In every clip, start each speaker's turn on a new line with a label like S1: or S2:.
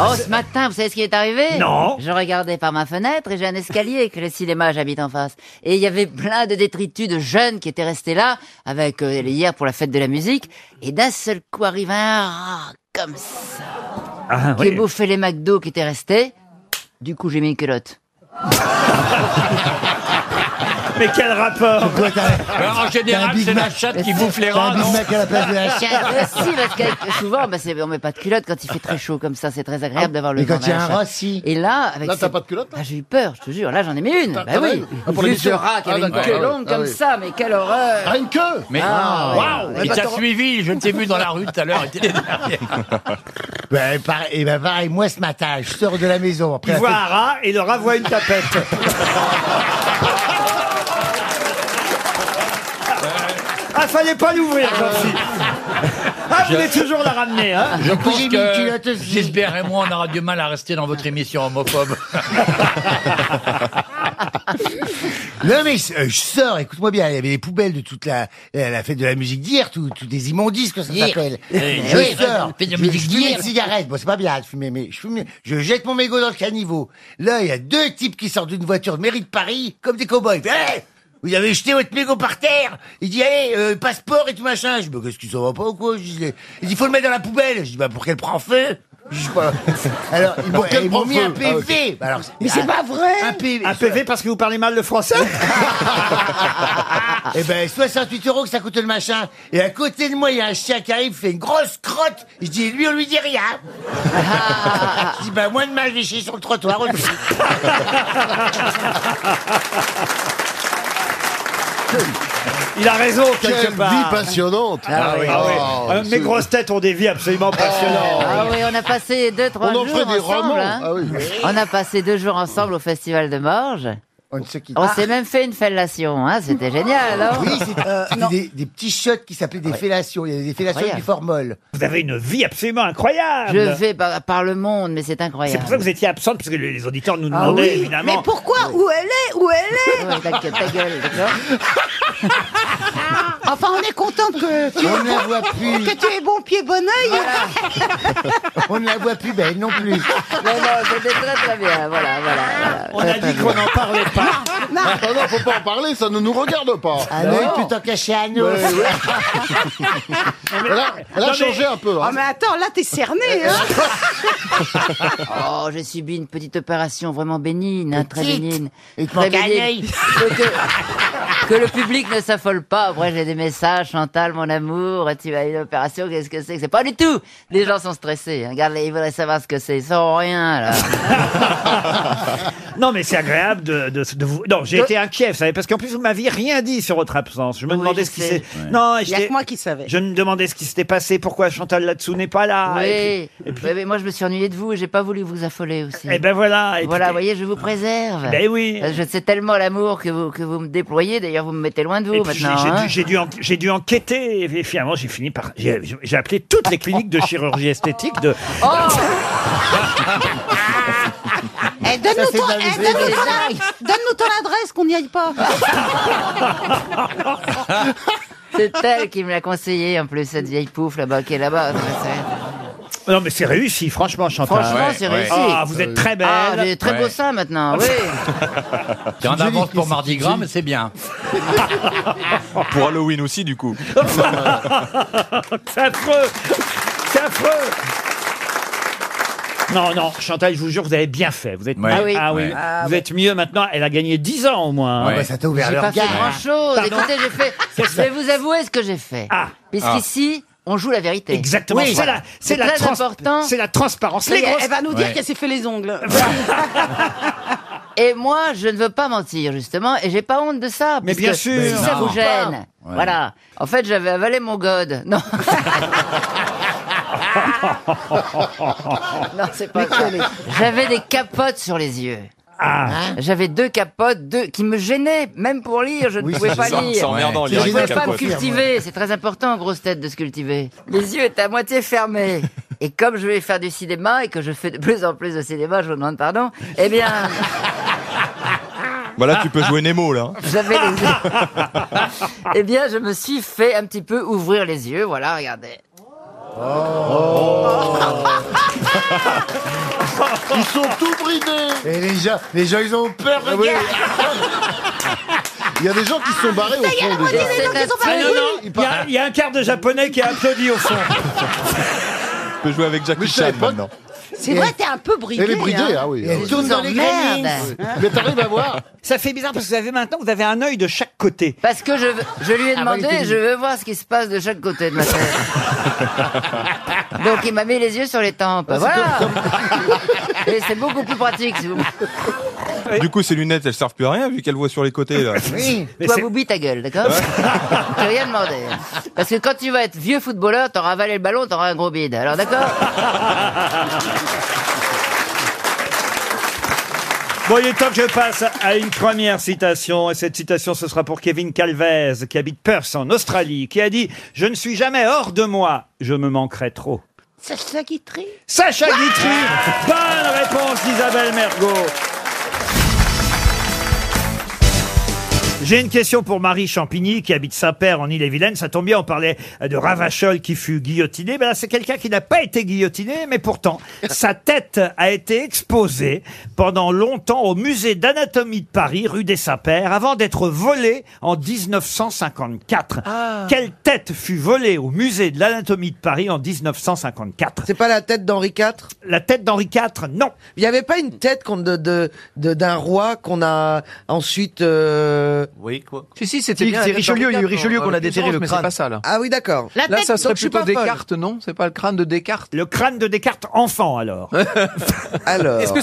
S1: Oh, ce matin, vous savez ce qui est arrivé
S2: Non.
S1: Je regardais par ma fenêtre et j'ai un escalier que le cinéma, j'habite en face. Et il y avait plein de détritus de jeunes qui étaient restés là, avec euh, les hier pour la fête de la musique. Et d'un seul coup arrive un rat, comme ça,
S2: Ah,
S1: qui
S2: oui.
S1: bouffait les McDo qui étaient restés. Du coup, j'ai mis une culotte.
S2: Mais quel rapport
S3: Quoi, t'as-
S4: Alors, en général,
S3: T'as un Big
S4: c'est la
S3: Mac.
S4: chatte qui bouffe les
S3: t'as
S4: rats,
S3: un Big
S4: non
S3: Mac à la place de la
S1: Tiens, euh, si, parce que souvent, bah, c'est- on met pas de culotte quand il fait très chaud comme ça. C'est très agréable d'avoir le
S3: Ah, Mais quand
S1: vent dans
S3: il y a
S1: la
S3: un
S1: chatte.
S3: rat, si.
S1: Et là, avec
S5: Là, t'as
S1: cette-
S5: pas de culotte, là
S1: Ah, J'ai eu peur, je te jure. Là, j'en ai mis une. Bah
S5: t'en as
S1: oui.
S5: une Ah, pour
S1: Juste
S5: l'émission.
S1: le rat qui
S5: Ah,
S1: avait une
S5: d'accord.
S1: queue
S5: Ah oui.
S1: longue
S5: Ah
S1: comme
S5: oui.
S1: ça, mais quelle horreur
S5: Ah, une queue
S4: Mais
S1: Ah, ouais.
S4: waouh, il
S1: Mais
S4: t'a
S1: attends.
S4: suivi, je t'ai vu dans la rue tout à l'heure. il était derrière.
S3: Ben, pareil, eh ben, pareil, moi ce matin, je sors de la maison
S2: Tu
S3: après la
S2: vois
S3: fête-
S2: un rat et le rat voit une tapette. Ah, fallait pas l'ouvrir, Jean-Philippe. Ah, vous voulez toujours la ramener, hein
S4: Je
S3: coup, j'ai
S4: pense
S3: mis une culotte
S4: que
S3: aussi.
S4: Gisbert et moi, on aura du mal à rester dans votre émission homophobe.
S3: Non mais euh, je sors, écoute-moi bien, il y avait les poubelles de toute la, la, la fête de la musique d'hier, tout, tout des immondices que ça
S4: Hier.
S3: s'appelle.
S4: Eh,
S3: Je
S4: oui,
S3: sors,
S4: fête de la
S3: je, je
S4: musique
S3: fume
S4: d'hier.
S3: une cigarette, bon c'est pas bien de fumer, mais je fume, je jette mon mégot dans le caniveau. Là, il y a deux types qui sortent d'une voiture de mairie de Paris comme des cow-boys. Hé vous avez jeté votre mégot par terre Il dit, allez, euh, passeport et tout machin. Je dis, bah, qu'est-ce qu'ils s'en va pas ou quoi Je dis, Il dit, faut le mettre dans la poubelle. Je dis, bah, pour qu'elle prend feu Je dis, bah, Alors, ils m'ont-
S5: qu'elle
S3: ils m'ont
S5: prend
S3: mis un
S5: feu Ah, ok.
S3: PV. Alors, mais c'est pas vrai Un PV.
S2: Un PV parce que vous parlez mal le français
S1: Ah.
S3: Eh ben, 68 euros que ça coûte le machin. Et à côté de moi, il y a un chien qui arrive, fait une grosse crotte. Je dis, lui, on lui dit rien.
S1: Ah.
S3: je dis, ben, moins de mal, je vais chier sur le trottoir aussi.
S2: Il a raison,
S5: Quelle
S2: quelque
S5: vie
S2: part.
S5: passionnante
S1: Ah oui.
S2: Ah oui.
S5: Oh,
S2: Euh, mes
S5: c'est-
S2: grosses têtes ont des vies absolument passionnantes.
S1: Ah oui, on a passé deux, trois
S5: On en
S1: jours
S5: ferait des
S1: ensemble.
S5: romans
S1: hein.
S5: Ah oui.
S1: On a passé deux jours ensemble au Festival de Morges.
S3: On ne se quitte
S1: On s'est même fait une fellation, hein. C'était génial, alors.
S3: Oui, c'était c'était des, des petits shots qui s'appelaient des fellations. Il y avait des fellations avec
S1: Incroyable.
S3: du formol.
S2: Vous avez une vie absolument incroyable.
S1: Je vais par, par le monde, mais c'est
S2: C'est
S1: incroyable.
S2: pour ça que vous étiez absente, parce que les les auditeurs nous
S1: Ah
S2: demandaient,
S1: oui.
S2: évidemment.
S6: Mais pourquoi Où elle est Où elle est
S1: Ouais, ta, ta gueule, d'accord
S6: Enfin, on est contente que tu,
S3: On ne la voit plus.
S6: que tu aies bon pied, bon oeil.
S3: On ne la voit plus belle non plus.
S1: Non, non, c'était très très bien. euh, Voilà, voilà. voilà.
S2: On a dit qu'on n'en parlait pas.
S5: Ah non, faut pas en parler, ça ne nous regarde pas.
S3: Un œil Ah plutôt caché à nous.
S5: Elle a, elle a
S2: Non, mais-
S5: changé un peu. hein.
S6: Oh, mais attends, là, t'es cerné. Hein
S1: Oh, j'ai subi une petite opération vraiment bénigne, hein, très
S3: Petite.
S1: bénigne.
S3: Il te
S1: Très
S3: manque un
S1: bénigne.
S3: œil.
S1: Que, que- que le public ne s'affole pas. Après, j'ai des messages, Chantal, mon amour, tu as une opération, qu'est-ce que c'est que c'est Pas du tout Les gens sont stressés. hein. Regarde, ils voudraient savoir ce que c'est. Ils sauront rien, là.
S2: Non, mais c'est agréable de, de- de vous. Non, j'ai
S1: De-
S2: été inquiet, vous savez, parce qu'en plus, vous m'aviez rien dit sur votre absence. Je me
S1: Oui,
S2: demandais
S1: je
S2: ce qui
S1: sais.
S2: s'est. Non,
S6: Il y a
S2: j'étais-
S6: que moi qui savais.
S2: Je me demandais ce qui s'était passé, pourquoi Chantal Latsou n'est pas là.
S1: oui.
S2: Et puis, et puis-
S1: Ah, Oui, mais moi, je me suis ennuyée de vous et j'ai pas voulu vous affoler aussi.
S2: eh ben voilà. et
S1: voilà,
S2: puis-
S1: vous voyez, je vous préserve.
S2: Ben oui.
S1: Parce que Je sais tellement l'amour que vous, que vous me déployez. D'ailleurs, vous me mettez loin de vous
S2: et puis, j'ai-
S1: maintenant.
S2: j'ai dû-
S1: hein.
S2: j'ai dû, en- j'ai dû enquêter et finalement j'ai fini par j'ai j'ai appelé toutes les cliniques de chirurgie esthétique de
S6: Oh, Eh,
S3: Ça,
S6: donne-nous
S3: c'est
S6: ton,
S3: de la
S6: eh,
S3: musique.
S6: donne-nous ton ad- donne-nous ton adresse, qu'on n'y aille pas.
S1: C'est elle qui me l'a conseillé, en plus, cette vieille pouffe là-bas qui est là-bas.
S2: non mais c'est réussi franchement Chantal
S1: Franchement,
S4: Ah, Ouais,
S1: c'est
S4: ouais.
S1: réussi.
S2: Ah, vous êtes très belle
S1: Ah, j'ai des très beau
S4: Ouais.
S1: sein maintenant, oui.
S4: T'es en
S3: Jolie
S4: avance pour
S3: question,
S4: Mardi Gras,
S3: jolie.
S4: mais c'est bien.
S7: Pour Halloween aussi, du coup.
S2: C'est affreux C'est affreux non, non, Chantal, je vous jure, vous avez bien fait. Vous êtes
S4: Ouais.
S1: Ah oui.
S4: Ouais.
S2: Vous êtes mieux maintenant. Elle a gagné 10 ans au moins. hein.
S4: Ouais.
S3: Bah, ça t'a ouvert
S1: J'ai
S3: le
S1: pas fait
S3: regard.
S1: grand-chose.
S2: Pardon
S1: Écoutez, j'ai fait. Je vais vous avouer ce que j'ai fait.
S2: Ah.
S1: Puisqu'ici, on joue la vérité.
S2: Exactement.
S1: Oui.
S2: C'est la, c'est
S1: C'est
S2: la
S1: très
S2: trans-
S1: important.
S2: C'est la transparence.
S6: Elle,
S2: Les grosses-
S6: elle va nous dire
S4: Ouais.
S6: qu'elle s'est fait les ongles.
S1: Et moi, je ne veux pas mentir, justement, et j'ai pas honte de ça.
S2: Mais
S1: puisque
S2: bien sûr.
S1: Si ça
S4: Non.
S1: vous gêne. Voilà. En fait, j'avais avalé mon god. Non. non, c'est pas ça. J'avais des capotes sur les yeux.
S2: Ah.
S1: J'avais deux capotes, deux qui me gênaient, même pour lire, je ne
S3: Oui,
S1: pouvais
S3: c'est
S1: pas
S3: ça,
S1: lire.
S7: emmerdant,
S1: Je
S3: C'est
S1: ne
S3: génial,
S1: pouvais
S3: la
S1: pas me
S3: capote.
S1: cultiver, c'est très important, grosse tête, de se cultiver. Les yeux étaient à moitié fermés. Et comme je vais faire du cinéma et que je fais de plus en plus de cinéma, je vous demande pardon, eh bien,
S8: Bah
S7: Voilà, tu peux jouer Nemo, là.
S1: j'avais les yeux. eh bien, je me suis fait un petit peu ouvrir les yeux, voilà, regardez.
S9: Oh. Ils sont tout bridés.
S7: Et les gens, les gens, ils ont peur,
S9: Ah
S7: regarde
S9: oui. Il y a des gens qui se sont barrés au fond déjà.
S1: C'est un-
S2: Ah non, non, il
S9: Il
S2: y, a- il y a un quart de japonais qui a applaudi au fond.
S8: Je peux jouer avec Jackie
S9: Mais c'est
S8: Chan
S9: les potes.
S8: maintenant.
S6: C'est vrai, t'es un peu bridé.
S9: Et les bridés,
S6: hein.
S9: ah oui.
S7: Et elle tourne
S1: vous
S7: dans les
S1: emmerde.
S7: grenouilles.
S9: Mais t'arrives à voir.
S10: Ça fait bizarre parce que vous avez maintenant, vous avez un œil de chaque côté.
S1: Parce que je, je lui ai
S2: Ah bah,
S1: demandé, je veux voir ce qui se passe de chaque côté de ma tête. Donc il m'a mis les yeux sur les tempes. Voilà. Et c'est beaucoup plus pratique. Si vous...
S8: Du coup, ces lunettes, elles servent plus à rien vu qu'elles voient sur les côtés. Là.
S7: Oui.
S10: Mais
S1: Toi,
S10: c'est-
S1: Boubi, ta gueule, d'accord J'ai rien demandé. Parce que quand tu vas être vieux footballeur, t'auras avalé le ballon, t'auras un gros bide. Alors d'accord
S2: Bon, il est temps que je passe à une première citation. Et cette citation, ce sera pour Kevin Calvez, qui habite Perth, en Australie, qui a dit « Je ne suis jamais hors de moi, je me manquerai trop
S6: Sacha Guitry. ».
S2: Sacha Guitry Bonne réponse d'Isabelle Mergot J'ai une question pour Marie Champigny qui habite Saint-Père en Ille-et-Vilaine. Ça tombe bien, on parlait de Ravachol qui fut guillotiné. Ben là, c'est quelqu'un qui n'a pas été guillotiné, mais pourtant, sa tête a été exposée pendant longtemps au musée d'anatomie de Paris, rue des Saint-Père, avant d'être volée en 1954. Quelle tête fut volée au musée de l'anatomie de Paris en 1954
S5: C'est pas la tête d'Henri IV
S2: La tête d'Henri IV Non.
S5: Il n'y avait pas une tête qu'on- de- de- de- d'un roi qu'on a ensuite... euh,
S11: Oui, quoi.
S12: Si, si, c'était bien. C'est Richelieu, il y a eu Richelieu qu'on a déterré le crâne. Mais c'est pas ça, là.
S5: Ah oui, d'accord.
S12: Là, ça serait
S5: donc je suis
S12: plutôt
S5: pas folle.
S12: Descartes, non C'est pas le crâne de Descartes
S2: Le crâne de Descartes enfant, alors.
S5: Alors...
S12: Est-ce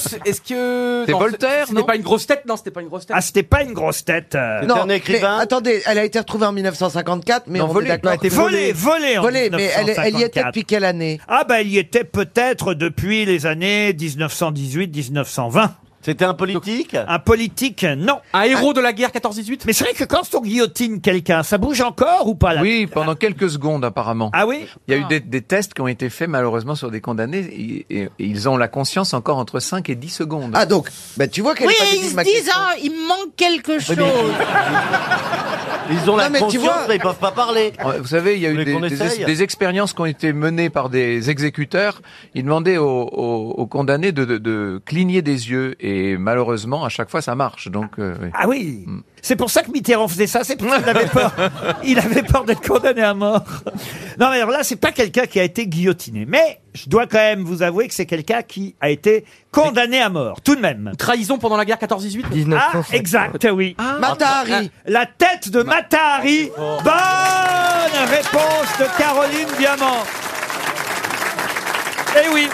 S12: que. C'est Voltaire, non
S10: une grosse tête, non, c'était pas une grosse tête.
S2: Ah, c'était pas une grosse tête. euh,
S5: Non, mais attendez, elle a été retrouvée en 1954, mais
S12: Non,
S5: on
S12: volée,
S5: est d'accord.
S12: non, elle était
S2: Volée, volée en
S5: Volée, mais elle, elle y était
S2: 1954.
S5: depuis quelle année
S2: Ah bah, il y était peut-être depuis les années 1918-1920.
S11: C'était un politique
S2: Un politique, non.
S10: Un héros de la guerre 14-18
S2: Mais c'est vrai que quand on guillotine quelqu'un, ça bouge encore ou pas là
S12: Oui, pendant quelques secondes, apparemment.
S2: Ah oui
S12: Il y a eu des, des tests qui ont été faits, malheureusement, sur des condamnés. et- et- et ils ont la conscience encore entre 5 et 10 secondes.
S5: Ah donc, bah, tu vois qu'elle
S6: Oui,
S5: est pas du
S6: et ils
S5: tout
S6: se
S5: ma
S6: disent,
S5: question.
S6: Ah, il me manque quelque chose.
S11: Ils ont
S5: Non, mais tu vois-
S11: ils peuvent pas parler.
S12: Vous savez, il y a
S11: voulez
S12: eu des,
S11: qu'on
S12: des-
S11: essaye
S12: des expériences qui ont été menées par des exécuteurs. Ils demandaient aux, aux- aux condamnés de, de- de cligner des yeux et malheureusement, à chaque fois, ça marche. Donc, euh, oui.
S2: Ah oui C'est pour ça que Mitterrand faisait ça, c'est parce qu'il avait peur. Il avait peur d'être condamné à mort. Non mais alors là, c'est pas quelqu'un qui a été guillotiné. Mais je dois quand même vous avouer que c'est quelqu'un qui a été condamné à mort, tout de même.
S10: Trahison pendant la guerre Ah. 14-18
S2: Ah, exact, oui. Ah.
S5: Matahari.
S2: La tête de Matahari.
S10: Ah,
S2: Bonne réponse de Caroline Diamant. Eh oui.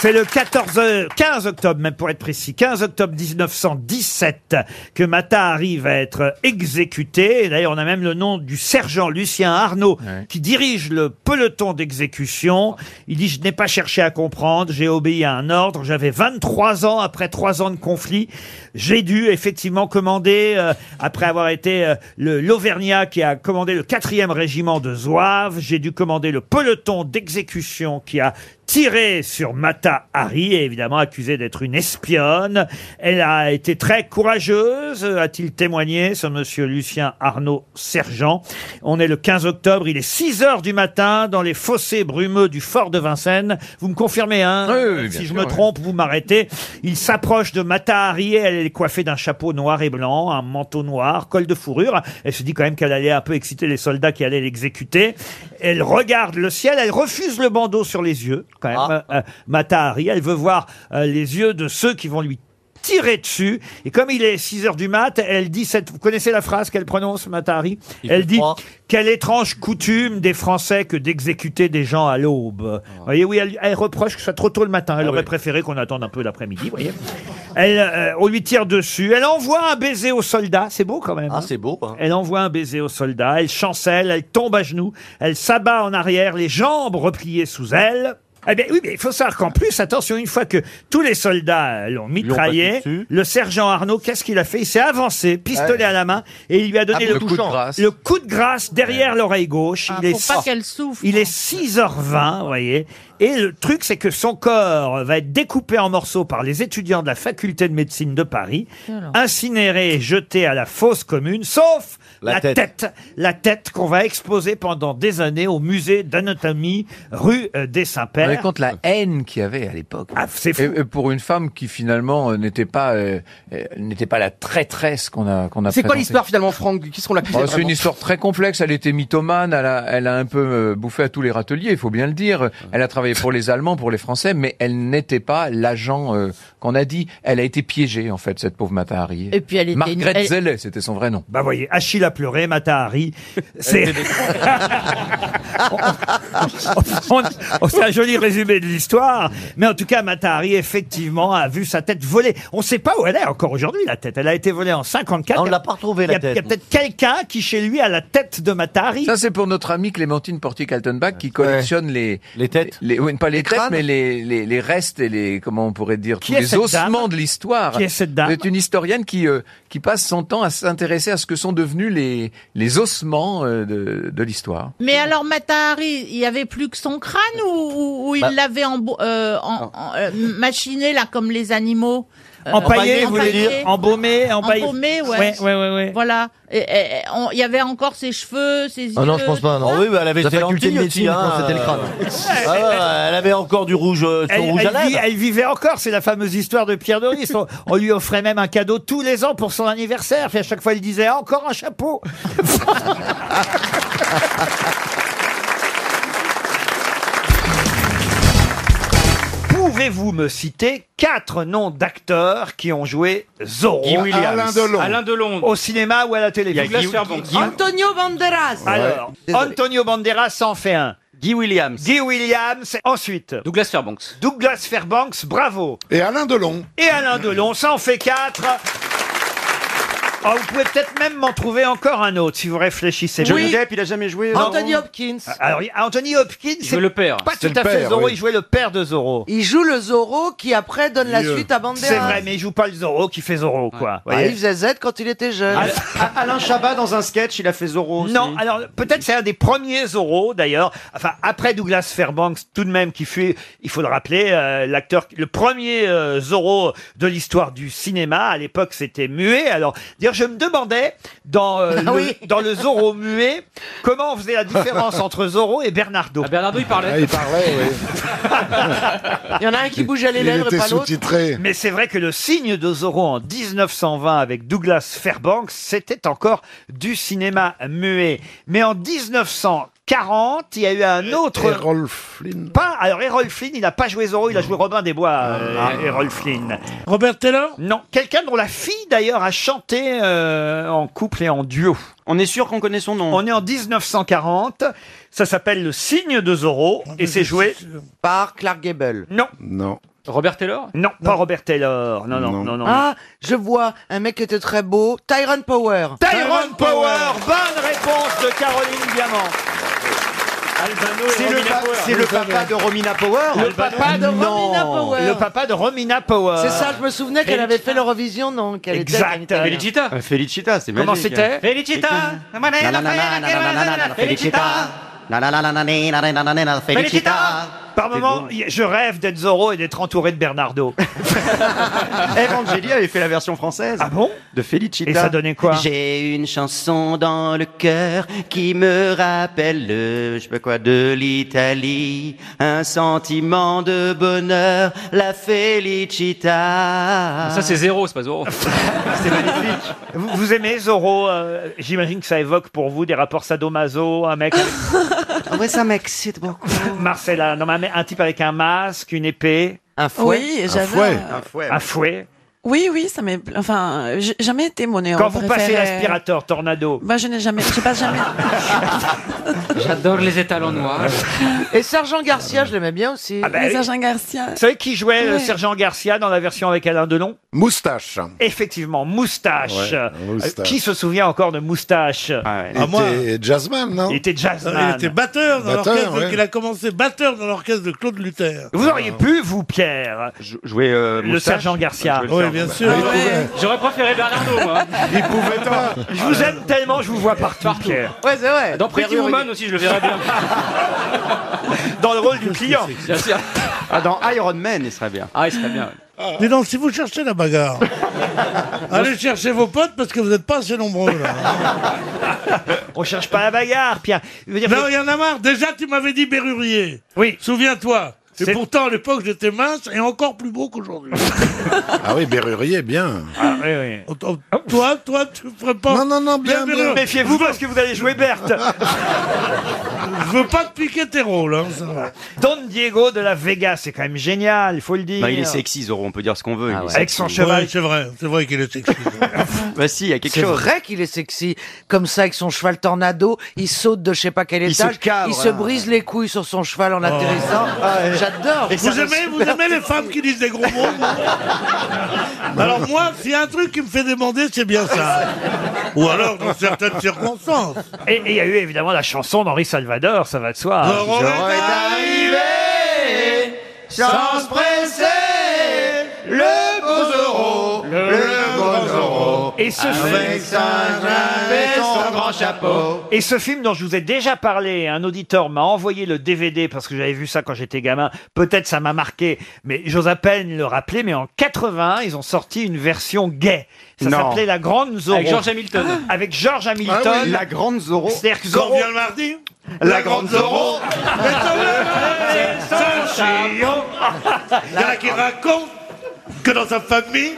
S2: C'est le 14, euh, 15 octobre, même pour être précis, 15 octobre 1917, que Matahari va être exécuté. Et D'ailleurs, on a même le nom du sergent Lucien Arnaud, qui dirige le peloton d'exécution. Il dit, je n'ai pas cherché à comprendre, j'ai obéi à un ordre, j'avais 23 ans après 3 ans de conflit. J'ai dû effectivement commander, euh, après avoir été euh, le l'Auvergnat qui a commandé le 4e régiment de Zouaves, j'ai dû commander le peloton d'exécution qui a tiré sur Mata Hari, et évidemment accusée d'être une espionne. Elle a été très courageuse, a-t-il témoigné, ce monsieur Lucien Arnaud Sergent. On est le 15 octobre, il est 6 heures du matin dans les fossés brumeux du fort de Vincennes. Vous me confirmez, hein
S12: Oui, oui, bien
S2: Si je
S12: sûr,
S2: me
S12: oui.
S2: trompe, vous m'arrêtez. Il s'approche de Mata Hari, elle est coiffée d'un chapeau noir et blanc, un manteau noir, col de fourrure. Elle se dit quand même qu'elle allait un peu exciter les soldats qui allaient l'exécuter. Elle regarde le ciel, elle refuse le bandeau sur les yeux, quand même. euh, euh, Mata Hari, elle veut voir euh, les yeux de ceux qui vont lui tirer dessus. Et comme il est 6 heures du mat, elle dit cette, vous connaissez la phrase qu'elle prononce, Mata Hari? Elle dit, quelle étrange coutume des Français que d'exécuter des gens à l'aube. Vous voyez, oui, elle, elle reproche que ce soit trop tôt le matin. Elle aurait préféré qu'on attende un peu l'après-midi, vous voyez. Elle, euh, on lui tire dessus. Elle envoie un baiser aux soldats. C'est beau quand même. hein.
S11: beau.
S2: Elle envoie un baiser aux soldats. Elle chancelle. Elle tombe à genoux. Elle s'abat en arrière, les jambes repliées sous elle. Eh bien, oui, mais il faut savoir qu'en plus, attention, une fois que tous les soldats euh, l'ont mitraillé,
S11: dessus.
S2: le sergent Arnaud, qu'est-ce qu'il a fait Il s'est avancé, pistolet à la main, et il lui a donné
S12: Ah,
S2: le
S12: coup de grâce.
S2: le
S6: Ah,
S2: coup de grâce derrière l'oreille gauche. il, est,
S6: qu'elle souffre.
S2: il est 6h20, vous voyez. Et le truc, c'est que son corps va être découpé en morceaux par les étudiants de la faculté de médecine de Paris,
S13: Alors.
S2: incinéré et jeté à la fosse commune, sauf la,
S13: La
S2: tête.
S13: tête.
S2: la tête qu'on va exposer pendant des années au musée d'anatomie rue euh, des
S12: Vous vous
S2: Saints-Pères.
S12: rendez compte la haine qu'il y avait à l'époque.
S2: Ah,
S12: Et- et pour une femme qui finalement euh, n'était pas euh, euh, n'était pas la traîtresse qu'on a qu'on a.
S10: C'est quoi
S12: présentée.
S10: l'histoire finalement, Franck Qu'est-ce qu'on l'accusait
S12: Oh, c'est
S10: vraiment
S12: une histoire très complexe. Elle était mythomane. Elle a, elle a un peu euh, bouffé à tous les râteliers, il faut bien le dire. Elle a travaillé pour les Allemands, pour les Français, mais elle n'était pas l'agent euh, qu'on a dit. Elle a été piégée, en fait, cette pauvre Mata Hari.
S2: Et puis elle était une-
S12: Margaret
S2: elle-
S12: Zellé, c'était son vrai nom.
S2: Bah voyez, Achille a pleuré, Mata Hari. C'est On- on- c'est un joli résumé de l'histoire, mais en tout cas, Mata Hari, effectivement, a vu sa tête volée. On ne sait pas où elle est encore aujourd'hui, la tête. Elle a été volée en 54. On ne l'a pas retrouvée, Il
S12: la
S2: y a
S12: tête.
S2: peut-être quelqu'un qui, chez lui, a la tête de Mata Hari.
S12: Ça, c'est pour notre amie Clémentine Portier-Kaltenbach qui collectionne les... Les têtes les, oui, Pas les, têtes, mais les, les, les restes et les... Comment on pourrait dire
S2: Qui
S12: tous
S2: est
S12: Les
S2: cette dame
S12: ossements de l'histoire.
S2: Qui est cette dame
S12: C'est une historienne qui, euh, qui passe son temps à s'intéresser à ce que sont devenus les, les ossements euh, de, de l'histoire.
S6: Mais alors, Matahari, il y avait plus que son crâne ou, ou- ou il
S12: Bah.
S6: l'avait en, bo- euh, en- en- euh, machiné, là, comme les animaux euh,
S2: Empaillé, vous voulez
S6: empaillé.
S2: dire Embaumé, empaillé.
S6: Embaumé, ouais.
S2: Eh, Ouais, ouais, ouais, ouais.
S6: Voilà. Et- et- et on- Il y avait encore ses cheveux, ses yeux.
S9: Ah non, je pense pas. Non.
S6: tout ça.
S9: oui, bah, elle avait
S11: La
S9: ses
S11: faculté
S9: lentilles
S11: de médecine,
S9: aussi, hein.
S11: quand c'était le crâne.
S9: Ah ouais, elle avait encore du rouge, euh, son
S2: Elle,
S9: rouge à
S2: elle vit-
S9: lèvres.
S2: elle vivait encore, c'est la fameuse histoire de Pierre Doris. On, on lui offrait même un cadeau tous les ans pour son anniversaire. Puis à chaque fois, il disait Ah, encore un chapeau. Pouvez-vous me citer quatre noms d'acteurs qui ont joué Zorro
S14: Guy Williams. Alain Delon. Alain Delon.
S2: Au cinéma ou à la télévision
S14: Il y a Douglas Guy- Fairbanks. Guy-
S6: Antonio Banderas.
S2: Alors, Antonio Banderas en fait un. Guy Williams. Guy Williams. Ensuite. Douglas Fairbanks. Douglas Fairbanks, bravo. Et Alain Delon. Et Alain Delon, ça en fait quatre. Ah, vous pouvez peut-être même m'en trouver encore un autre si vous réfléchissez.
S11: Johnny
S2: bien.
S11: Depp, il a jamais joué. euh,
S2: Anthony
S5: Hopkins.
S2: Alors, Anthony Hopkins,
S11: Il
S2: c'est
S11: jouait le père.
S2: Pas
S11: C'est
S2: tout
S11: le
S2: à fait
S11: père,
S2: Zorro,
S11: oui.
S2: il jouait le père de Zorro.
S5: Il joue le Zorro qui après donne la
S2: Mieux.
S5: suite à Banderas.
S2: C'est vrai, mais il joue pas le Zorro qui fait Zorro,
S11: Ah,
S2: quoi.
S5: Bah, il faisait Z quand il était jeune.
S2: Ah,
S5: Ah,
S2: Alain Chabat dans un sketch, il a fait Zorro. Non, alors peut-être c'est un des premiers Zorro d'ailleurs. Enfin, après Douglas Fairbanks, tout de même qui fut, il faut le rappeler, euh, l'acteur, le premier euh, Zorro de l'histoire du cinéma. À l'époque, c'était muet. Alors, d'ailleurs, je me demandais dans euh,
S14: Ah
S2: le,
S14: oui.
S2: dans le Zorro muet, comment on faisait la différence entre Zorro et
S5: Ah,
S2: Bernardo. Bernardo, il parlait.
S14: Ah, il parlait,
S5: Il y en a un qui bouge à les lèvres et pas l'autre.
S2: Mais c'est vrai que le signe de Zorro en 1920 avec Douglas Fairbanks, c'était encore du cinéma muet. Mais en 1940, il y a eu un autre. Errol Flynn. Pas, alors Errol Flynn, il n'a pas joué Zorro, il a joué Robin des Bois, euh, Errol Flynn. Robert Taylor Non. Quelqu'un dont la fille d'ailleurs a chanté euh, en couple et en duo. On est sûr qu'on connaît son nom. On est en 1940. Ça s'appelle Le signe de Zorro et Ah, c'est joué par Clark Gable. Non. Non. Robert Taylor Non, pas Robert Taylor. Non, non, non, non.
S5: Ah, je vois un mec qui était très beau, Tyrone Power.
S2: Tyrone Power, bonne réponse de Caroline Diamant.
S11: C'est le, pa- c'est le papa de Romina Power.
S2: Le papa de Romina
S5: Power.
S2: Le papa de Romina Power.
S5: C'est ça, je me souvenais qu'elle avait fait l'Eurovision, non qu'elle était- qu'elle était-
S11: Euh, Felicita, c'est
S5: Comment
S11: magique,
S5: c'était
S11: hein.
S5: Felicita,
S11: Nanana, nanana, nanana, Felicita. Nanana, nanana, nanana, nanana,
S2: Félicita
S11: Felicita.
S2: Par moment, y- je rêve d'être Zorro et d'être entouré de Bernardo.
S11: Evangélie avait fait la version française. Ah
S2: bon
S11: De Felicita.
S2: Et ça donnait quoi
S11: J'ai une chanson dans le cœur qui me rappelle le, je sais pas quoi, de l'Italie. Un sentiment de bonheur, la
S13: Ah.
S11: Felicita.
S14: Ah, Ça, c'est zéro, c'est pas zéro.
S2: Vous, vous aimez Zorro euh, J'imagine que ça évoque pour vous des rapports sadomaso, un mec.
S11: Ah ouais, ça m'excite beaucoup.
S2: Marcella, non, mais un mec- un type avec un masque, une épée. Un
S13: fouet Oui, j'avais un-
S2: Un
S13: Un
S2: fouet.
S13: fouet,
S2: Oui, oui,
S13: Ça m'est, enfin, j'ai jamais été mon héros
S2: Quand vous passez
S13: préféré.
S2: l'aspirateur, tornado.
S13: Moi, je n'ai jamais, je passe jamais.
S14: J'adore les étalons noirs.
S5: Et Sergent Garcia, je l'aimais bien aussi.
S2: bah oui. Sergent
S5: Garcia.
S2: Vous savez qui jouait le
S5: Ouais.
S2: Sergent Garcia dans la version avec Alain Delon
S15: Moustache.
S2: Effectivement, Moustache.
S15: Ouais,
S2: Euh,
S15: Moustache.
S2: Qui se souvient encore de Moustache
S15: Il était jazzman, non
S2: Il était jazzman.
S16: Euh, Il était batteur dans
S2: Batteur,
S16: l'orchestre.
S2: ouais.
S16: donc Il a commencé batteur dans l'orchestre de Claude Luther.
S2: Vous auriez pu, vous, Pierre,
S11: jouer
S2: le Sergent Garcia.
S16: Oui, bien sûr.
S14: J'aurais préféré Bernardo, moi.
S2: Il pouvait pas. Je vous aime tellement, je vous vois partout, Pierre.
S14: Ouais, c'est vrai. Dans Pretty Woman aussi, je le verrais bien.
S2: dans le rôle du client.
S11: Ah, dans Iron Man, il serait bien. Ah, il serait bien.
S16: Dis donc, si vous cherchez la bagarre, allez chercher vos potes parce que vous n'êtes pas assez nombreux.
S2: On cherche pas la bagarre, Pierre.
S16: non, il y en a marre. Déjà, tu m'avais dit Bérurier.
S2: Oui.
S16: Souviens-toi. Et pourtant, à l'époque, j'étais mince et encore plus beau qu'aujourd'hui.
S15: Ah oui, Berrurier, bien.
S2: Ah oui, oui.
S16: toi, toi, tu ferais pas.
S15: Non, non, non, bien,
S16: Mais-
S15: bien.
S16: mais-
S2: Méfiez-vous parce que vous allez jouer Berthe.
S16: Je veux pas te piquer tes rôles. hein, ça va.
S2: Don Diego de la Vega, c'est quand même génial, il faut le dire.
S11: Bah, il est sexy, Zorro, on peut dire ce qu'on
S14: Ah
S11: veut. il est
S2: ouais. Avec son
S11: sexy.
S2: cheval.
S16: Ouais, c'est vrai, c'est vrai qu'il est sexy.
S11: Bah si, il y a quelque
S5: C'est
S11: chose.
S5: vrai qu'il est sexy. Comme ça, avec son cheval tornado, il saute de je sais pas quel
S11: Il se
S5: étage.
S11: cave,
S5: il se Oh.
S11: voilà.
S5: brise les couilles sur son cheval en atterrissant.
S16: ouais.
S5: J'adore.
S16: Vous aimez, vous aimez les femmes qui disent des gros mots vous Alors moi, s'il y a un truc qui me fait demander, c'est bien ça. Ou alors dans certaines circonstances.
S2: Et et il y a eu évidemment la chanson d'Henri Salvador, ça va de soi.
S16: Zorro
S11: arrivé, sans se presser, le beau Zorro, le beau Zorro,
S2: Et ce
S11: avec
S2: film-
S11: sa jambe et son grand chapeau.
S2: Et ce film dont je vous ai déjà parlé, un auditeur m'a envoyé le DVD parce que j'avais vu ça quand j'étais gamin. Peut-être ça m'a marqué, mais j'ose à peine le rappeler. Mais en 80, ils ont sorti une version gay. Ça
S11: Non.
S2: s'appelait La Grande Zorro.
S14: Avec George Hamilton.
S2: Avec George Hamilton.
S11: Ah oui, La Grande Zorro.
S2: C'est-à-dire que
S16: Quand
S2: Zorro-
S16: vient le mardi
S11: La grande Zorro.
S16: Il y en a qui racontent que dans sa famille,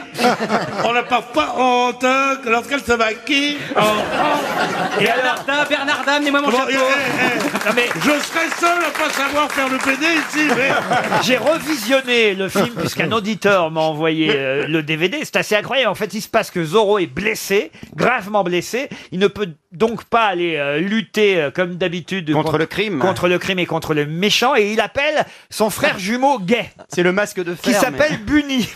S16: on n'a parfois honte que lorsqu'elle se maquille. on-
S2: Et alors,
S14: Bernardin, Bernardin, amenez-moi mon
S16: Bon,
S14: chapeau.
S16: eh, eh, eh,
S2: non, mais
S16: Je serais seul à pas savoir faire le PD ici, mais...
S2: J'ai revisionné le film puisqu'un auditeur m'a envoyé euh, le DVD. C'est assez incroyable. En fait, il se passe que Zorro est blessé, gravement blessé. Il ne peut donc pas aller euh, lutter euh, comme d'habitude
S11: Contre le crime. Ah.
S2: contre le crime et contre le méchant. Et il appelle son frère jumeau gay,
S11: C'est le masque de fer.
S2: qui
S11: mais-
S2: s'appelle Bunny.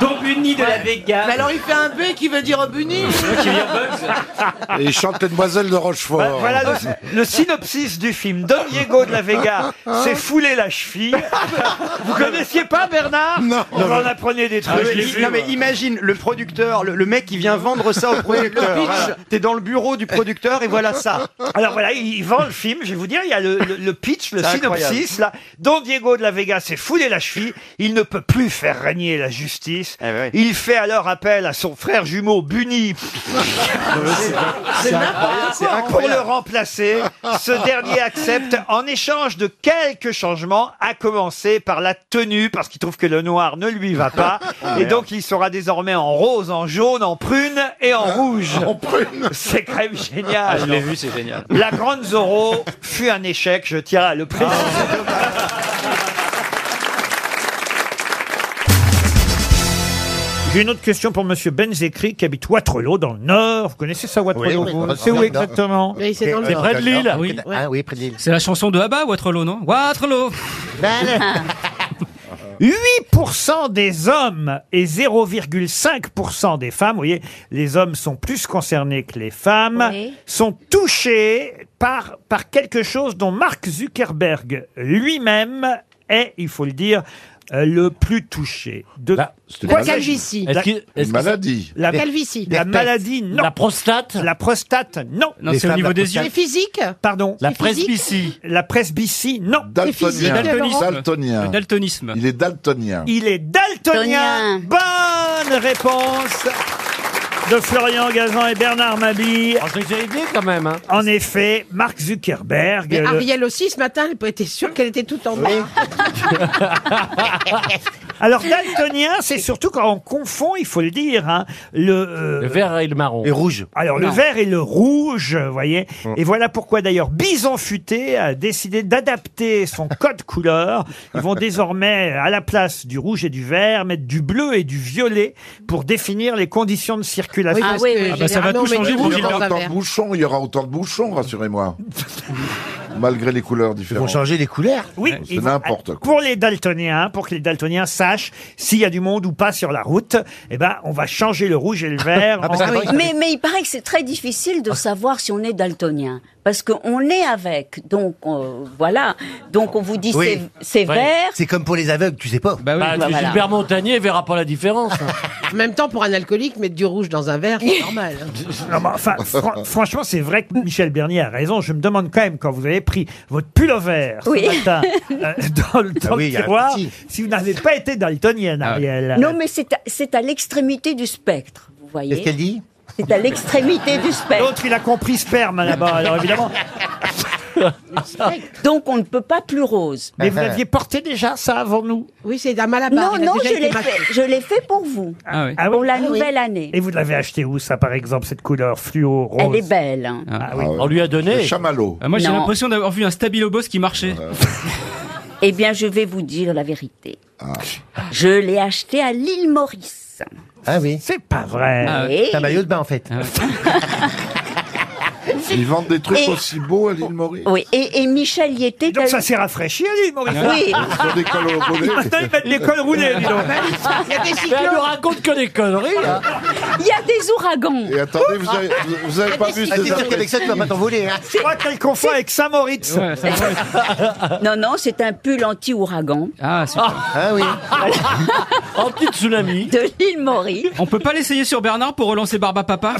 S14: Don Bunny de la Vega.
S5: Mais alors, il fait un B qui veut dire Bunny.
S14: Qui vient Bugs.
S15: Et il chante les demoiselles de Rochefort.
S2: Voilà, voilà
S17: Ah,
S2: le, le synopsis du film. Don Diego de la Vega
S5: Hein
S2: s'est foulé la cheville. Vous connaissiez pas Bernard
S15: Non.
S2: On en apprenait des trucs.
S11: Ah, mais i- non mais imagine le producteur, le, le mec qui vient vendre ça au producteur. voilà. T'es dans le bureau du producteur et voilà ça.
S2: Alors voilà, il il vend le film, je vais vous dire, il y a le, le- le pitch, le
S11: C'est
S2: synopsis, là. Don Diego de la Vega s'est foulé la cheville, il ne peut plus faire régner la justice.
S11: Eh oui.
S2: Il fait alors appel à son frère jumeau Bunny
S5: C'est n'importe
S11: C'est
S5: quoi.
S2: pour le
S11: incroyable.
S2: remplacer. Ce dernier accepte en échange de quelques changements, à commencer par la tenue, parce qu'il trouve que le noir ne lui va pas.
S14: Oh,
S2: Et donc il sera désormais en rose, en jaune, en prune et en rouge.
S15: On prune.
S2: C'est quand même génial.
S14: Hein Ah, je l'ai vu, c'est génial.
S2: La Grande Zorro fut un échec, je tiens à le préciser. J'ai une autre question pour Monsieur Benzekri qui habite Waterloo dans le Nord. Vous connaissez ça Waterloo
S7: Oui, oui,
S2: vous
S7: oui.
S2: C'est où exactement
S6: Mais c'est dans le
S2: C'est
S6: Nord.
S2: près de Lille.
S14: Oui.
S7: Ah oui, près de l'île.
S14: C'est la chanson de Abba, Waterloo, non Waterloo
S9: Ben,
S2: 8% des hommes et 0,5% des femmes, vous voyez, les hommes sont plus concernés que les femmes,
S17: Oui.
S2: sont touchés par, par quelque chose dont Mark Zuckerberg lui-même est, il faut le dire, euh, le plus touché. De quoi
S17: La calvitie.
S2: La-
S15: Une maladie.
S2: la-
S17: calvitie.
S2: la
S17: Des
S2: maladie, non.
S18: La prostate,
S2: La prostate, non.
S18: Non, Les c'est au femmes, niveau la des prostate.
S6: C'est physique
S2: Pardon.
S18: la
S6: C'est physique.
S18: presbytie.
S2: La presbytie, non.
S6: physique,
S15: Daltonien.
S6: Laurent
S15: Daltonien.
S14: Le daltonisme.
S15: Il est daltonien.
S2: Il est daltonien.
S17: Daltonien.
S2: Bonne réponse de Florian Gazan et Bernard Mabille.
S18: Oh, je les ai aidés quand même. Hein.
S2: En effet, Mark Zuckerberg. euh,
S6: Mais
S2: le-
S6: Ariel aussi, ce matin, elle était sûre qu'elle était tout en bas.
S2: Alors daltonien, c'est surtout quand on confond, il faut le dire, hein, le, euh,
S18: Le vert et le marron.
S9: Et rouge. Mm.
S2: alors le
S18: Non.
S2: vert et le rouge, vous voyez. Et voilà pourquoi d'ailleurs Bison Futé a décidé d'adapter son code couleur. Ils vont désormais à la place du rouge et du vert mettre du bleu et du violet pour définir les conditions de circulation.
S17: Ah oui, oui,
S14: Ah bah, ça va
S17: généralement,
S14: tout
S17: on met
S14: changer,
S17: du
S15: Il
S17: rouge
S15: y
S17: dans
S15: aura
S17: un
S15: autant
S17: verre.
S15: de bouchons, il y aura autant de bouchons, rassurez-moi. Malgré les
S9: Ils
S15: couleurs
S9: vont
S15: différentes.
S9: changer les couleurs.
S2: Oui,
S15: C'est
S2: il faut- ah,
S15: n'importe quoi.
S2: Pour les daltoniens, hein, pour que les daltoniens sachent s'il y a du monde ou pas sur la route, eh ben, on va
S15: Ah,
S2: changer le rouge et le vert. en- Ah.
S17: Mais, mais il paraît que c'est très difficile de savoir si on est daltonien.
S15: parce qu'on est avec. Donc euh, voilà. Donc on vous dit
S4: Oui.
S15: c'est c'est
S4: Oui.
S15: vert.
S19: C'est comme pour les aveugles, tu sais pas.
S4: Bah,
S15: Bah, voilà.
S4: Gilbert Montagnier verra pas la différence. hein.
S6: En même temps, pour un alcoolique, mettre du rouge dans un verre, c'est normal. hein.
S2: Non, mais enfin, fran- franchement, c'est vrai que Michel Bernier a raison. Je me demande quand même, quand vous avez pris votre pullover
S15: Oui.
S2: ce matin euh, dans le, dans
S15: Ah oui,
S2: le
S15: il y a un
S2: tiroir,
S15: petit. Ah
S2: si vous n'avez pas été daltonienne, Ariel.
S15: Non, mais c'est à, c'est à l'extrémité du spectre, vous voyez.
S2: Qu'est-ce qu'elle dit
S15: C'est à l'extrémité du spectre.
S2: L'autre, il a compris sperme Ah, hein, là-bas, alors évidemment.
S15: Donc on ne peut pas plus rose.
S2: Mais vous l'aviez porté déjà ça avant nous
S6: Oui, c'est d'un malabar.
S15: Non,
S6: il a
S15: non,
S6: déjà
S15: je
S6: été
S15: l'ai
S6: masqué.
S15: fait. Je l'ai fait pour vous.
S2: Ah oui.
S15: Pour la nouvelle année.
S2: Et vous l'avez acheté où, ça, par exemple, cette couleur fluo rose Ah
S15: Elle est belle. hein.
S4: On lui a donné.
S3: chamallow.
S10: Ah, moi, j'ai
S15: Non.
S10: l'impression d'avoir vu un stabilo boss qui marchait.
S15: Eh bien, je vais vous dire la vérité. Je l'ai acheté à l'île Maurice.
S2: Ah oui. C'est pas vrai.
S15: Ah oui. C'est un maillot
S2: de bain, en fait.
S3: Ils vendent des trucs
S15: Et-
S3: aussi beaux à l'île Maurice.
S15: Oui, et, et Michel y était.
S2: Donc ça s'est rafraîchi à l'île Maurice. hein.
S15: Oui.
S3: Ils ont des cols roulés.
S2: Maintenant, ils mettent des cols roulés, dis donc.
S15: Il y a des
S4: Mais elle nous raconte que des conneries. hein.
S15: Il y a des ouragans.
S3: Et attendez, vous avez, vous- vous avez pas vu
S15: Ah,
S3: ces après-
S2: t'envoler.
S15: hein.
S2: Je crois qu'elle confond avec Saint-Moritz.
S15: Non, non, c'est un pull anti-ouragan.
S10: Ah, super.
S15: Ah oui.
S10: Anti-tsunami.
S15: De l'île Maurice.
S10: On peut pas l'essayer sur Bernard pour relancer Barba Papa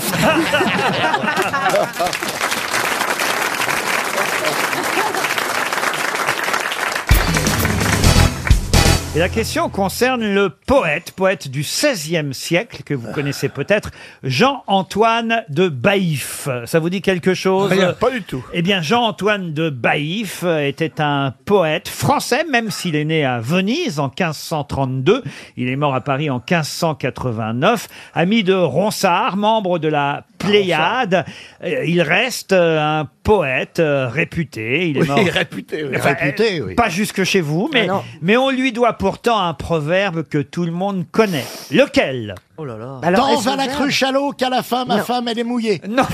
S2: Et la question concerne le poète, poète du XVIe siècle, que vous connaissez peut-être, Jean-Antoine de Baïf. Ça vous dit quelque chose
S20: Rien, pas du tout.
S2: Eh bien, Jean-Antoine de Baïf euh, était un poète français, même s'il est né à Venise en 1532. Il est mort à Paris en 1589. Ami de Ronsard, membre de la Pléiade, euh, il reste euh, un poète euh, réputé. Il est
S20: Oui,
S2: mort.
S20: réputé, oui.
S2: Enfin, euh,
S20: Réputé, oui.
S2: Pas jusque chez vous, mais,
S20: Ah non.
S2: mais on lui doit pourtant un proverbe que tout le monde connaît. Lequel
S5: Oh là
S21: Bah
S5: là.
S16: Danse à la cruche à l'eau qu'à la fin, ma
S5: Non.
S16: femme, elle est mouillée.
S2: Non.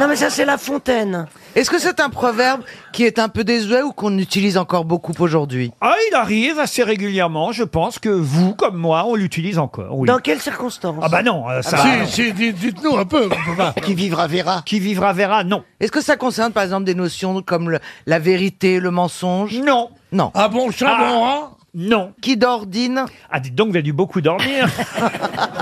S5: Non mais ça c'est la fontaine. Est-ce que c'est un proverbe qui est un peu désuet ou qu'on utilise encore beaucoup aujourd'hui
S2: Ah, il arrive assez régulièrement, je pense que vous, comme moi, on l'utilise encore. oui.
S4: Dans quelles circonstances
S2: Ah bah non, euh, ça...
S16: Si, si, dites- dites-nous un peu. on peut pas.
S2: Qui vivra verra. Qui vivra verra, non.
S5: Est-ce que ça concerne par exemple des notions comme le- la vérité, le mensonge
S2: Non.
S5: Non.
S16: Ah bon chat, bon rat
S2: Non.
S5: Qui d'ordine
S2: Ah, dites donc, vous avez dû beaucoup dormir.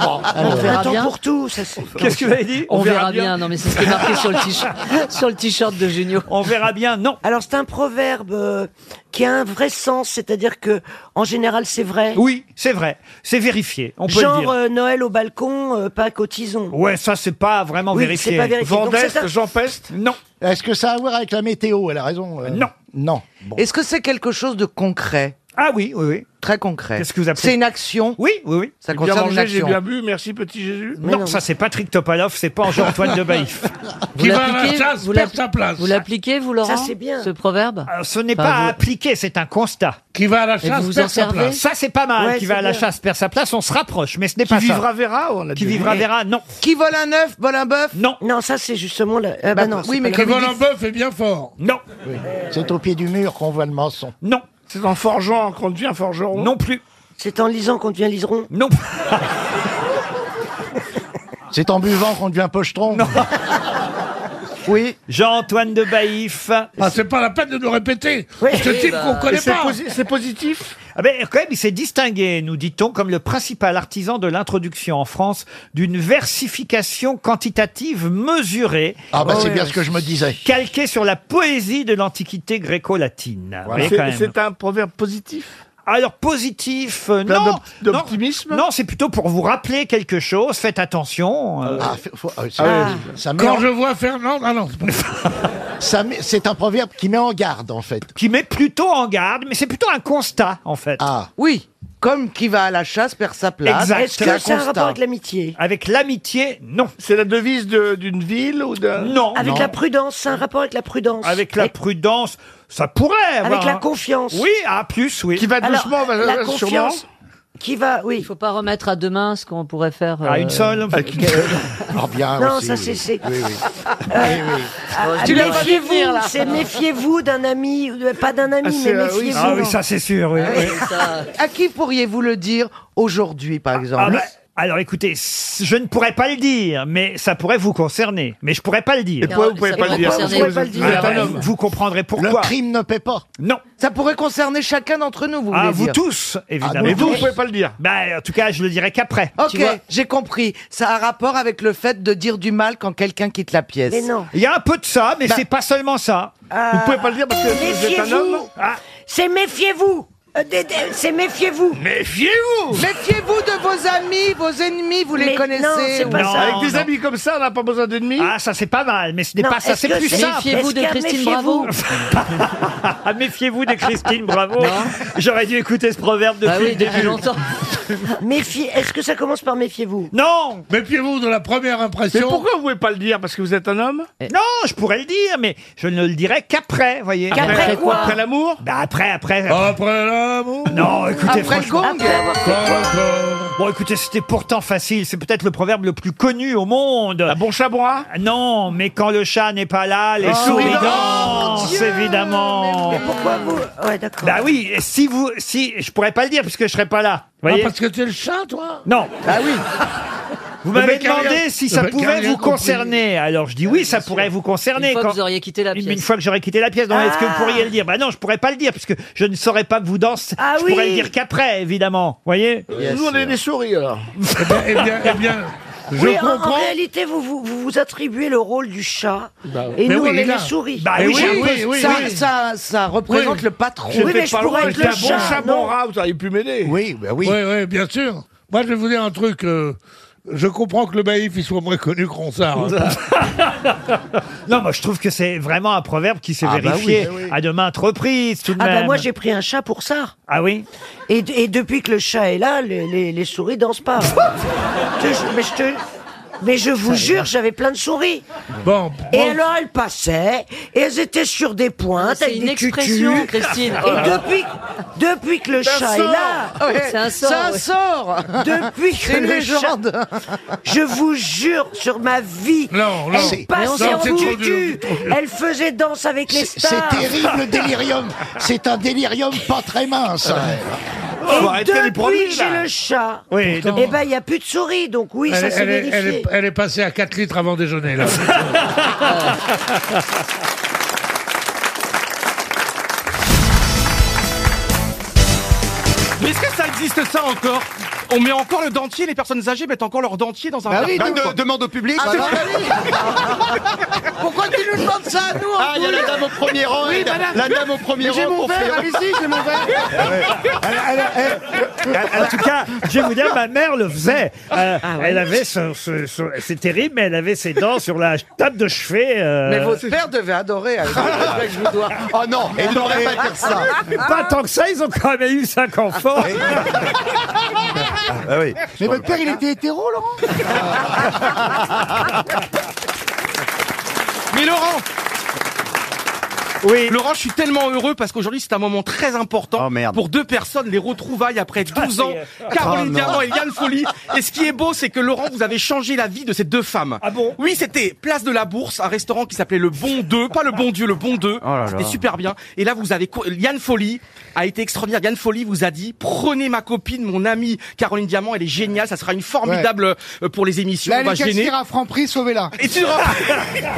S5: On
S2: verra
S5: verra
S2: bien.
S5: pour tout. ça, c'est-
S2: Qu'est-ce que vous avez dit
S22: On, verra, bien. Non, mais c'est ce qui est marqué sur le t-shirt, sur le t-shirt de Junio.
S2: On verra bien. Non.
S21: Alors c'est un proverbe euh, qui a un vrai sens, c'est-à-dire que en général c'est vrai.
S2: Oui, c'est vrai. C'est vérifié. On peut le
S21: Genre
S2: dire.
S21: euh, Noël au balcon, euh, Pâques au tison.
S2: Ouais, ça, c'est pas vraiment
S21: Oui,
S2: vérifié.
S21: c'est pas vérifié. Donc,
S2: Vendeste,
S21: c'est ça-
S2: Jean Peste Non.
S16: Est-ce que ça a à voir avec la météo Elle a raison. euh,
S2: Non.
S16: Non.
S5: Est-ce que c'est quelque chose de concret
S2: Ah oui, oui, oui.
S5: Très concret.
S2: Qu'est-ce que vous appelez
S5: C'est une action.
S2: Oui, oui, oui.
S5: Ça concerne une action.
S16: bu, merci petit Jésus.
S2: Non, ça, c'est Patrick Topalov, c'est pas Jean-Antoine de Baïf.
S16: Qui va à la chasse,
S22: vous
S16: perd
S22: l'appli-
S16: sa place.
S22: vous l'appliquez, vous, Laurent
S21: c'est bien.
S22: Ce proverbe
S2: Alors, Ah, ce n'est pas
S22: vous-
S2: appliqué, c'est un constat.
S16: Qui va à la
S22: Et vous
S16: chasse,
S22: vous en
S16: perd sa
S22: servez
S16: place.
S2: Ça, c'est pas mal.
S5: Ouais,
S2: qui va
S5: c'est
S2: à la
S5: bien.
S2: chasse perd sa place, on se rapproche, mais ce n'est pas ça.
S16: verra, on
S2: Eh, Qui vivra verra, non.
S5: Qui vole un œuf, vole un bœuf
S2: Non.
S21: Non, ça c'est justement la. Ah bah, non,
S5: oui,
S21: c'est
S5: mais
S21: pas
S16: Qui
S5: comme
S16: vole
S5: ils
S16: un
S5: disent-
S16: bœuf est bien fort.
S2: Non.
S16: C'est au pied du mur qu'on voit le mensonge.
S2: Non.
S16: C'est en forgeant qu'on devient forgeron.
S2: Non plus.
S21: la- C'est en lisant qu'on devient liseron.
S2: Non.
S16: C'est en buvant qu'on devient pochetron.
S5: Oui.
S2: Jean-Antoine de Baïf. bah,
S16: Ah, c'est pas la peine de nous répéter. Ce type qu'on connaît pas.
S2: c'est positif Eh ben. ah ben, Quand même, il s'est distingué, nous dit-on, comme le principal artisan de l'introduction en France d'une versification quantitative mesurée. Oh
S16: Ah bah c'est bien ce que je me disais.
S2: calquée sur la poésie de l'antiquité gréco-latine. Vous voyez, quand même.
S16: un proverbe positif.
S2: Alors positif, euh,
S16: Plein
S2: non,
S16: d'op- d'optimisme
S2: Non, non, c'est plutôt pour vous rappeler quelque chose. Faites attention. euh.
S16: Ah, faut- faut- ah, ça-
S2: Ah.
S16: ça met
S20: Quand
S16: en-
S20: je vois Fernand, ah non, c'est pas-
S16: ça met- c'est un proverbe qui met en garde en fait.
S2: Qui met plutôt en garde, mais c'est plutôt un constat en fait.
S16: Ah.
S5: Oui. Comme qui va à la chasse perd sa place.
S2: Exact.
S21: Est-ce
S2: C'est un
S21: que c'est un
S2: constat.
S21: rapport avec l'amitié
S2: Avec l'amitié, non.
S16: C'est la devise d'une ville ou d'un.
S2: Non.
S21: Avec
S2: non.
S21: la prudence, c'est un rapport avec la prudence.
S2: Avec la prudence, ça pourrait.
S21: Avec
S2: avoir
S21: la
S2: un-
S21: confiance.
S2: Oui, à plus, oui.
S21: Alors, la confiance. Qui va, oui.
S22: bah, euh, Il faut pas remettre à demain ce qu'on pourrait faire.
S2: À
S22: euh,
S2: une seule.
S21: bah,
S16: Ah bien
S21: Non,
S16: aussi,
S21: ça
S16: oui.
S21: c'est. c'est-
S16: Oui, oui.
S21: Ah,
S22: Tu l'as pas vu venir,
S21: Méfiez-vous,
S22: là.
S21: c'est méfiez-vous d'un ami, euh, pas d'un ami, mais méfiez-vous. hein.
S2: Ah oui, ça c'est sûr. oui, oui.
S5: À qui pourriez-vous le dire aujourd'hui, par exemple
S2: Ah bah, Alors écoutez, c- je ne pourrais pas le dire, mais ça pourrait vous concerner. Mais je pourrais pas le dire.
S9: Et pourquoi vous pouvez Ça pas le pourrait dire concerner Pourquoi vous pas le dire
S2: Ah,
S9: Autonome.
S2: bah, Vous comprendrez pourquoi.
S9: Le
S2: crime ne paie pas. Non.
S5: Ça pourrait concerner chacun d'entre nous, vous
S2: Ah,
S5: voulez
S2: vous
S5: dire.
S2: tous, évidemment.
S5: Ah, nous tous.
S2: pas le dire. Bah, en tout cas, je le dirai qu'après. tu
S5: Ok,
S2: vois.
S5: j'ai compris. Ça a un rapport avec le fait de dire du mal quand quelqu'un quitte la pièce.
S2: Mais non. Il y a un peu de ça, mais c'est pas seulement ça.
S21: Ah.
S5: Vous pouvez pas le dire parce que vous êtes un homme
S21: C'est Ah. méfiez-vous. Euh, des- des- C'est méfiez-vous.
S5: Méfiez-vous Méfiez-vous de vos amis, vos ennemis, vous les
S21: Mais
S5: connaissez
S21: non, c'est pas
S2: Non, ça.
S5: Avec des
S2: non.
S5: amis
S2: comme ça, on n'a pas besoin d'ennemis. Ah, ça c'est pas mal, mais ce n'est
S5: Non,
S2: pas ça,
S5: est-ce
S2: c'est
S5: que
S2: plus
S5: c'est-
S2: simple.
S5: Méfiez-vous de Est-ce qu'à Christine Bravo
S2: Ah, Méfiez-vous de Christine Bravo. J'aurais dû écouter ce proverbe depuis
S21: Bah oui,
S2: le début.
S21: depuis longtemps. Méfiez. Est-ce que ça commence par méfiez-vous
S2: Non
S23: Méfiez-vous de la première impression.
S2: Mais pourquoi
S23: vous pouvez pas le dire Parce que vous êtes un homme
S2: Non, je pourrais le dire, mais je ne le dirai qu'après, voyez.
S23: Qu'après Après quoi quoi Après
S2: l'amour Bah après, après.
S23: Après l'amour
S2: Non, écoutez,
S23: Après le
S2: franchement.
S23: gong Après avoir fait quoi
S2: Bon, écoutez, c'était pourtant facile. C'est peut-être le proverbe le plus connu au monde. Un bon chat boit Non, mais quand le chat n'est pas là, les
S21: Oh,
S2: souris
S21: oui.
S2: dansent,
S21: Oh, Dieu,
S2: évidemment.
S21: mais- mais pourquoi vous Ouais, d'accord.
S2: Bah oui, et si vous, si, je pourrais pas le dire puisque je serais pas là. Vous
S23: Ah,
S2: voyez
S23: parce que tu es le chat, toi
S2: Non. Ah oui. Vous
S23: Le
S2: m'avez
S23: mec a rien-
S2: demandé si
S23: le
S2: ça
S23: mec a
S2: pouvait
S23: rien
S2: vous
S23: compris.
S2: concerner. Alors je dis oui, ça pourrait vous concerner.
S24: Une fois que
S2: Quand-
S24: vous auriez quitté la
S2: Une-
S24: pièce.
S2: Une fois que j'aurais quitté la pièce, donc est-ce que vous
S24: Ah.
S2: pourriez le dire Bah non, je pourrais pas le dire puisque je ne saurais pas que vous dansez.
S24: Ah
S2: je
S24: oui.
S2: pourrais le dire qu'après, évidemment. Vous voyez
S23: Nous, on est des souris, alors.
S2: Eh bien, eh bien,
S21: oui, en- En, réalité, vous vous, vous vous attribuez le rôle du chat et
S5: Bah, Mais
S21: nous
S5: oui,
S21: on
S5: il
S21: est
S5: a.
S21: les souris.
S5: Bah oui, j'ai un peu- ça, ça, ça représente
S23: Oui.
S5: le patron.
S23: Je fais pas loin,
S5: être
S23: j'étais un bon chat, bon
S5: non
S23: rat, vous auriez pu m'aider. Oui, bah oui. Oui, bien sûr. Moi, je vais vous dire un truc. euh, je comprends que le Baïf, il soit moins connu que Ronsard. hein.
S2: Non, moi je trouve que c'est vraiment un proverbe qui s'est
S23: Ah, bah
S2: vérifié
S23: oui.
S2: à de maintes reprises tout de
S21: Ah
S2: même.
S21: bah moi j'ai pris un chat pour ça.
S2: Ah oui
S21: Et, et depuis que le chat est là, les, les, les souris dansent pas. Je te ju- mais je te- mais je vous jure, j'avais plein de souris.
S23: Bon.
S21: Et alors elles passaient, et elles étaient sur des pointes
S24: C'est
S21: avec
S24: une
S21: des
S24: expression,
S21: tutus.
S24: Christine. Oh là
S21: Et
S24: là.
S21: depuis, depuis que le
S24: C'est un
S21: chat
S24: sort.
S21: est là,
S24: Ouais, c'est un sort,
S21: ça
S24: ouais.
S21: sort. Depuis que
S24: C'est une
S21: le
S24: légende.
S21: chat, je vous jure sur ma vie,
S23: Non, non.
S21: elle passait
S23: Non,
S21: en
S23: c'est trop dur, c'est
S21: tutu,
S23: trop dur.
S21: elle faisait danse avec les
S25: C'est c'est
S21: stars.
S25: terrible le délirium. C'est un délirium pas très mince.
S21: Et depuis que j'ai le chat,
S23: Oui,
S21: eh ben,
S23: donc-
S21: il n'y a plus de souris, donc oui, ça
S23: elle,
S21: s'est
S23: elle est, elle,
S21: vérifié.
S23: est, elle est passée à 4 litres avant déjeuner, là.
S10: Mais est-ce que ça existe ça encore On met encore le dentier, les personnes âgées mettent encore leur dentier dans un bah
S9: Bah
S10: verre
S9: oui,
S10: d'eau,
S9: donc-
S10: quoi. demande au public.
S9: Ah, c'est
S10: Voilà.
S18: Pourquoi tu nous demandes ça à nous en
S9: Ah, il y a
S18: douille
S9: la dame au premier rang,
S18: Oui,
S9: et la-
S18: madame.
S9: la dame au premier
S18: Mais J'ai
S9: rang
S18: mon
S9: pour
S18: verre,
S9: faire- Ah
S18: allez-y, j'ai mon verre.
S2: En tout cas, je vais vous dire, ma mère le faisait. Euh,
S21: Ah
S2: Elle avait son, ce- son- c'est terrible, mais elle avait ses dents sur la table de chevet. euh,
S5: Mais votre père devait adorer. avec le respect que je vous dois.
S9: Oh non, et ne devrait pas dire ça.
S2: Pas tant que ça, ils ont quand même eu cinq
S23: Ah
S2: enfants.
S25: Mais votre père, il était hétéro, Laurent
S10: Mais Laurent
S2: oui.
S10: Laurent, je suis tellement heureux parce qu'aujourd'hui c'est un moment très important pour deux personnes, les retrouvailles après 12 ans, Caroline
S9: Oh, non.
S10: Diamant et Yann Folly. Et ce qui est beau, c'est que Laurent, vous avez changé la vie de ces deux femmes. Ah bon Oui, c'était Place de la Bourse, un restaurant qui s'appelait Le Bon 2, pas Le Bon Dieu, Le Bon 2.
S9: là là.
S10: C'était super bien. Et là, vous avez co- Yann Folly a été extraordinaire. Yann Folly vous a dit prenez ma copine, mon amie Caroline Diamant, elle est géniale, ça sera une formidable euh, pour les émissions.
S25: Là,
S10: on
S25: elle
S10: va
S25: est
S10: gêner.
S25: caissière à Franprix, sauvez-la.
S10: Et tu auras-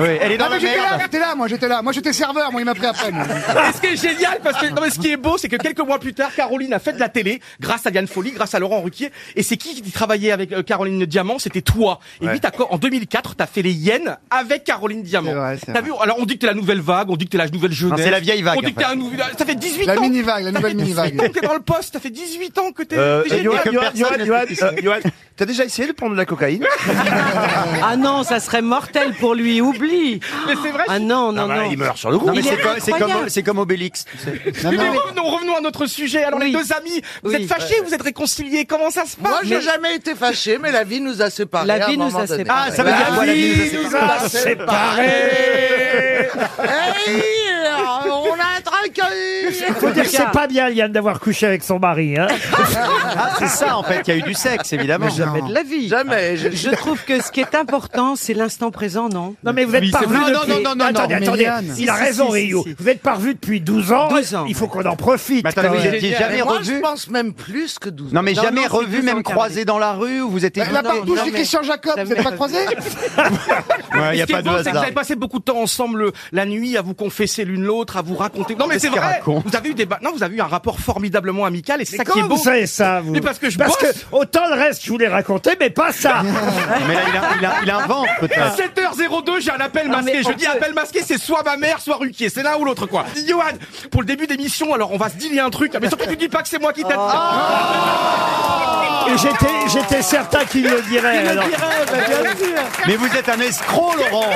S10: Oui, elle est dans
S25: Ah,
S10: la
S25: mais j'étais
S10: merde.
S25: là, j'étais là, moi, j'étais là. Moi, j'étais serveur, moi, il m'a pris après. moi.
S10: Et ce qui est génial, parce que non, mais ce qui est beau, c'est que quelques mois plus tard, Caroline a fait de la télé grâce à Yann Folly, grâce à Laurent Ruquier. Et c'est qui qui travaillait avec euh, Caroline Diamant C'était toi. Et puis, t'as co- en 2004, t'as fait les Yens avec Caroline Diamant. T'as vu Alors on dit que t'es la nouvelle vague, on dit que t'es la nouvelle jeunesse.
S9: c'est la vieille vague,
S10: On dit que t'es
S9: en fait.
S10: un nouvel. Ça fait 18
S25: La
S10: ans.
S25: mini-vague, la nouvelle mini-vague.
S10: T'es dans le poste. Ça fait 18 ans que t'es.
S9: Euh,
S10: t'es
S9: Johan, Johan,
S10: génial.
S9: Johan, Johan, euh, Johan,
S10: t'as déjà essayé de prendre de la cocaïne
S24: Ah non, ça serait mortel pour lui, oublie.
S10: Mais c'est vrai.
S24: Ah non, non, non.
S9: Non, mais
S24: Il
S9: c'est
S24: est
S9: comme, c'est comme-
S24: incroyable.
S9: c'est comme Obélix. tu sais.
S10: Mais revenons, revenons à notre sujet. Alors les
S9: Oui.
S10: deux amis, vous
S9: Oui.
S10: êtes fâchés, vous êtes réconciliés. Comment ça se passe
S5: Moi, j'ai
S10: Mais-
S5: jamais été fâché, mais la vie nous a séparés.
S10: La
S5: à un
S10: vie nous
S5: moment
S10: a
S5: donné.
S10: séparés. Ah, ça veut
S5: La
S10: dire la vie nous a séparés.
S5: séparés. Hey, on a traqué.
S2: Faut dire que c'est pas bien, Liane, d'avoir couché avec son mari. hein.
S11: Ah, c'est ça, en fait, il y a eu du sexe, évidemment.
S2: Mais jamais de la
S11: vie. Jamais.
S2: Je-
S8: Je trouve que ce qui est important, c'est l'instant présent, non
S2: Non, mais vous êtes parvenu depuis... attendez, attendez, il a raison, Rio. Vous êtes parvenu depuis 12 ans. Il faut qu'on en profite.
S11: Mais attendez,
S2: quand
S11: vous
S2: même.
S11: étiez jamais
S5: Moi,
S11: revu
S5: je pense même plus que 12
S11: Non, mais jamais
S5: c'est
S11: revu,
S5: 12
S11: même
S5: ans,
S11: croisé dans la rue, ou vous étiez.
S5: La- la partouche de Christian
S8: Jacob,
S5: vous êtes pas
S8: croisés
S11: Ouais, y a
S10: Ce qui
S11: pas
S10: est
S11: de
S10: beau, c'est que vous
S11: hasard.
S10: avez passé beaucoup de temps ensemble euh, la nuit à vous confesser l'une l'autre, à vous raconter. Non, mais
S11: Qu'est-ce
S10: c'est
S11: qu'il
S10: vrai.
S11: raconte
S10: Vous avez eu des ba- non, vous avez eu un rapport formidablement amical et c'est ça
S2: Mais
S10: qui est
S2: comment
S10: beau.
S2: vous savez ça, vous
S10: Mais parce que je
S2: Parce
S10: bosse.
S2: que autant le reste, je vous l'ai raconté, mais pas ça
S11: Mais là, il, a- il a- il invente, peut-être.
S10: 7h02, j'ai un appel
S11: Non, mais
S10: masqué.
S11: on
S10: Je dis
S11: peut-
S10: appel masqué, c'est soit ma mère, soit Ruquier. C'est l'un ou l'autre, quoi. Dis, Johan, pour le début d'émission, alors on va se dealer un truc. Mais surtout, tu dis pas que c'est moi qui t'aime.
S11: Ah.
S2: Et j'étais, j'étais certain qu'il le dirait.
S10: Il le
S2: alors. Euh,
S10: dirait, bah, bien sûr. Bah,
S11: Mais vous êtes un escroc, Laurent.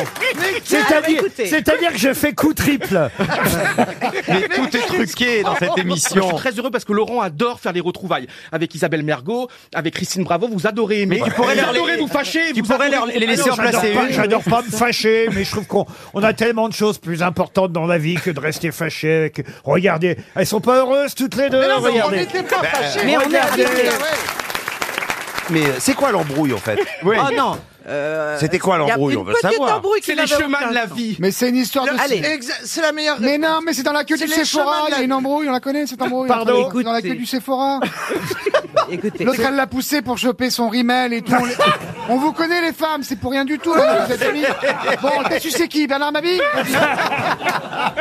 S2: C'est-à-dire, c'est-à-dire que je fais coup triple.
S11: Mais tout est truqué dans cette émission.
S10: Oh, Je suis très heureux parce que Laurent adore faire les retrouvailles avec Isabelle Mergot, avec Christine Bravo. Vous adorez aimer.
S11: Mais tu pourrais
S10: vous
S11: leur les-
S10: adorez vous fâcher.
S11: tu
S10: vous
S11: pourrais
S10: adorez-
S11: leur- les laisser
S10: Ah non,
S11: en
S10: j'adore
S11: placer
S10: pas,
S2: Pas- J'adore pas me fâcher, mais je trouve qu'on on a tellement de choses plus importantes dans la vie que de rester fâché. avec- Regardez, elles sont pas heureuses toutes les deux.
S5: Mais non, mais on
S2: regardez.
S5: n'était pas
S2: Bah,
S5: fâchés.
S8: Mais on est
S2: regardez.
S8: habitués,
S9: Mais euh, c'est quoi l'embrouille, en fait
S11: Ah,
S8: Oh non. euh,
S9: C'était quoi
S8: il y a
S9: l'embrouille
S8: une
S9: On veut
S8: petite
S9: savoir.
S8: embrouille
S9: C'est
S8: qu'il
S9: les
S8: avait
S9: chemins
S8: aucun
S9: de la
S8: temps.
S9: vie.
S26: Mais c'est une histoire de.
S8: Allez.
S26: Exa-
S5: C'est la meilleure.
S26: Mais non, mais c'est dans la queue
S5: C'est
S26: du
S5: les
S26: Sephora,
S5: chemins de
S26: il y
S5: la-
S26: a une embrouille, on la connaît cette embrouille.
S5: Pardon
S26: Écoute, dans la queue
S5: Écoutez.
S26: du Sephora.
S8: Écoutez.
S26: L'autre, elle l'a poussé pour choper son rimel et tout. On, les- on vous connaît, les femmes, c'est pour rien du tout. là, vous êtes amis. Bon, t'as su c'est qui Bernard Mabille
S18: Ah,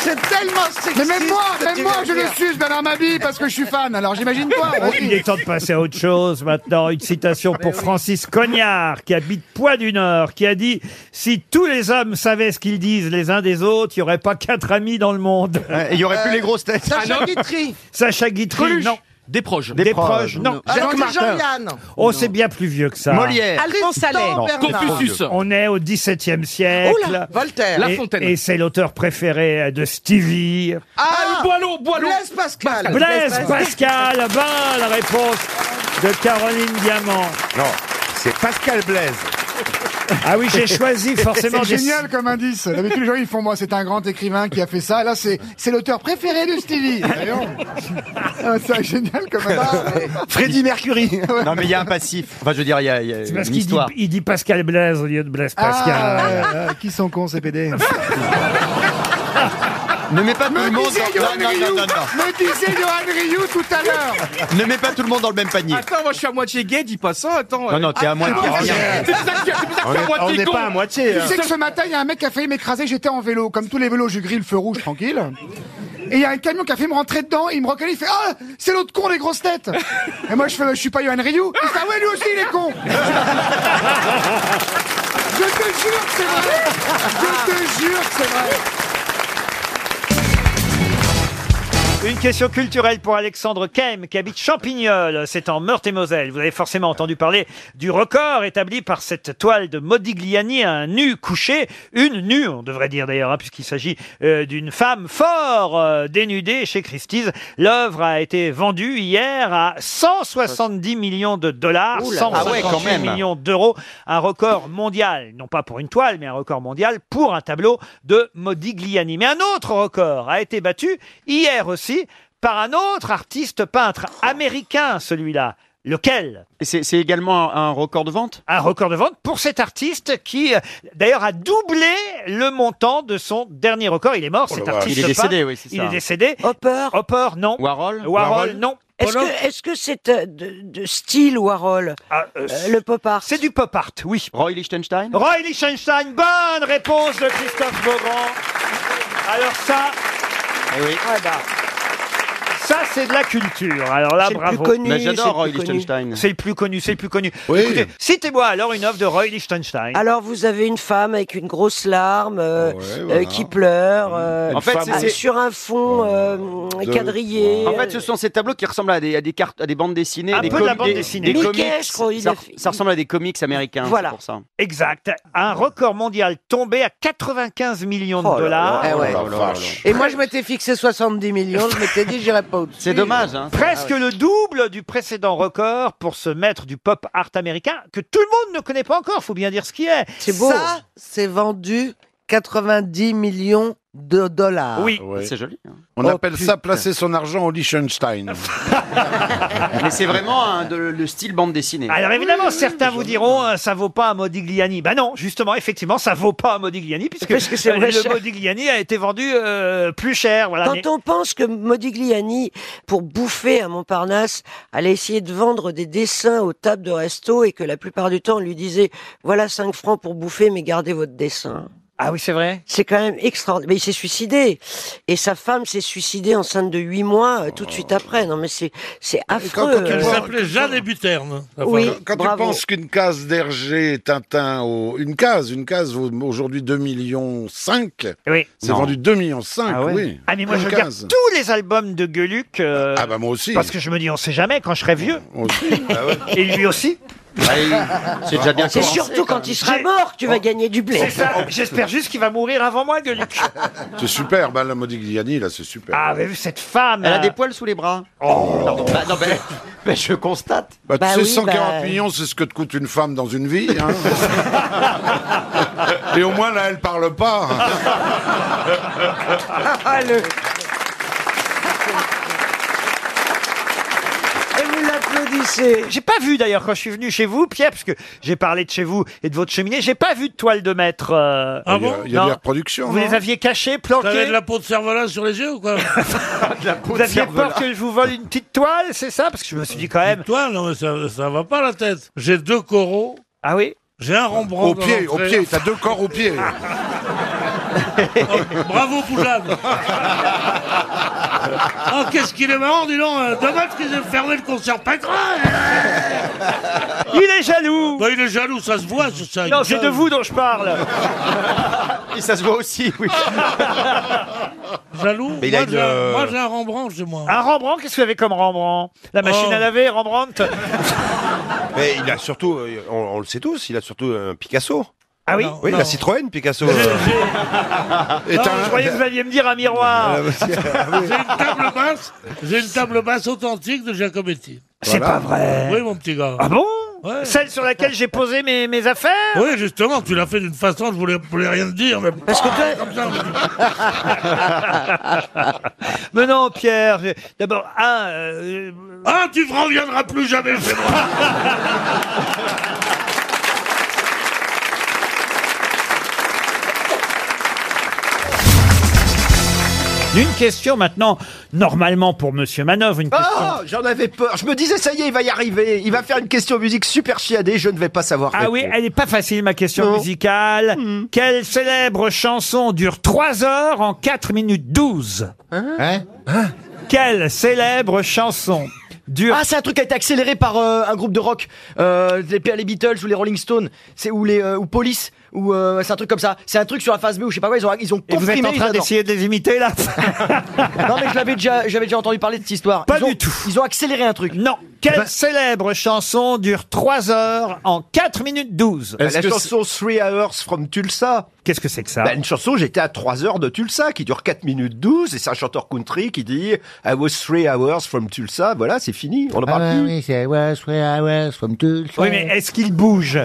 S26: C'est tellement sexy. Mais même moi,
S5: ce que tu
S26: même moi,
S5: viens
S26: je
S5: de
S26: le
S5: dire.
S26: suce, Bernard Mabille, parce que je suis fan. Alors j'imagine toi.
S2: Bon, il est temps de passer à autre chose maintenant. Une citation
S5: Eh
S2: pour Francis Cognard, qui habite Poix du Nord, qui a dit Si tous les hommes savaient ce qu'ils disent les uns des autres, il n'y aurait pas quatre amis dans le monde.
S11: Ouais, il y aurait plus Euh, les grosses têtes. Sacha
S2: Ah non.
S11: Guitry.
S2: Sacha Guitry,
S11: Coluche.
S2: non.
S10: Des proches.
S2: Des, proches, non.
S5: Jacques Martin. Jean-Yann.
S2: Oh, c'est bien plus vieux que ça.
S5: Molière. Alphonse
S2: Tristan
S5: Allais. Non,
S2: Bernard.
S5: Confucius.
S2: On est au XVIIe siècle.
S5: Oh là, Voltaire.
S2: Et-
S5: La Fontaine.
S2: Et c'est l'auteur préféré de Stevie.
S5: Ah, Boileau, Boileau. Blaise Pascal.
S2: Blaise Pascal, bonne la réponse de Caroline Diamant.
S9: Non, c'est Pascal Blaise.
S2: Ah oui, j'ai choisi forcément
S26: C'est
S2: des-
S26: génial comme indice. D'habitude, les gens, ils font moi, c'est un grand écrivain qui a fait ça. Là, c'est c'est l'auteur préféré de Stevie. Voyons. Ah, C'est génial comme indice.
S11: Freddy Mercury. Non, mais il y a un passif. Enfin, je veux dire, il y a, il y a
S2: C'est parce
S11: une
S2: qu'il dit,
S11: histoire.
S2: il dit Pascal Blaise au lieu de Blaise Pascal.
S26: Ah, euh, qui sont cons ces PD
S11: Ne mets pas tout le
S26: Me
S11: monde
S26: disait
S11: dans-
S26: Johan
S11: non, non,
S26: Rioux,
S11: non, non, non.
S26: me disait Johan Rioux tout à l'heure.
S11: Ne mets pas tout le monde dans le même panier.
S10: Attends, moi je suis à moitié gay, dis pas ça, attends. Ah,
S11: Non, non, t'es à moitié rien.
S10: C'est pour ça que je suis- c'est pour ça que je suis à moitié hein. con.
S26: Tu
S2: hein.
S26: sais que ce matin, il y a un mec qui a failli m'écraser, j'étais en vélo. Comme tous les vélos, je grille le feu rouge tranquille. Et il y a un camion qui a failli me rentrer dedans, il me reconnaît, il fait Ah, c'est l'autre con des grosses têtes Et moi, je fais Je suis pas Johan Rioux. Il fait Ah ouais, lui aussi, il est con Je te jure que c'est vrai Je te jure que c'est vrai
S2: Une question culturelle pour Alexandre Kem, qui habite Champignol, c'est en Meurthe-et-Moselle. Vous avez forcément entendu parler du record établi par cette toile de Modigliani, un nu couché, une nue, on devrait dire d'ailleurs, hein, puisqu'il s'agit euh, d'une femme fort euh, dénudée chez Christie's. L'œuvre a été vendue hier à 170 millions de dollars,
S11: Ouh là là.
S2: 158
S11: Ah ouais, quand même.
S2: millions d'euros, un record mondial, non pas pour une toile, mais un record mondial pour un tableau de Modigliani. Mais un autre record a été battu hier aussi par un autre artiste peintre américain, celui-là. Lequel
S11: Et c'est c'est également un, un record de vente
S2: Un record de vente pour cet artiste qui, euh, d'ailleurs, a doublé le montant de son dernier record. Il est mort,
S11: Oh
S2: cet
S11: la vache.
S2: artiste.
S11: Il est décédé,
S2: peintre.
S11: oui, c'est
S2: Il
S11: ça.
S2: est décédé. Hopper Hopper, non.
S11: Warhol
S2: Warhol, non.
S24: Est-ce que est-ce que c'est euh, de, de style Warhol Euh, Le pop art.
S2: Ah, C'est du pop art, oui.
S11: Roy Lichtenstein
S2: Roy Lichtenstein, bonne réponse de Christophe Beaugrand. Alors ça,
S11: Eh
S2: ah bah, ça c'est de la culture. Alors là,
S11: C'est le plus
S2: bravo.
S11: connu, Mais j'adore c'est le Roy plus connu. Lichtenstein.
S2: C'est le plus connu, c'est le plus connu. Écoutez, citez-moi alors une œuvre de Roy Lichtenstein.
S24: Alors vous avez une femme avec une grosse larme euh,
S2: voilà.
S24: euh, qui pleure euh,
S11: En fait, c'est-
S24: ah,
S11: c'est-
S24: sur un fond euh, quadrillé.
S11: En fait, ce sont ces tableaux qui ressemblent à des, à des cartes, à des bandes dessinées.
S2: Un
S11: des
S2: peu de la
S11: comi-
S2: bande
S11: des-
S2: dessinée.
S11: Des
S2: Mickey,
S11: comics.
S2: je crois, il
S11: ça,
S2: a
S11: re- ça ressemble à des comics américains. Hein, c'est
S2: Voilà.
S11: Pour ça.
S2: Exact. Un record mondial tombé à 95 millions de
S5: Oh là
S2: dollars.
S5: là, Eh ouais. oh là là. Et moi, je m'étais fixé 70 millions, je m'étais dit, j'irai pas au-dessus.
S11: hein.
S5: Ah
S2: Presque le double du précédent record pour ce maître du pop art américain que tout le monde ne connaît pas encore, faut bien dire ce qui est.
S5: C'est beau. Ça, c'est vendu 90 millions de
S2: Ah,
S5: dollars.
S27: C'est joli. hein.
S17: Ah, On
S27: Oh,
S17: appelle
S27: putain.
S17: ça placer son argent au Liechtenstein.
S2: Ah.
S27: Mais c'est vraiment hein, de- le style bande dessinée.
S13: Ah,
S2: Alors évidemment, certains vous diront euh, ça vaut pas un Modigliani. Bah non, justement, effectivement, ça vaut pas un Modigliani puisque
S21: Parce que c'est
S2: euh,
S21: moins
S2: le
S21: cher.
S2: Modigliani a été vendu euh, plus cher. Voilà.
S21: Quand
S2: Mais-
S21: on pense que Modigliani, pour bouffer à Montparnasse, allait essayer de vendre des dessins aux tables de resto et que la plupart du temps on lui disait voilà 5 francs pour bouffer mais gardez votre dessin.
S2: Ah oui, c'est vrai.
S21: C'est quand même extraordinaire. Mais il s'est suicidé. Et sa femme s'est suicidée enceinte de 8 mois euh, tout de suite après. Non mais c'est c'est affreux.
S16: Elle
S21: euh.
S16: s'appelait Jeanne et Buterne.
S21: Oui,
S17: quand
S21: bravo.
S17: tu penses qu'une case d'Hergé Tintin, au- une case, une case vaut aujourd'hui 2 millions 5,
S2: oui.
S17: c'est
S2: Non.
S17: vendu 2 millions 5,
S2: Ah ouais.
S17: oui.
S2: Ah, mais moi
S17: Une
S2: je regarde
S17: case.
S2: tous les albums de Gueluc. euh,
S17: Ah bah moi aussi. bah
S2: Parce que je me dis, on sait jamais quand je serai vieux. Et lui aussi.
S17: c'est déjà bien
S21: Bah, C'est
S17: commencé,
S21: surtout
S17: quand
S21: quand il sera mort que tu vas gagner du blé.
S2: C'est ça. J'espère juste qu'il va mourir avant moi, Gueluc.
S17: C'est super, bah, la Modigliani, là, c'est super.
S2: Ah, mais cette femme.
S27: Elle a des
S2: euh,
S27: poils sous les bras.
S17: Oh.
S27: Pardon. Bah, non, mais, mais je constate.
S17: Bah, tu
S27: Bah
S17: sais,
S27: oui,
S17: 140
S27: bah-
S17: millions, c'est ce que te coûte une femme dans une vie. hein. Et au moins, là, elle parle pas.
S21: Ah,
S2: Et vous l'applaudissez. J'ai pas vu d'ailleurs quand je suis venu chez vous, Pierre, parce que j'ai parlé de chez vous et de votre cheminée, j'ai pas vu de toile de maître. euh,
S17: Ah bon Il y a- il y a des
S2: non.
S17: reproductions,
S2: Vous
S17: non
S2: les aviez cachées, planquées.
S16: T'avais de la peau de cervelas sur les yeux ou quoi
S2: Vous aviez peur que je vous vole une petite toile, c'est ça Parce que je me suis dit quand même.
S16: Toi, non, mais ça, ça va pas la tête. J'ai deux coraux.
S2: Ah oui
S16: J'ai un Rembrandt.
S17: Au pied, au pied, t'as deux corps au pied.
S16: Bravo, Poujade Oh, qu'est-ce qu'il est marrant, dis donc euh, Dommage qu'ils aient fermé le concert Pâqueras
S2: Il est jaloux
S16: Bah, Il est jaloux, ça se voit, c'est ça
S2: Non, c'est de vous dont je parle.
S27: Et ça se voit aussi, oui.
S13: Ah.
S16: Jaloux
S27: Mais il
S16: Moi,
S27: a
S16: j'ai
S27: une,
S16: un-
S27: euh,
S16: moi, j'ai un Rembrandt chez moi.
S2: Un Rembrandt, qu'est-ce que vous avez comme Rembrandt La machine
S16: Oh.
S2: à laver, Rembrandt
S28: Mais il a surtout, euh, on, on le sait tous, il a surtout un Picasso.
S2: Ah oui
S28: Oui,
S2: Non.
S28: la Citroën Picasso. euh.
S2: Non, Je croyais que vous alliez me dire un miroir.
S16: J'ai une table basse, j'ai une table basse authentique de Giacometti.
S2: C'est pas vrai.
S16: Oui, mon petit gars.
S2: Ah bon
S16: Ouais.
S2: Celle sur laquelle j'ai posé mes, mes affaires
S16: Oui, justement, tu l'as fait d'une façon, je voulais, je voulais rien te dire, mais
S21: Parce que toi-
S16: comme ça. Ah,
S2: Mais non, Pierre, j'ai- d'abord, un... euh,
S16: Ah, tu ne reviendras plus jamais chez moi.
S2: Une question maintenant, normalement pour Monsieur Manov,
S28: Euh.
S2: une question...
S13: Ah, j'en avais peur. Je me disais, ça y est, il va y arriver. Il va faire une question musique super chiadée. Je ne vais pas savoir.
S2: Ah oui, elle n'est pas facile ma question musicale.
S13: Hmm.
S2: Quelle célèbre chanson dure 3 heures en 4 minutes 12 Hein Quelle célèbre chanson dure...
S13: Ah, c'est un truc qui a été accéléré par euh, un groupe de rock. Euh, les, les Beatles ou les Rolling Stones. C'est ou les euh, ou Police ou euh, c'est un truc comme ça. C'est un truc sur la phase B ou je sais pas quoi. Ils ont ils ont
S2: Et vous
S13: comprimé.
S2: êtes en train
S13: ils adorent.
S2: d'essayer de les imiter là
S13: non mais je l'avais déjà j'avais déjà entendu parler de cette histoire.
S2: Pas du tout.
S13: Ils ont accéléré un truc. Ben-
S2: Non. Quelle célèbre chanson dure 3 heures en 4 minutes 12
S13: Bah, la chanson Three Hours from Tulsa.
S2: Qu'est-ce que c'est que ça
S13: Bah, Une chanson, j'étais à 3 heures de Tulsa, qui dure 4 minutes 12, et c'est un chanteur country qui dit I was 3 hours from Tulsa, voilà, c'est fini, on en parle plus.
S3: Ah oui, c'est West, West, from Tulsa.
S2: Oui, mais est-ce qu'il bouge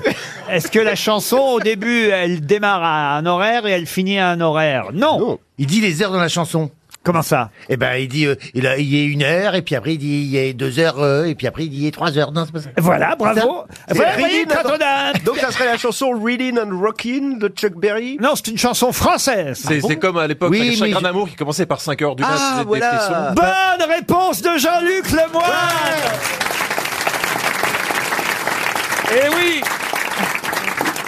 S2: Est-ce que la chanson, au début, elle démarre à un horaire et elle finit à un horaire Non.
S3: Il dit les heures dans la chanson.
S2: Comment ça
S3: Eh ben, il dit, euh, il, a, il y a une heure, et puis après, il dit, il y a deux heures, euh, et puis après, il dit, il y a trois heures. Non, c'est pas ça.
S2: Voilà, bravo.
S3: C'est
S2: Voilà,
S3: ça.
S2: vous voyez,
S13: Reading,
S2: quand on a-
S13: Donc ça serait la chanson Reading and Rockin' de Chuck Berry
S2: Non, c'est une chanson française. Ah
S7: C'est c'est comme à l'époque,
S3: Oui,
S7: les
S3: mais
S7: chagrins
S3: je-
S7: d'amour qui commençaient par 5 heures du mat.
S13: Ah,
S7: des- des
S13: voilà. Bah,
S7: frissons.
S2: Bonne réponse de Jean-Luc Lemoyne Eh oui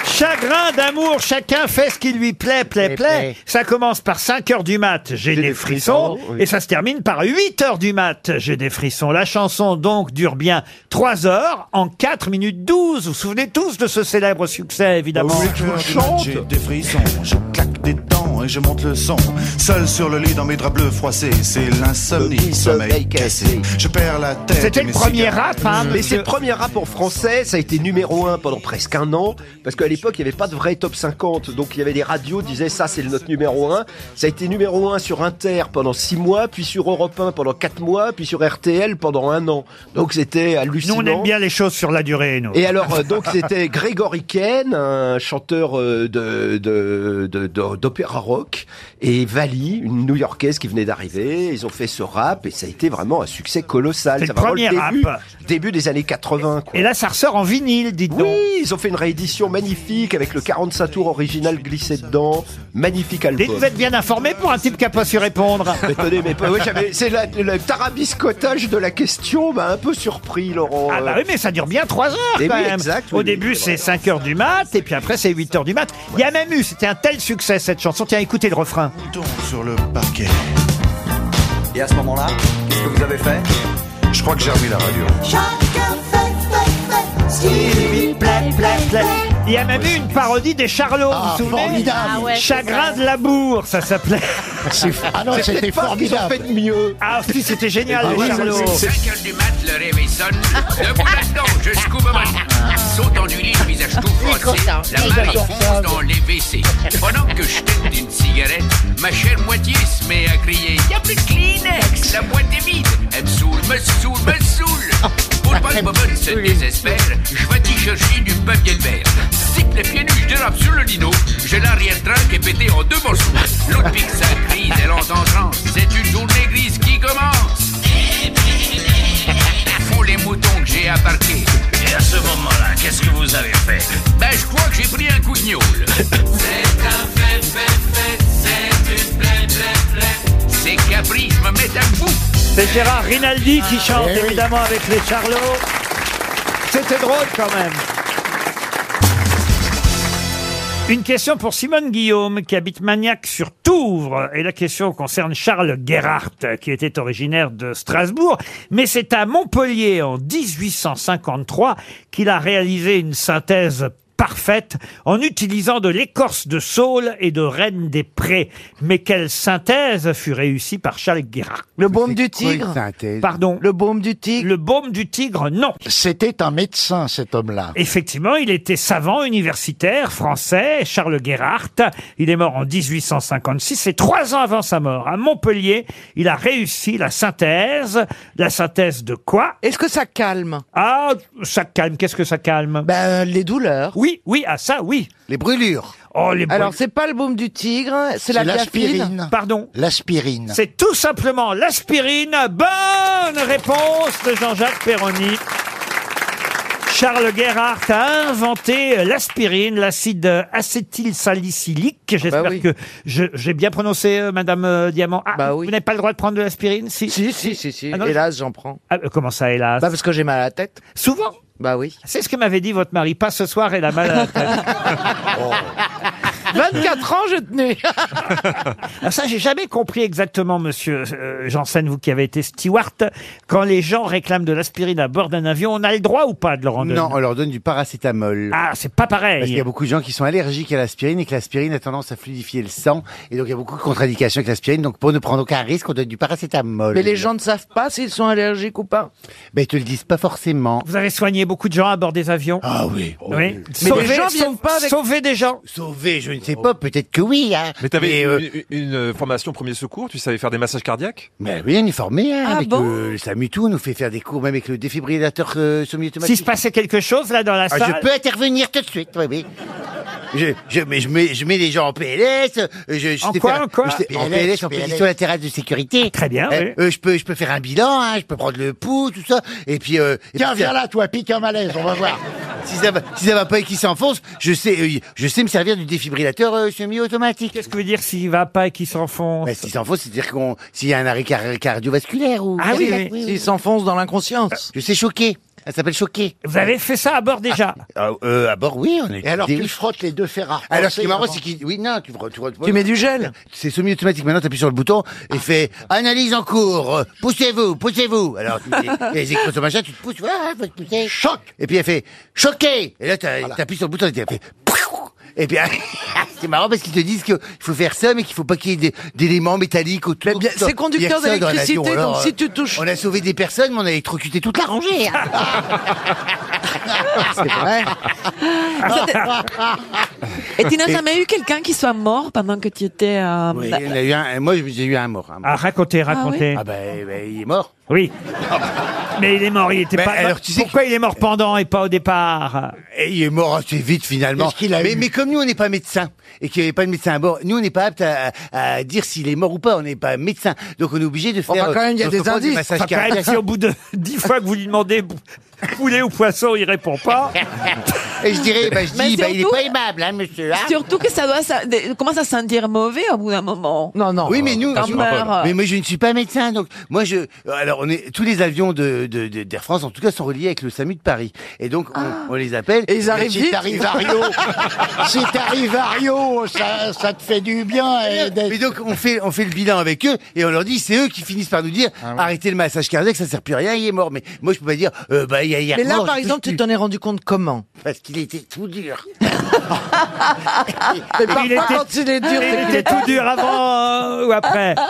S2: Chagrin d'amour, chacun fait ce qui lui plaît, plaît, plaît. Ça commence par 5 heures du mat, j'ai des frissons.
S13: frissons, oui.
S2: Et ça se termine par 8 heures du mat, j'ai des frissons. La chanson donc dure bien 3 heures en 4 minutes 12. Vous vous souvenez tous de ce célèbre succès, évidemment.
S18: J'ai des frissons, je claque des dents
S6: et je monte le son. Seul sur le lit dans mes draps bleus froissés, c'est l'insomnie, sommeil cassé. Je perds la tête. et mes cigarettes.
S13: hein, Mais c'est Mmh. le premier rap en français, ça a été numéro un pendant presque un an, parce qu'à l'époque, il n'y avait pas de vrai top 50, donc il y avait des radios qui disaient ça, c'est notre numéro un. Ça a été numéro un sur Inter pendant six mois, puis sur Europe 1 pendant quatre mois, puis sur RTL pendant un an. Donc c'était
S2: Nous,
S13: hallucinant.
S2: on aime bien les choses sur la durée, nous.
S13: Et alors, euh, donc, c'était Grégory Ken, un chanteur euh, de- de- de- de- d'opéra rock, et Vali, une new-yorkaise qui venait d'arriver. Ils ont fait ce rap, et ça a été vraiment un succès colossal.
S2: C'est
S13: Ça
S2: le
S13: va vraiment
S2: premier
S13: début,
S2: rap.
S13: début des années 80. Quoi.
S2: Et là, ça ressort en vinyle, dites
S13: donc. Oui, ils ont fait une réédition magnifique avec le 45 tours original glissé dedans. Magnifique album.
S2: Vous êtes bien informé pour un type qui n'a pas su répondre.
S13: Étonné, mais pas- ouais, j'avais- c'est la- le tarabiscotage de la question m'a un peu surpris, Laurent.
S2: Ah bah oui, mais ça dure bien 3 heures
S13: Eh
S2: quand
S13: oui,
S2: même.
S13: exact,
S2: Au
S13: oui,
S2: début, c'est 5 heures du mat, et puis après, c'est 8 heures du mat. Il y a même eu, c'était un tel succès cette chanson. Tiens, écoutez le refrain.
S6: Sur le parquet.
S29: Et à ce moment-là, qu'est-ce que vous avez fait
S6: Je crois que j'ai remis la radio.
S18: Chacun fait, fait, fait ce qui lui plaît, plaît, plaît.
S2: Il y a même eu une parodie des Charlots,
S18: Ah,
S2: vous vous souvenez
S18: formidable. Ah ouais, c'est
S2: Chagrin
S18: ça.
S2: de l'amour, ça s'appelait.
S25: Ah non,
S2: C'est
S25: c'était
S2: peut-être pas ce qu'ils ont
S25: formidable.
S2: fait de mieux. Ah si, c'était génial,
S25: Ah
S30: Eh
S2: les
S25: oui,
S2: Charlots.
S25: c'est- c'est-
S30: 5 heures du mat, le réveil sonne. Debout maintenant, jusqu'au moment. Sautant du lit, le visage tout froissé. La main est fonce dans les WC. Pendant que je tête une cigarette, ma chère moitié se met à crier Y'a plus de Kleenex, la boîte est vide. Elle me saoule, me saoule, me saoule. Pour pas que Bobonne se désespère, je vais y chercher du papier de verre. Zip les pieds nus, je dérape sur le lino. J'ai l'arrière-train qui est pété en deux morceaux. L'autre pique sa crise, elle entend trance. C'est une journée grise qui commence. Font les moutons que j'ai apparqués. Et à ce moment-là, qu'est-ce que vous avez fait Ben, je crois que j'ai pris un coup de gnoule. Ces caprices me mettent à bout.
S2: C'est Gérard Rinaldi qui chante évidemment avec les Charlots. C'était drôle quand même. Une question pour Simone Guillaume qui habite Magnac sur Touvre. Et la question concerne Charles Gerhardt qui était originaire de Strasbourg. Mais c'est à Montpellier en 1853 qu'il a réalisé une synthèse parfaite en utilisant de l'écorce de saule et de reine des prés. Mais quelle synthèse fut réussie par Charles Gerhardt Le baume du
S25: tigre synthèse
S2: Pardon. Le baume du tigre Le baume du tigre, non.
S25: C'était un médecin, cet homme-là.
S2: Effectivement, il était savant, universitaire, français, Charles Gerhardt. Il est mort en 1856 et trois ans avant sa mort, à Montpellier, il a réussi la synthèse. La synthèse de quoi Est-ce que ça calme Ah, ça calme. Qu'est-ce que ça calme Ben, les douleurs. Oui, oui, ah ça, oui. Les brûlures. Oh, les brûlures.
S5: Alors, c'est pas le baume du tigre, c'est la biafine.
S2: Pardon
S25: L'aspirine.
S2: C'est tout simplement l'aspirine. Bonne réponse de Jean-Jacques Perroni. Charles Gerhardt a inventé l'aspirine, l'acide
S5: Bah
S2: acétylsalicylique. J'espère que je- j'ai bien prononcé, euh, Madame euh, Diamant. Ah, Vous n'avez pas le droit de prendre de l'aspirine si
S5: Bah Si, si, si, si.
S2: Ah non,
S5: hélas, j'en prends.
S2: Ah, euh, comment ça, hélas
S5: Bah, parce que j'ai mal à la tête.
S2: Souvent
S5: Bah oui.
S2: C'est ce que m'avait dit votre mari. Pas ce soir, elle a mal à la tête.
S5: Ah.
S3: Oh,
S5: 24 ans, je tenais.
S2: Alors Ah, ça, j'ai jamais compris exactement, monsieur euh, Janssen, vous qui avez été steward, quand les gens réclament de l'aspirine à bord d'un avion, on a le droit ou pas de leur en donner
S3: Non, on leur donne du paracétamol.
S2: Ah, c'est pas pareil.
S3: Parce qu'il y a beaucoup de gens qui sont allergiques à l'aspirine et que l'aspirine a tendance à fluidifier le sang. Et donc, il y a beaucoup de contradictions avec l'aspirine. Donc, pour ne prendre aucun risque, on donne du paracétamol.
S5: Mais les gens ne savent pas s'ils sont allergiques ou pas.
S3: Ben, ils te le disent pas forcément.
S2: Vous avez soigné beaucoup de gens à bord des avions
S3: Ah oui.
S2: Oui.
S3: Mais
S2: Sauver-
S3: les gens
S2: sauve-
S3: viennent pas avec-
S2: Sauver des gens.
S3: Sauver, je ne sais pas, peut-être que oui. Hein.
S12: Mais t'avais
S3: Mais,
S12: une,
S3: euh,
S12: une- une, euh, formation premier secours, tu savais faire des massages cardiaques
S3: Mais oui, on est formé hein,
S12: Ah
S3: avec
S12: bon
S3: euh, le SAMU tout, on nous fait faire des cours même avec le défibrillateur euh,
S2: S'il se passait quelque chose là dans la
S3: Ah,
S2: salle.
S3: je peux intervenir tout de suite, oui, oui. Je, je, mais je, mets, je mets les gens en PLS. euh, Je, je
S2: En
S3: sais
S2: quoi,
S3: faire-
S2: en quoi
S3: je
S5: Ah,
S3: sais- En
S2: PLS,
S3: PLS, en
S2: PLS.
S3: position latérale de sécurité.
S2: Ah, Très bien,
S3: Euh,
S2: oui.
S3: euh, je, peux, je peux faire un bilan, hein, je peux prendre le pouls, tout ça. Et puis. euh, et
S25: Tiens,
S3: puis,
S25: viens
S3: euh,
S25: là, toi, pique un malaise, on va voir.
S3: Si ça va, si ça va pas et qu'il s'enfonce, je sais, euh, je sais me servir du défibrillateur euh, semi-automatique. Bah,
S2: Qu'est-ce que veut dire s'il va pas et qu'il s'enfonce
S3: S'il s'enfonce, c'est-à-dire qu'on, s'il y a un arrêt car- cardiovasculaire ou.
S2: Ah oui, oui.
S3: S'il s'enfonce dans l'inconscience. Euh, Je sais choquer. Elle s'appelle choquer. Ah.
S2: Vous avez fait ça à bord déjà
S3: euh, À bord, oui, on est.
S25: Et alors,
S3: des-
S25: tu frottes les deux fers à
S3: alors, ce qui est
S25: repasser
S3: marrant,
S25: avant.
S3: c'est qu'il. Oui, non, Ah, tu, frottes- tu, frottes-
S25: Tu mets du gel
S3: C'est semi-automatique. Maintenant, t'appuies sur le bouton
S5: Ah.
S3: et fait analyse en cours. euh, Poussez-vous, poussez-vous. Alors, tu et les écrans sur machin, tu te pousses, voilà, faut te pousser. Choc Et puis, elle fait choqué Et là, t'as- t'appuies sur le bouton et elle fait. Pouf Et bien, c'est marrant parce qu'ils te disent qu'il faut faire ça, mais qu'il faut pas qu'il y ait des- d'éléments métalliques autour.
S5: bien, c'est
S3: Il y a
S5: conducteur
S3: que ça dans l'avion,
S5: d'électricité,
S3: alors,
S5: donc
S3: euh,
S5: si tu touches-
S3: On a sauvé des personnes, mais on a électrocuté toute la rangée. hein. c'est vrai.
S2: Ah.
S8: Ça t'est- Et tu n'as
S3: Et-
S8: jamais eu quelqu'un qui soit mort pendant que tu étais... euh,
S3: Oui,
S8: bah-
S3: il y en a eu un- moi, j'ai eu un mort. un mort.
S2: Ah, racontez, racontez.
S3: Ah, ben, ben, il est mort.
S2: Oui. Mais il est mort, il était
S3: Mais
S2: pas.
S3: alors, tu sais
S2: Pourquoi il est mort pendant et pas au départ
S3: Et il est mort assez vite finalement.
S2: Qu'est-ce qu'il a
S3: mais,
S2: eu
S3: mais comme nous on n'est pas médecin et qu'il n'y avait pas de médecin à bord, nous on n'est pas apte à, à dire s'il est mort ou pas. On n'est pas médecin, donc on est obligé de faire.
S2: va
S3: euh, notre propre massage
S2: Enfin, quand même,
S3: cardiaque.
S2: si au bout de dix fois que vous lui demandez pou- poulet ou poisson, il répond pas.
S3: Et je dirais, bah, je
S8: Mais
S3: dis, bah, il est
S8: surtout-
S3: pas aimable, hein, monsieur. hein.
S8: Surtout que ça doit, ça, de- commence à sentir mauvais au bout d'un moment. Non, non.
S3: Oui, mais nous,
S8: Quand meurt.
S3: mais moi je ne suis pas médecin, donc moi je. Alors on est tous les avions de de- de- d'Air France, en tout cas, sont reliés avec le SAMU de Paris, et donc on,
S5: Ah.
S3: on les appelle.
S25: Et ils arrivent
S3: Mais si
S25: vite.
S3: t'arrives à Rio,
S25: si t'arrives à Rio, ça, ça te fait du bien. Et
S3: Mais donc on fait on fait le bilan avec eux et on leur dit c'est eux qui finissent par nous dire arrêtez le massage cardiaque ça sert plus à rien il est mort mais moi je peux pas dire euh, bah il y a, il y a
S5: Mais là,
S3: mort,
S5: par
S3: je touche
S5: exemple, tu
S3: plus.
S5: t'en es rendu compte comment
S3: parce qu'il était tout dur Ah,
S5: Mais parfois, quand il est dur,
S2: il
S5: c'est qu'il
S2: était
S5: est-
S2: tout dur avant euh, ou après.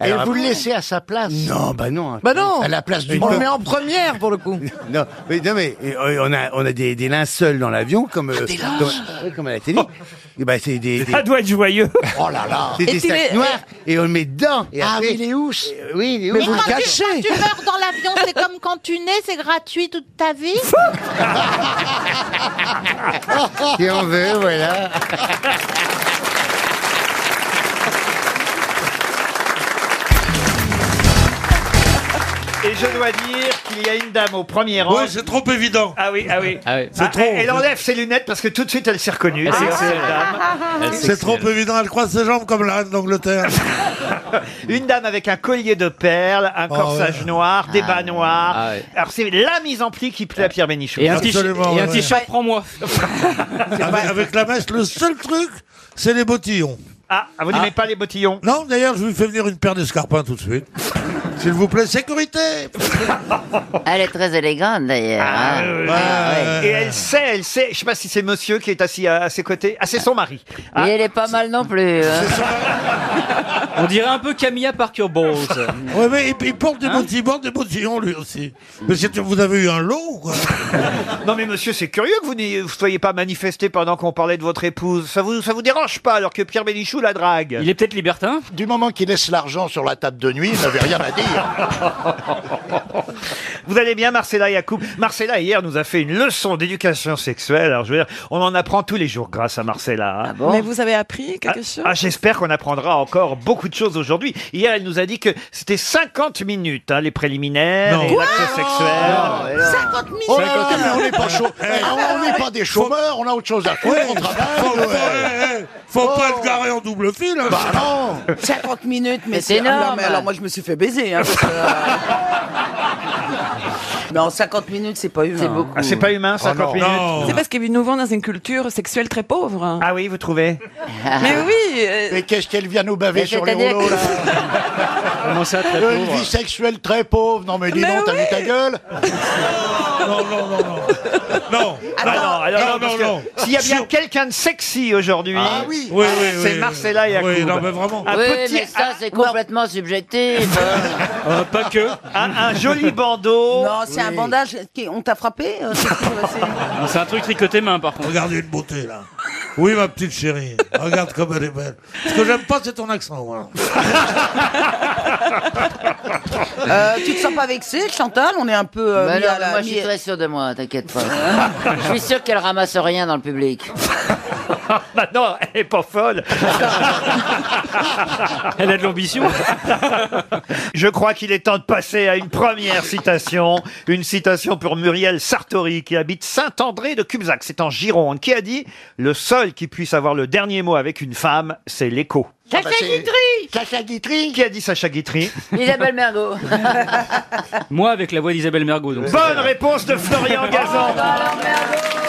S3: Alors,
S25: vous le
S3: après-
S25: laissez à sa place.
S3: non bah non
S16: Hein,
S5: Bah non
S3: à la place du
S5: On le met en première pour le coup.
S3: non mais non mais euh, on a on a des, des linceuls dans l'avion comme
S25: Ah,
S3: euh,
S5: des
S3: comme, ouais, comme à la télé
S25: Oh.
S3: et bah c'est des, des-
S2: Ça doit être joyeux.
S3: oh là là c'est
S14: Et
S3: des
S14: tu
S3: sacs
S14: les-
S3: noirs et on le met dedans et
S25: Ah
S3: après-
S25: oui, il est ouf.
S3: Euh, oui il est où
S14: Mais quand tu, quand tu meurs dans l'avion, c'est comme quand tu nais, c'est gratuit toute ta vie.
S3: si on veut voilà
S2: Et je dois dire qu'il y a une dame au premier rang.
S16: Oui, c'est trop évident.
S2: Ah oui, ah oui.
S16: C'est
S2: Ah,
S16: trop.
S2: Elle enlève ses lunettes parce que tout de suite elle s'est reconnue.
S16: Ah,
S2: C'est
S16: c'est-
S2: cette dame.
S16: C'est trop évident, elle croise ses jambes comme la reine d'Angleterre.
S2: Une dame avec un collier de perles, un
S16: Oh,
S2: corsage
S16: ouais.
S2: noir, des bas noirs.
S16: Ah, ouais.
S2: Alors c'est la mise en pli qui plaît à Pierre Bénichou.
S16: Et un t-shirt- Absolument, et un ouais. t-shirt,
S2: prends-moi.
S16: Avec, Ah, avec la messe, le seul truc, c'est les bottillons.
S2: Ah, vous n'aimez pas les bottillons
S16: Non, d'ailleurs, je lui fais venir une paire d'escarpins tout de suite. S'il vous plaît, sécurité
S17: Elle est très élégante d'ailleurs.
S1: Ah,
S2: Ah,
S17: hein.
S2: Et elle sait, elle sait. Je sais pas si c'est monsieur qui est assis à, à ses côtés. Ah, c'est son mari.
S17: Mais elle est pas mal non plus. hein.
S4: On dirait un peu Camilla Parker Bowles. Hein
S16: Ouais, mais il, il porte des bottillons, des bottillons lui aussi. Mais c'est- vous avez eu un lot ou quoi
S2: Non mais monsieur, c'est curieux que vous ne soyez pas manifesté pendant qu'on parlait de votre épouse. Ça vous ça vous dérange pas alors que Pierre Bénichou la drague Il est peut-être libertin.
S25: Du moment qu'il laisse l'argent sur la table de nuit, il n'avait rien à dire.
S2: Vous allez bien Marcella Yacoub Marcella hier nous a fait une leçon d'éducation sexuelle. Alors je veux dire, on en apprend tous les jours grâce à Marcella. hein.
S8: Ah Mais vous avez appris quelque chose
S2: Ah, j'espère qu'on apprendra encore beaucoup de choses aujourd'hui. Hier, elle nous a dit que c'était 50 minutes, hein, les préliminaires,
S25: Non.
S2: et
S25: Quoi
S2: l'acte sexuel.
S25: 50 000 oh là là, mais on n'est pas, chau-
S5: Eh,
S25: mais
S16: Eh,
S25: on n'est pas des chômeurs, on a autre chose à faire, on travaille.
S16: Faut, eh, faut pas être garé en double fil. hein.
S25: Bah non
S3: 50 minutes, mais
S30: C'est
S3: c'est
S30: énorme.
S3: Ah non, mais alors moi, je me suis fait baiser. hein, parce que, euh, mais en 50 minutes, c'est pas humain.
S2: C'est beaucoup. Ah, c'est pas humain, 50 minutes.
S16: Oh.
S8: C'est parce qu'ils nous vendent dans une culture sexuelle très pauvre.
S2: Ah oui, vous trouvez
S8: Mais oui euh,
S25: Mais qu'est-ce qu'elle vient nous baver
S8: Mais
S25: sur les
S8: c'est-à-dire
S25: rouleaux là
S4: Comment ça, très
S25: Euh, Une
S4: pauvre
S25: vie sexuelle très pauvre. Non mais dis
S4: Mais
S25: donc, t'as vu ta gueule
S16: Non, non, non, non. Non.
S2: Ah non, alors,
S16: non,
S2: non, parce
S16: Eh, non,
S2: que
S16: non.
S2: S'il y a bien
S16: Sur- Ah
S2: quelqu'un de sexy aujourd'hui, ah,
S16: oui, oui, oui,
S2: c'est
S16: oui.
S2: Marcella Yacoub.
S16: Oui, non, mais vraiment.
S2: Un
S17: oui,
S2: petit-
S17: mais ça c'est complètement subjectif. hein.
S2: pas que. Un, un joli
S16: Oh,
S2: bandeau.
S3: Non, c'est un bandage. qui- On t'a frappé euh, c'est- c'est-
S4: Non, C'est un truc tricoté main, par contre.
S16: Regardez une beauté, là. Oui, ma petite chérie. Regarde comme elle est belle. Ce que j'aime pas, c'est ton accent. voilà.
S3: Euh, tu te sens pas vexé, Chantal On est un peu. euh,
S1: Bah
S17: Mais
S3: mis à
S17: non,
S3: la-
S17: moi je suis
S3: mis-
S17: très sûre de moi, t'inquiète pas. je suis sûre qu'elle ramasse rien dans le public.
S2: Bah non, elle est pas folle.
S4: Elle a de l'ambition.
S2: Je crois qu'il est temps de passer à une première citation. Une citation pour Muriel Sartori, qui habite Saint-André de Cubzac. C'est en Gironde, qui a dit Le seul qui puisse avoir le dernier mot avec une femme, c'est l'écho. Ah bah
S25: Sacha Guitry Sacha Guitry
S2: Qui a dit Sacha Guitry
S17: Isabelle Mergo.
S4: Moi, avec la voix d'Isabelle Mergo. donc
S2: Bonne réponse de
S4: Ah,
S2: Florian Gazan.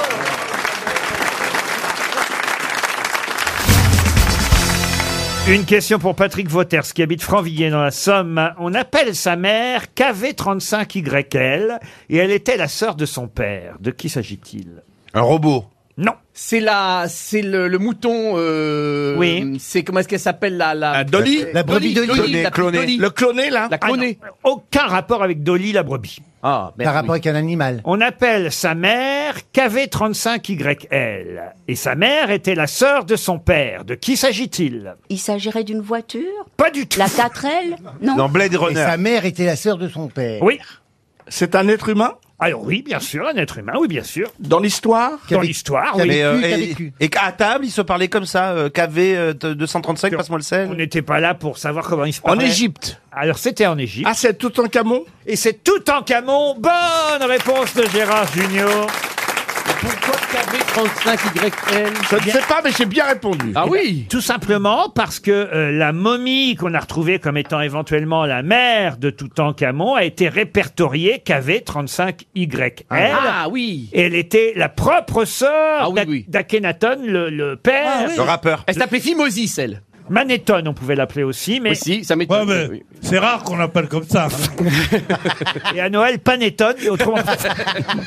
S2: Une question pour Patrick Vauters, qui habite Franvilliers dans la Somme. On appelle sa mère KV35YL et elle était la sœur de son père. De qui s'agit-il
S9: Un robot.
S2: Non.
S10: C'est la, euh, c'est le, le mouton. euh,
S2: Oui.
S10: C'est comment est-ce qu'elle s'appelle la la.
S2: Dolly
S10: La brebis Dolly. Dolly, la petite Dolly.
S2: Le cloné, là
S10: La clonée.
S2: Ah
S10: ben
S2: Aucun rapport avec Dolly, la brebis. Ah,
S3: Par rapport avec un animal.
S2: On appelle sa mère KV35YL. Et sa mère était la sœur de son père. De qui s'agit-il
S15: Il s'agirait d'une voiture
S2: Pas du tout.
S15: La 4L Non.
S3: Et sa mère était la sœur de son père.
S2: Oui. C'est un être humain alors oui, bien sûr, un être humain, oui, bien sûr. Dans l'histoire Dans l'histoire, oui.
S23: Mais, euh, et, et qu'à table, ils se parlaient comme ça, euh, KV euh, de- 235, passe-moi le sel.
S2: On n'était pas là pour savoir comment ils se parlaient.
S23: Égypte.
S2: Alors c'était en Égypte. Ah, c'est tout en Camon Et c'est tout en Camon. Bonne réponse de Gérard Junior. Pourquoi KV35YL
S25: Je ne sais pas, mais j'ai bien répondu.
S10: Ah
S2: Eh ben, Tout simplement parce que euh, la momie qu'on a retrouvée comme étant éventuellement la mère de Toutankhamon a été répertoriée KV35YL.
S10: Ah oui.
S2: Et elle était la propre sœur d'A- d'Akhenaton, le, le père.
S10: Ah oui. Le rappeur.
S2: Elle s'appelait Phimosis, elle. Manéton, on pouvait l'appeler aussi, mais...
S10: Aussi, ça m'étonne. Ouais, mais Oui.
S2: c'est rare qu'on l'appelle comme ça. et à Noël, Panéton, et autrement...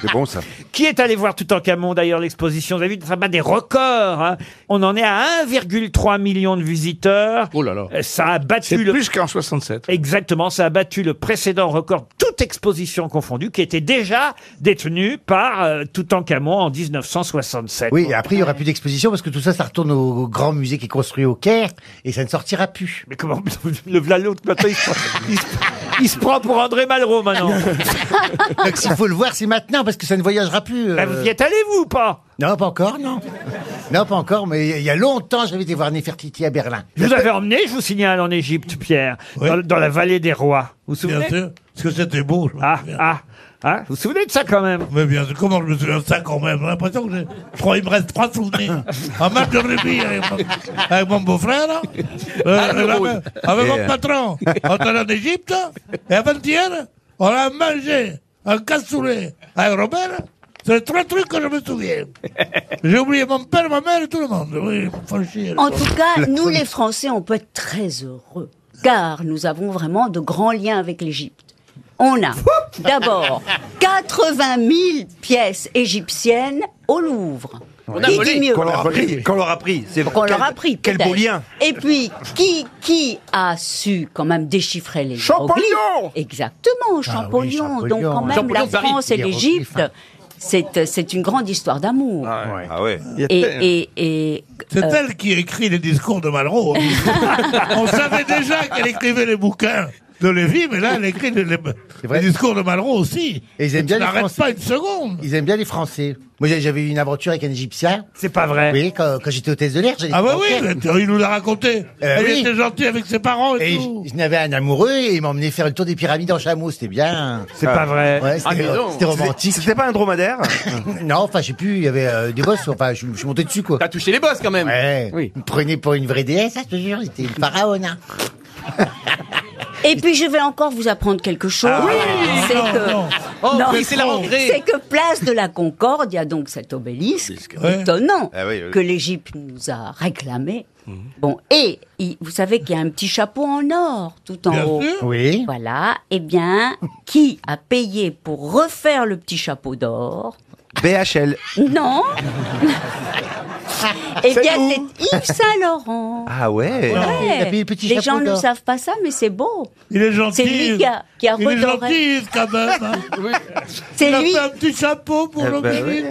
S9: C'est bon ça.
S2: Qui est allé voir Toutankhamon d'ailleurs l'exposition Vous avez vu, ça bat des records. hein. On en est à 1,3 million de visiteurs. Oh là là. Ça a battu le... plus qu'en 67. Exactement, ça a battu le précédent record, toute exposition confondue, qui était déjà détenu par euh, Toutankhamon en 1967.
S3: Oui, et après, il n'y aura plus d'exposition parce que tout ça, ça retourne au grand musée qui est construit au Caire et ça ne sortira plus.
S2: Mais comment Le v'là l'autre, maintenant, il se, il se- il se prend pour André Malraux maintenant.
S3: Donc, s'il faut le voir, c'est maintenant parce que ça ne voyagera plus. euh.
S2: Bah, vous y êtes allé, vous, ou pas
S3: Non, pas encore, non. Non, pas encore, mais il y a longtemps, j'avais été voir Nefertiti à Berlin.
S2: Je vous avais emmené, je vous signale, en Égypte, Pierre, dans, dans la vallée des rois. Vous vous souvenez
S16: Bien sûr, parce que c'était beau.
S2: Ah, ah, ah, vous vous souvenez de ça quand même
S16: Mais bien sûr, comment je me souviens de ça quand même J'ai l'impression que j'ai- je crois qu'il me reste trois souvenirs. Un match de rugby hein, avec mon, avec mon beau-frère, là. Euh,
S10: Ah, le
S16: avec-
S10: rôle.
S16: avec
S10: Et, euh,
S16: mon patron. On était en Égypte, et avant-hier, on a mangé un cassoulet avec Robert. C'est les trois trucs que je me souviens. J'ai oublié mon père, ma mère et tout le monde. Oui, ils me font chier.
S15: En tout cas, nous les Français, on peut être très heureux, car nous avons vraiment de grands liens avec l'Égypte. On a d'abord 80 000 pièces égyptiennes au Louvre.
S23: On a
S15: Qui dit
S23: volé.
S15: mieux
S23: Qu'on leur a pris. Qu'on leur a pris. C'est
S15: Qu'on leur a pris.
S23: Quel
S15: peut-être.
S23: beau lien.
S15: Et puis, qui, qui a su quand même déchiffrer les Champollion Exactement, Champollion. Donc, quand même,
S23: Ah Champollion de
S15: la
S23: Paris.
S15: France et l'Égypte, c'est, c'est une grande histoire d'amour.
S9: Ah ouais.
S15: Et, et, et,
S16: C'est
S15: euh,
S16: elle qui écrit les discours de Malraux. hein. On savait déjà qu'elle écrivait les bouquins de Lévy, mais là, elle écrit les, les- les discours de Malraux aussi.
S3: Et ils aiment bien
S16: Ça
S3: les
S16: n'arrête
S3: Français.
S16: pas une seconde.
S3: Ils aiment bien les Français. Moi, j'ai- j'avais eu une aventure avec un Égyptien.
S2: C'est pas vrai.
S3: Oui, quand, quand j'étais hôtesse de l'air, j'allais
S16: Ah bah
S3: au
S16: oui,
S3: Caire.
S16: il nous l'a raconté.
S3: Euh,
S16: elle
S3: oui.
S16: était gentille avec ses parents et,
S3: Et
S16: tout.
S3: je- je n'avais un amoureux et il m'emmenait faire le tour des pyramides en chameau, c'était bien.
S2: C'est pas vrai.
S3: Ouais,
S2: Ah,
S3: c'était
S2: dis donc.
S3: c'était romantique. C'était pas un dromadaire Non, enfin, je sais plus, il y avait euh, des bosses, enfin, je, je suis monté dessus quoi. T'as touché les bosses quand même Ouais. Vous me prenez pour une vraie déesse, ça, je te jure, c'était une pharaon. hein.
S15: Et puis je vais encore vous apprendre quelque chose.
S3: Ah oui,
S15: c'est
S3: non,
S15: que
S3: non. Oh, mais c'est la rentrée.
S15: c'est que place de la Concorde, il y a donc cet obélisque
S3: Ouais.
S15: étonnant
S3: Ah oui, oui.
S15: que l'Égypte nous a réclamé. Bon, et il- vous savez qu'il y a un petit chapeau en or tout en
S3: Bien
S15: haut.
S3: sûr. Oui.
S15: Voilà. Eh bien, qui a payé pour refaire le petit chapeau d'or
S23: BHL.
S15: Non. eh bien, c'est Yves Saint Laurent.
S23: Ah ouais.
S15: Ouais. Les gens ne
S3: d'or.
S15: savent pas ça, mais c'est beau.
S16: Il est
S15: C'est
S16: gentil.
S15: lui qui a, qui a
S16: il est
S15: redoré.
S16: gentil quand même. hein.
S15: C'est
S16: il a
S15: lui.
S16: fait un petit chapeau pour
S10: Eh
S16: le
S10: ben
S16: bébé.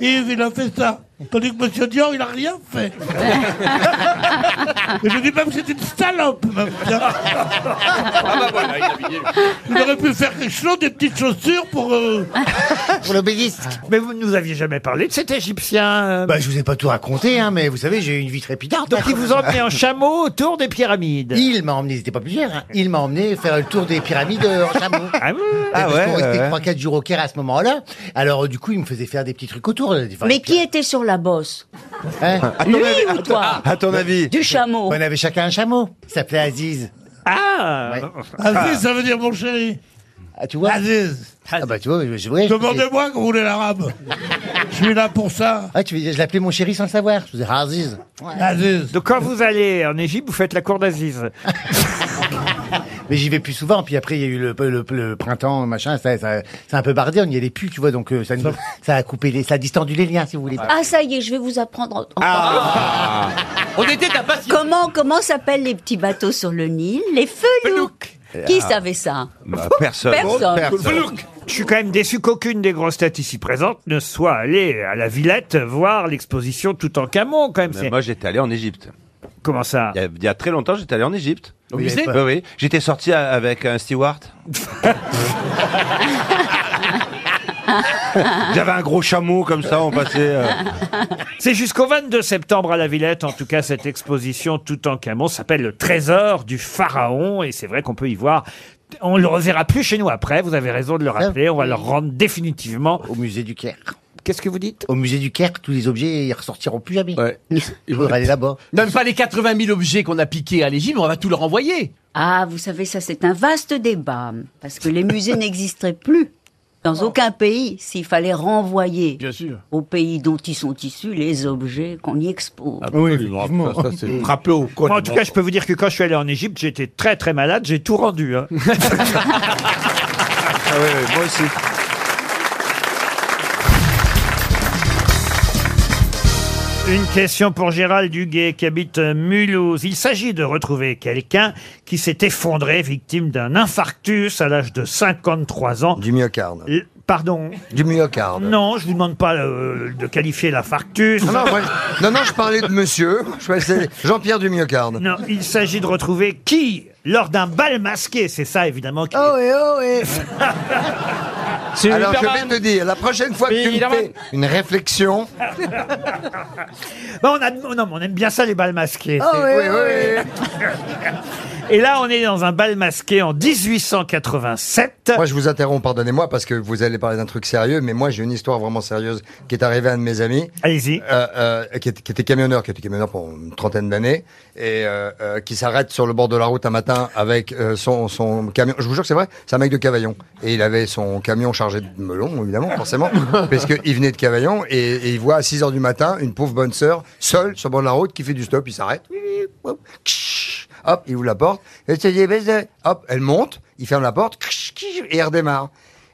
S16: Yves, il a fait ça. Tandis que Monsieur Dior, il a rien fait. Et je dis même que c'est une salope. Même. Ah,
S9: Ah bah
S16: bah Il aurait pu faire quelque chose, des petites chaussures pour... euh,
S3: Pour l'obélisque.
S2: Mais vous ne nous aviez jamais parlé de cet Égyptien. euh,
S3: Bah, je vous ai pas tout raconté, hein, mais vous savez, j'ai eu une vie trépidante.
S2: Donc il vous emmenait en chameau autour des pyramides.
S3: Il m'a emmené, c'était pas plusieurs, hein. il m'a emmené faire le tour des pyramides euh, en chameau.
S2: Ah oui
S3: Ah
S23: ouais,
S3: on
S23: ouais.
S3: restait 3-4 jours au Caire à ce moment-là. Alors, euh, du coup, il me faisait faire des petits trucs autour. euh, des-
S15: Mais qui était sur la bosse
S3: Hein
S15: Lui ou toi
S3: À ton avis
S15: Du chameau.
S3: On avait chacun un chameau. Il s'appelait Aziz.
S2: Ah
S16: Aziz, ça veut dire mon chéri.
S3: Ah, tu vois
S16: Aziz.
S3: Ah bah tu vois, je, je, ouais, je-
S16: Demandez-moi que vous voulez l'arabe. je suis là pour ça.
S3: Ah, tu veux dire, je l'appelais mon chéri sans le savoir. Je faisais Aziz.
S16: Aziz.
S2: Donc quand vous allez en Égypte, vous faites la cour d'Aziz.
S3: Mais j'y vais plus souvent. Puis après, il y a eu le, le- le printemps, machin. Ça, ça- c'est un peu bardé. On n'y allait plus, tu vois. Donc, euh, ça, nous- ça a coupé les, ça a distendu les liens, si vous voulez.
S15: Ah, ça y est, je vais vous apprendre.
S4: On était à pas
S15: Comment, comment s'appellent les petits bateaux sur le Nil Les felouks Qui
S2: Ah.
S15: savait ça
S23: bah,
S2: personne.
S15: Personne.
S2: bah, Je suis quand même déçu qu'aucune des grosses têtes ici présentes ne soit allée à la Villette voir l'exposition tout en Camon, quand même.
S23: Mais moi, j'étais allé en Égypte.
S2: Comment ça
S23: Ah. il y, a, il y a très longtemps, j'étais allé en Égypte.
S2: Au musée
S23: Oui, oui. J'étais sorti a- avec un steward. J'avais un gros chameau comme ça, on passait. euh,
S2: C'est jusqu'au 22 septembre à la Villette, en tout cas, cette exposition tout en Camon s'appelle Le Trésor du Pharaon, et c'est vrai qu'on peut y voir. On le reverra plus chez nous après, vous avez raison de le rappeler, on va le rendre définitivement.
S3: Au musée du Caire.
S2: Qu'est-ce que vous dites
S3: Au musée du Caire, tous les objets, ils ressortiront plus jamais. Il faudra aller là-bas.
S7: Même pas les 80 000 objets qu'on a piqués à l'Égypte, on va tout leur envoyer.
S15: Ah, vous savez, ça c'est un vaste débat, parce que les musées n'existeraient plus dans
S7: Oh.
S15: aucun pays s'il fallait renvoyer au pays dont ils sont issus les objets qu'on y expose.
S2: frappé au
S15: col.
S2: En tout cas, je peux vous dire que quand je suis allé en Égypte, j'étais très très malade, j'ai tout rendu. hein.
S13: Ah ouais, ouais, moi aussi.
S2: Une question pour Gérald Duguet qui habite Mulhouse. Il s'agit de retrouver quelqu'un qui s'est effondré, victime d'un infarctus à l'âge de 53 ans. Du myocarde. Pardon Du myocarde. Non, je vous demande pas euh, de qualifier l'infarctus.
S11: Non, non, moi- non, non, je parlais de monsieur. Je parlais- c'est Jean-Pierre du myocarde.
S2: Non, il s'agit de retrouver qui lors d'un bal masqué, c'est ça évidemment.
S11: Ah
S2: Qui...
S5: Oh, eh,
S2: C'est
S11: Alors, je
S2: hyper
S11: viens de dire, la prochaine fois que tu me fais une réflexion,
S2: Bah, on, a- non, mais on aime bien ça les bals masqués.
S11: Ah
S2: C'est-
S11: ouais, ouais,
S2: Et là, on est dans un bal masqué en 1887.
S11: Moi, je vous interromps, pardonnez-moi, parce que vous allez parler d'un truc sérieux, mais moi, j'ai une histoire vraiment sérieuse qui est arrivée à un de mes amis. Euh,
S2: Allez-y.
S11: qui, est- qui était camionneur, qui était camionneur pour une trentaine d'années, et euh, euh, qui s'arrête sur le bord de la route un matin avec euh, son, son camion. Je vous jure que c'est vrai, c'est un mec de Cavaillon. Et il avait son camion chargé de melons, évidemment, forcément, parce qu'il venait de Cavaillon, et, et il voit à 6 heures du matin une pauvre bonne sœur, seule, sur le bord de la route, qui fait du stop, il s'arrête. Hop, il ouvre la porte. Et c'est des baisers. Hop, elle monte, il ferme la porte, cric, cric, et elle redémarre.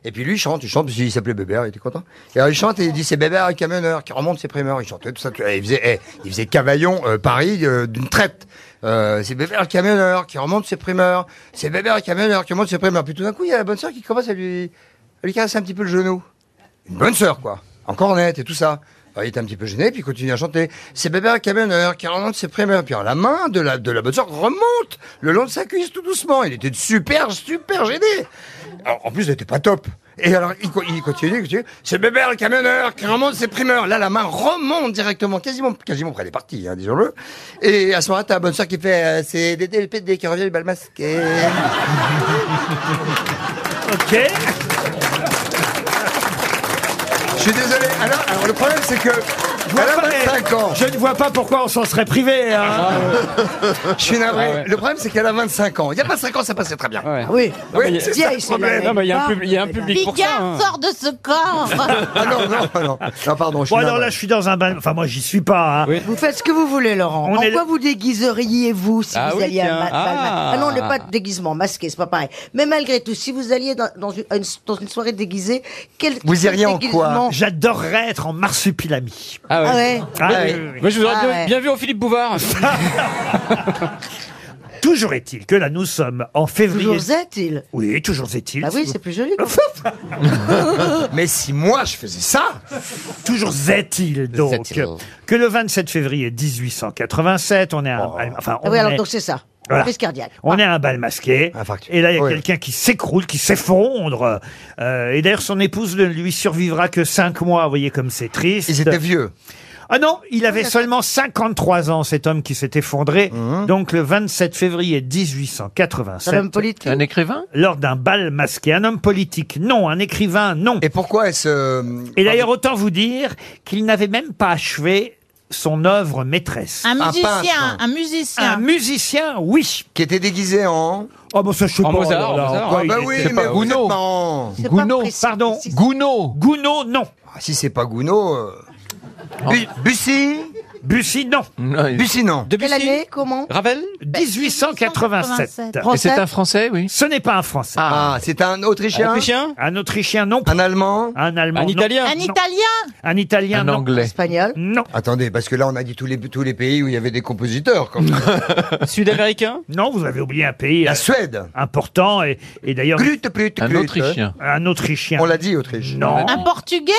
S11: Et puis lui, il chante, il chante, parce qu'il s'appelait Bébert, il était content. Et alors, il chante et il dit c'est Bébert, un camionneur, qui remonte ses primeurs. Il chantait tout ça. tout ça. Et il faisait, eh, il faisait Cavaillon, euh, Paris, euh, d'une traite. Euh, c'est Bébert, le camionneur, qui remonte ses primeurs. C'est Bébert, le camionneur, qui remonte ses primeurs. Puis tout d'un coup, il y a la bonne sœur qui commence à lui, à lui caresser un petit peu le genou une bonne sœur, quoi. En cornette et tout ça. Alors, il est un petit peu gêné, puis il continue à chanter. C'est Bébert Camionneur qui remonte ses primeurs. Puis alors, la main de la, de la bonne sœur remonte le long de sa cuisse tout doucement. Il était super, super gêné. Alors, en plus, il n'était pas top. Et alors, il, co- il continue, il continue. C'est Bébert Camionneur qui remonte ses primeurs. Là, la main remonte directement, quasiment, quasiment près des parties, hein, disons-le. Et à ce moment-là, t'as la bonne sœur qui fait euh, C'est Dédé le PD qui revient du bal masqué.
S2: ok.
S11: Je suis désolé. Alors, alors, le problème, c'est que. elle a 25 ans.
S2: Je ne vois pas pourquoi on s'en serait privé. hein.
S11: Je suis navré.
S2: Ah ouais. Ah
S11: Le problème, c'est qu'elle a 25 ans. Il y a 25 ans, ça passait très bien.
S2: Oui.
S11: Oui,
S2: Non, mais
S11: c'est
S2: il y a-
S11: ça le problème.
S2: Non, mais il y a un pub- il y a
S3: Ah,
S2: un public pour ça,
S14: Bigard
S2: hein.
S14: sort de ce corps
S11: Ah non, non, non. Non, pardon, je suis
S2: Bon, alors
S11: navré.
S2: là, je suis dans un bal. Enfin, moi, j'y suis pas. hein.
S5: Vous faites ce que vous voulez, Laurent.
S2: On
S5: en
S2: est
S5: quoi
S2: là-
S5: vous déguiseriez-vous si
S2: Ah
S5: vous
S2: oui,
S5: alliez à un
S2: tiens.
S5: ma- bal ma-
S2: Ah.
S5: Ah non, le pas de déguisement masqué, c'est pas pareil. Mais malgré tout, si vous alliez dans, dans une, une- dans une soirée déguisée, quel quel déguisement-
S2: J'adorerais être en marsupilami. Ah
S5: ouais. Ah ouais.
S4: Moi, moi, je vous aurais
S5: Ah
S4: bien,
S5: ouais.
S4: bien vu en Philippe Bouvard.
S2: Toujours est-il que là, nous sommes en février.
S5: Toujours est-il
S2: Oui, toujours est-il.
S5: Bah oui, c'est plus joli. quoi.
S11: Mais si moi je faisais ça
S2: Toujours est-il donc
S11: Est-il.
S2: que le 27 février 1887, on est à, enfin
S5: Ah
S2: on
S5: oui, alors
S2: est-
S5: donc c'est ça.
S2: Voilà.
S5: Crise cardiaque.
S2: On est à un bal masqué. Et là, il y a quelqu'un qui s'écroule, qui s'effondre. Euh, et d'ailleurs, son épouse ne lui survivra que 5 mois. Vous voyez comme c'est triste. Ils étaient
S11: vieux.
S2: Ah non, il avait seulement 53 ans, cet homme qui s'est effondré. Donc le 27 février 1887.
S5: Un homme politique Un
S2: écrivain Lors d'un bal masqué. Un homme politique, non. Un écrivain, non.
S11: Et pourquoi est-ce...
S2: Et d'ailleurs, autant vous dire qu'il n'avait même pas achevé son œuvre maîtresse.
S14: Un
S2: hein.
S14: musicien, un musicien.
S2: Un musicien, oui.
S11: Qui était déguisé en.
S2: Oh, bon, ça, je sais
S11: En
S2: pas.
S11: Mozart, en Mozart. Ah, bah oui, mais
S2: Euh,
S11: vous êtes marrant. Ah, C'est pas
S2: Gounod, pardon. Gounod. Gounod, non.
S11: si c'est pas Gounod. euh, Bu- Bussy
S2: Bussy, non. Bussy, non.
S5: Quelle année Comment
S2: Ravel 1887.
S5: Et c'est un
S2: Français, oui Ce n'est pas un Français. Ah, c'est un
S11: Autrichien Un Autrichien
S2: Un Autrichien, non. Un Allemand Un Allemand. non.
S14: Un
S2: Non.
S14: Italien
S2: Un Italien, non.
S11: Espagnol
S2: Non.
S11: Attendez, parce que là, on a dit tous les, tous les pays où il y avait des compositeurs.
S2: Sud-américain Non, vous avez oublié un pays. La
S11: Suède
S2: Important et, et d'ailleurs.
S11: Glute, plute, Un glute. Autrichien.
S2: Un Autrichien.
S11: On l'a dit, Autriche.
S2: Non.
S14: Un portugais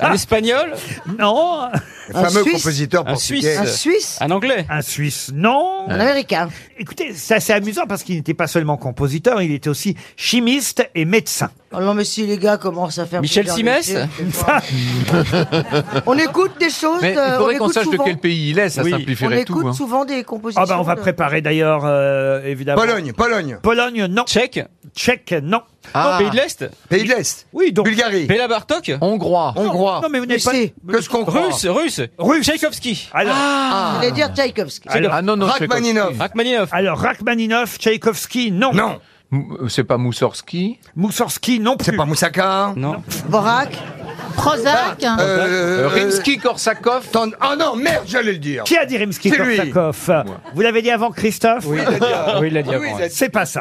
S2: Un, Espagnol Non.
S11: Le Un fameux Suisse compositeur Un portugais. Suisse Un
S2: Suisse Un Anglais Un Suisse, non.
S5: Un Américain
S2: Écoutez, c'est assez amusant parce qu'il n'était pas seulement compositeur, il était aussi chimiste et médecin.
S5: Oh non, mais si les gars commencent à faire.
S4: Michel
S5: plusieurs
S4: Simès
S5: métiers, des fois. On écoute des choses.
S12: Mais il
S5: euh,
S12: faudrait
S5: on
S12: qu'on
S5: écoute
S12: sache de
S5: souvent-
S12: quel pays il est, ça
S2: Oui.
S12: simplifierait
S5: On
S12: tout.
S5: écoute
S12: hein.
S5: souvent des compositions.
S2: Ah bah on va
S5: de-
S2: préparer d'ailleurs euh, évidemment.
S11: Pologne, Pologne.
S2: Pologne, non. Tchèque. Tchèque, non.
S11: Ah. Pays de l'Est
S2: Pays de l'Est. Oui, donc. Bulgarie. Béla Bartok. Hongrois. Hongrois. Non, mais vous n'êtes pas.
S11: Qu'est-ce qu'on croit
S4: Russe, russe.
S2: Russe.
S4: Tchaïkovski.
S2: Alors.
S5: Ah, J'allais dire Tchaïkovski.
S12: Ah,
S2: Ah Rachmaninoff. Alors Rachmaninoff, Tchaïkovski, non. euh, Non.
S12: C'est pas Moussorski
S2: Moussorski, non plus.
S12: C'est pas Moussaka Non.
S5: Borak.
S14: Prozac
S12: Euh,
S11: Rimsky-Korsakov. Ah non, merde, j'allais le dire.
S2: Qui a dit Rimsky-Korsakov Vous l'avez dit avant Christophe
S11: Oui, il l'a dit avant. Ah
S4: Oui, il l'a dit
S11: Oui,
S4: avant,
S11: il l'a
S4: ouais.
S11: dit,
S2: C'est pas ça.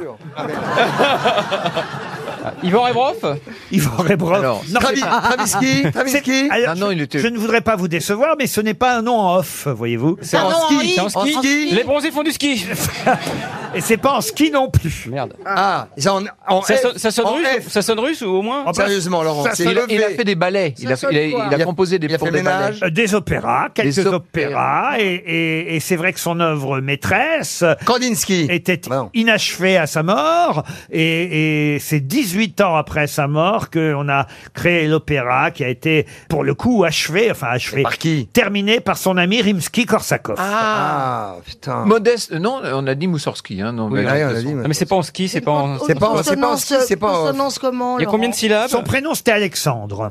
S4: Yvan Rebroff
S2: Yvan Rebroff. Non, c'est pas- C'est- Ah, Alors, je- Je ne voudrais pas vous décevoir, mais ce n'est pas un nom en off, voyez-vous.
S4: C'est
S11: Ah
S14: Ah
S4: Un en nom en ski. i. C'est en ski. En ski. Les
S2: bronzés font du ski. Et c'est pas en ski non plus. Merde.
S11: Ah, ça, en, en
S4: ça,
S11: F,
S4: sonne- ça sonne
S11: en
S4: russe,
S11: F.
S4: ça sonne russe ou au moins
S11: Oh, bah, Sérieusement, Laurent,
S4: Ça
S11: c'est
S4: sonne-
S11: levé.
S4: il a fait des ballets.
S12: Il a, fait- il a- il a composé des, pour des ballets.
S2: Euh, Des opéras, quelques
S12: Des
S2: opéras, et, et- et c'est vrai que son œuvre maîtresse, Kandinsky, était inachevée à sa mort, et, et c'est 18 ans après sa mort qu'on a créé l'opéra qui a été, pour le coup, achevé, enfin achevé, terminé par son ami Rimsky-Korsakov.
S12: Ah,
S11: putain.
S12: Modeste, non, on a dit Moussorski. Hein, non,
S2: Ah Oui, ouais, on a
S4: dit,
S12: mais c'est pas en ski, c'est pas en.
S5: C'est pas en- c'est pas en ski, c'est pas en- Consonance comment, Il y a Laurent combien de syllabes
S2: Son prénom, c'était Alexandre.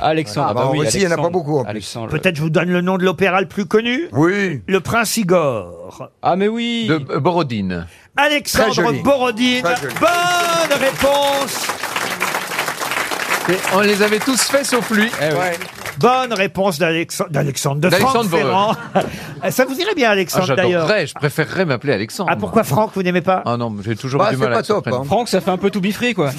S4: Alexandre,
S11: Ah, bah, bah oui, aussi, il y en a Alexandre. pas beaucoup, en plus.
S4: Alexandre.
S2: Peut-être je vous donne le nom de l'opéra le plus connu
S11: Oui.
S2: Le Prince Igor.
S4: Ah mais oui.
S12: De euh, Borodine. Très
S2: Alexandre
S12: joli.
S2: Borodine.
S12: Très joli.
S2: Bonne
S12: Ah,
S2: réponse
S12: Et on les avait tous faits sauf lui.
S2: Ouais. Bonne réponse d'Alex- d'Alexandre, de Franck
S12: D'Alexandre
S2: Ferrand.
S12: Borel.
S2: Ça vous irait bien,
S12: Ah,
S2: Alexandre, d'ailleurs.
S12: J'adorerais, je préférerais m'appeler Alexandre.
S2: Ah, pourquoi Franck, vous n'aimez pas
S12: Ah non, j'ai toujours
S2: Bah,
S12: du
S2: c'est
S12: mal
S2: pas
S12: avec son
S2: top,
S12: prénom.
S2: hein.
S4: Franck, ça fait un peu tout bifré quoi.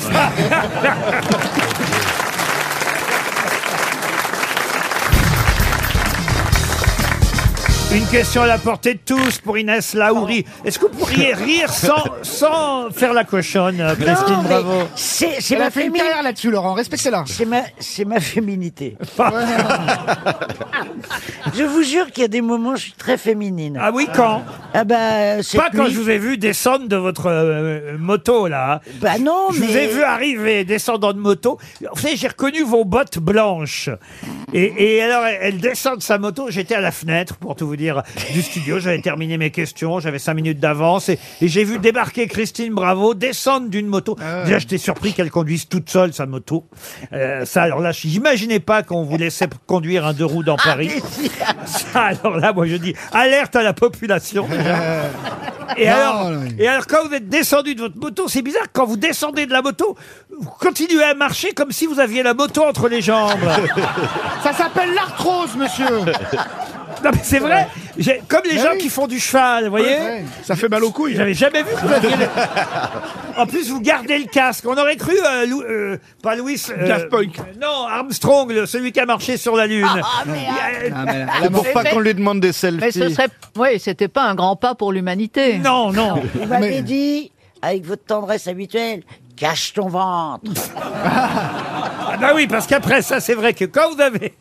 S2: Une question à la portée de tous pour Inès Laouri. Est-ce que vous pourriez rire sans, sans faire la cochonne, euh, Christine
S1: mais
S2: Bravo
S1: C'est c'est
S2: Elle
S1: ma
S2: a fait une
S1: féminité. là-dessus, Laurent. Respectez-la. C'est ma, c'est ma féminité. je vous jure qu'il y a des moments, je suis très féminine.
S2: Ah oui, quand
S1: Ah bah, c'est
S2: Pas quand je vous ai vu descendre de votre euh, moto, là.
S1: Bah
S21: Oh,
S1: non,
S2: je
S1: mais-
S2: vous ai vu arriver, descendant de moto. Vous savez, j'ai reconnu vos bottes blanches. Et, et alors, elle- elle descend de sa moto. J'étais à la fenêtre, pour tout vous dire, du studio. J'avais terminé mes questions. J'avais cinq minutes d'avance. Et, et j'ai vu débarquer Christine Bravo, descendre d'une moto. Déjà, j'étais surpris qu'elle conduise toute seule sa moto. Euh, ça, alors là, j'imaginais pas qu'on vous laissait conduire un deux roues dans Paris. Ça, alors là, moi, je dis alerte à la population. Et,
S1: Non,
S2: alors,
S1: non,
S2: et alors, quand vous êtes descendu de votre moto, c'est bizarre, quand vous descendez de la moto, vous continuez à marcher comme si vous aviez la moto entre les jambes.
S1: Ça s'appelle l'arthrose, monsieur.
S2: non, mais c'est vrai, j'ai- comme les
S1: Mais
S2: gens
S1: oui.
S2: qui font du cheval, vous voyez
S1: Ouais.
S2: Ça fait mal aux couilles. J'avais jamais vu que vous aviez le- En plus, vous gardez le casque. On aurait cru, euh, Lou- euh, pas Louis. euh,
S1: Daft Punk.
S2: Non, Armstrong, le- celui qui a marché sur la
S1: Ah,
S2: Lune.
S24: C'est pour pas qu'on lui
S2: demande des selfies.
S24: Ah, Mais ce serait, oui, c'était pas un grand pas pour l'humanité.
S2: Non, non.
S24: Mais-
S1: Vous m'avez dit, avec votre tendresse habituelle, cache ton ventre.
S2: Ah bah oui, parce qu'après ça, c'est vrai que quand vous avez...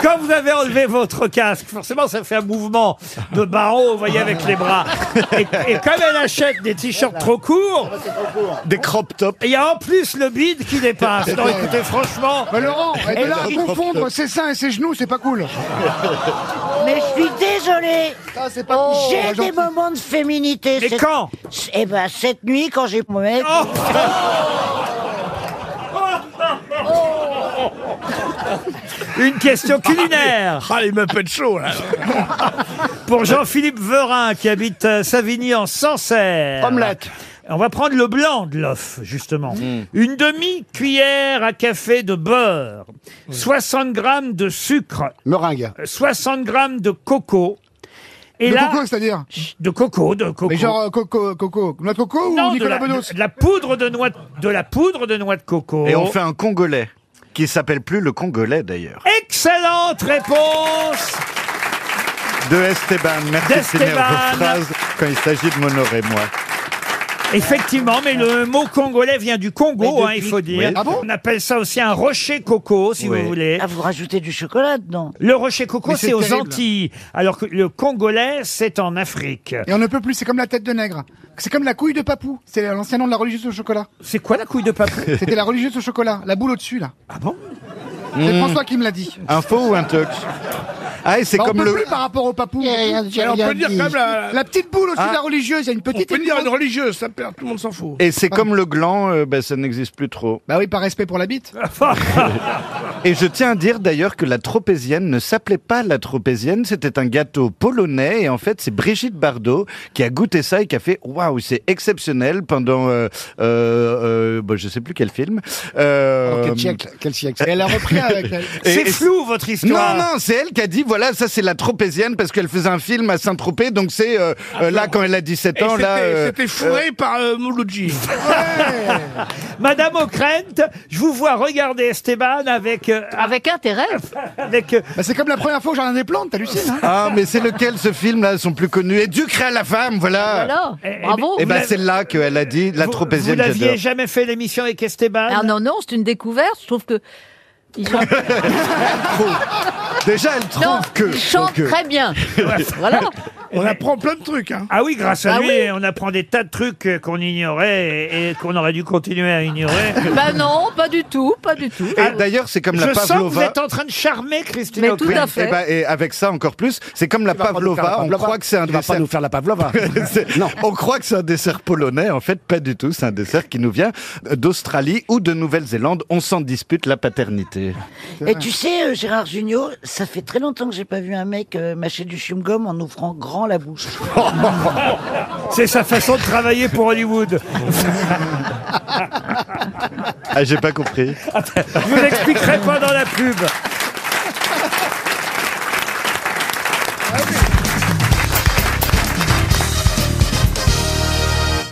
S2: quand vous avez enlevé votre casque, forcément, ça fait un mouvement de barreau, vous voyez, avec les bras. Et, et comme elle achète des t-shirts trop courts... Des crop tops. Il y a en plus le bide qui dépasse. Non, écoutez, franchement...
S1: Mais Laurent,
S2: Et
S1: elle
S2: là,
S1: a
S2: vous-
S1: confondre ses seins et ses genoux, c'est pas cool. Mais je suis désolé. J'ai des moments de féminité.
S2: Mais quand Oh.
S1: Eh ben cette nuit quand j'ai mon mec.
S2: Une question culinaire.
S16: Ah, il me pète chaud, là.
S2: Pour Jean-Philippe Verin, qui habite euh, Savigny en Sancerre.
S16: Omelette.
S2: On va prendre le blanc de l'œuf, justement. Une demi-cuillère à café de beurre, 60 grammes de sucre, meringue, 60 grammes de coco.
S6: De coco, c'est-à-dire
S2: De coco, de coco.
S6: Mais genre euh, coco, coco, noix de coco ou
S2: Non, de
S6: Nicolas
S2: la,
S6: Bedos
S2: de- de la poudre de noix de, de la poudre de noix de coco.
S18: Et on fait un Congolais, qui s'appelle plus le Congolais d'ailleurs.
S2: Excellente réponse
S18: De Esteban, merci de finir vos
S2: D'Esteban.
S18: phrases quand il s'agit de m'honorer, moi.
S2: Effectivement, mais le mot congolais vient du Congo,
S18: Mais
S2: hein, il
S18: depuis-
S2: faut dire.
S18: Oui. Ah bon
S2: On appelle ça aussi un rocher coco, si
S18: Oui.
S2: vous voulez.
S17: Ah, vous rajoutez du chocolat dedans.
S2: Le rocher coco,
S6: Mais
S2: c'est
S6: c'est
S2: aux
S6: terrible.
S2: Antilles, alors que le congolais, c'est en Afrique.
S6: Et on ne peut plus, c'est comme la tête de nègre. C'est comme la couille de papou, c'est l'ancien nom de la religieuse au chocolat.
S2: C'est quoi la couille de papou
S6: C'était la religieuse au chocolat, la boule au-dessus là.
S2: Ah bon
S6: C'est
S18: Mm.
S6: François qui me l'a dit.
S18: Un faux ou un tux Ah, et c'est
S6: Bah, on
S18: comme
S6: peut
S18: le.
S6: plus par rapport au papou.
S25: rien on peut dire dit. comme la-
S6: petite boule au-dessus
S18: Ah.
S6: de la religieuse, il y a une petite.
S25: On peut dire
S6: grosse.
S25: une religieuse, ça perd, tout le monde s'en fout.
S18: Et c'est comme le gland, euh, ben, ça n'existe plus trop.
S6: Bah oui, par respect pour la bite.
S18: Et je tiens à dire d'ailleurs que la tropézienne ne s'appelait pas la tropézienne, c'était un gâteau polonais et en fait c'est Brigitte Bardot qui a goûté ça et qui a fait waouh c'est exceptionnel pendant euh, euh, euh, bah, je sais plus quel film. Euh,
S25: Oh, quel siècle, quel siècle. Et elle a repris avec elle.
S2: C'est flou, votre histoire.
S18: Non non c'est elle qui a dit voilà ça c'est la tropézienne parce qu'elle faisait un film à Saint-Tropez donc c'est euh,
S2: Ah,
S18: euh, là quand elle a 17 ans là. euh,
S25: C'était fourré par euh, Mouloudji.
S2: Madame O'Krent, je vous vois regarder Esteban avec... avec intérêt Avec... euh,
S6: Bah, c'est comme la première fois au Jardin des Plantes, t'hallucines. Hein
S18: Ah mais c'est lequel ce film là sont plus connus et Dieu crée la femme voilà.
S24: Ah, Voilà,
S2: Eh, eh
S24: bravo.
S2: bien,
S18: Et
S2: vous
S18: ben
S2: l'avez-
S18: c'est là qu'elle a dit la
S2: Vous
S18: tropézienne j'adore.
S2: n'aviez jamais fait l'émission avec Esteban
S24: Ah non, non, c'est une découverte. Je trouve que. Ils ont-
S18: Déjà, elle trouve
S24: non,
S18: que.
S24: ils chantent
S18: donc, euh,
S24: très bien. voilà.
S25: On apprend plein de trucs. Hein.
S2: Ah oui, grâce à
S24: Ah
S2: lui,
S24: oui.
S2: on apprend des tas de trucs euh, qu'on ignorait et, et qu'on aurait dû continuer à ignorer.
S24: Bah non, pas du tout, pas du tout.
S18: Et d'ailleurs, c'est comme
S2: Je
S18: la
S2: sens que vous
S18: Pavlova.
S2: êtes en train de charmer Christine
S24: Mais tout
S2: O'Krent.
S24: à fait.
S18: Eh ben, et avec ça encore plus, c'est comme la
S2: vas pas nous faire la
S18: pavlova, on
S2: pavlova.
S18: croit que c'est un
S2: Tu vas pas
S18: dessert.
S2: nous
S18: faire la pavlova. On croit que c'est un dessert polonais, en fait, pas du tout. C'est un dessert qui nous vient d'Australie ou de Nouvelle-Zélande. On s'en dispute la paternité.
S17: Et tu sais, euh, Gérard Junior, ça fait très longtemps que j'ai pas vu un mec euh, mâcher du chewing-gum en ouvrant grand la bouche.
S2: C'est sa façon de travailler pour Hollywood.
S18: Ah, j'ai pas compris.
S2: Je vous l'expliquerai pas dans la pub.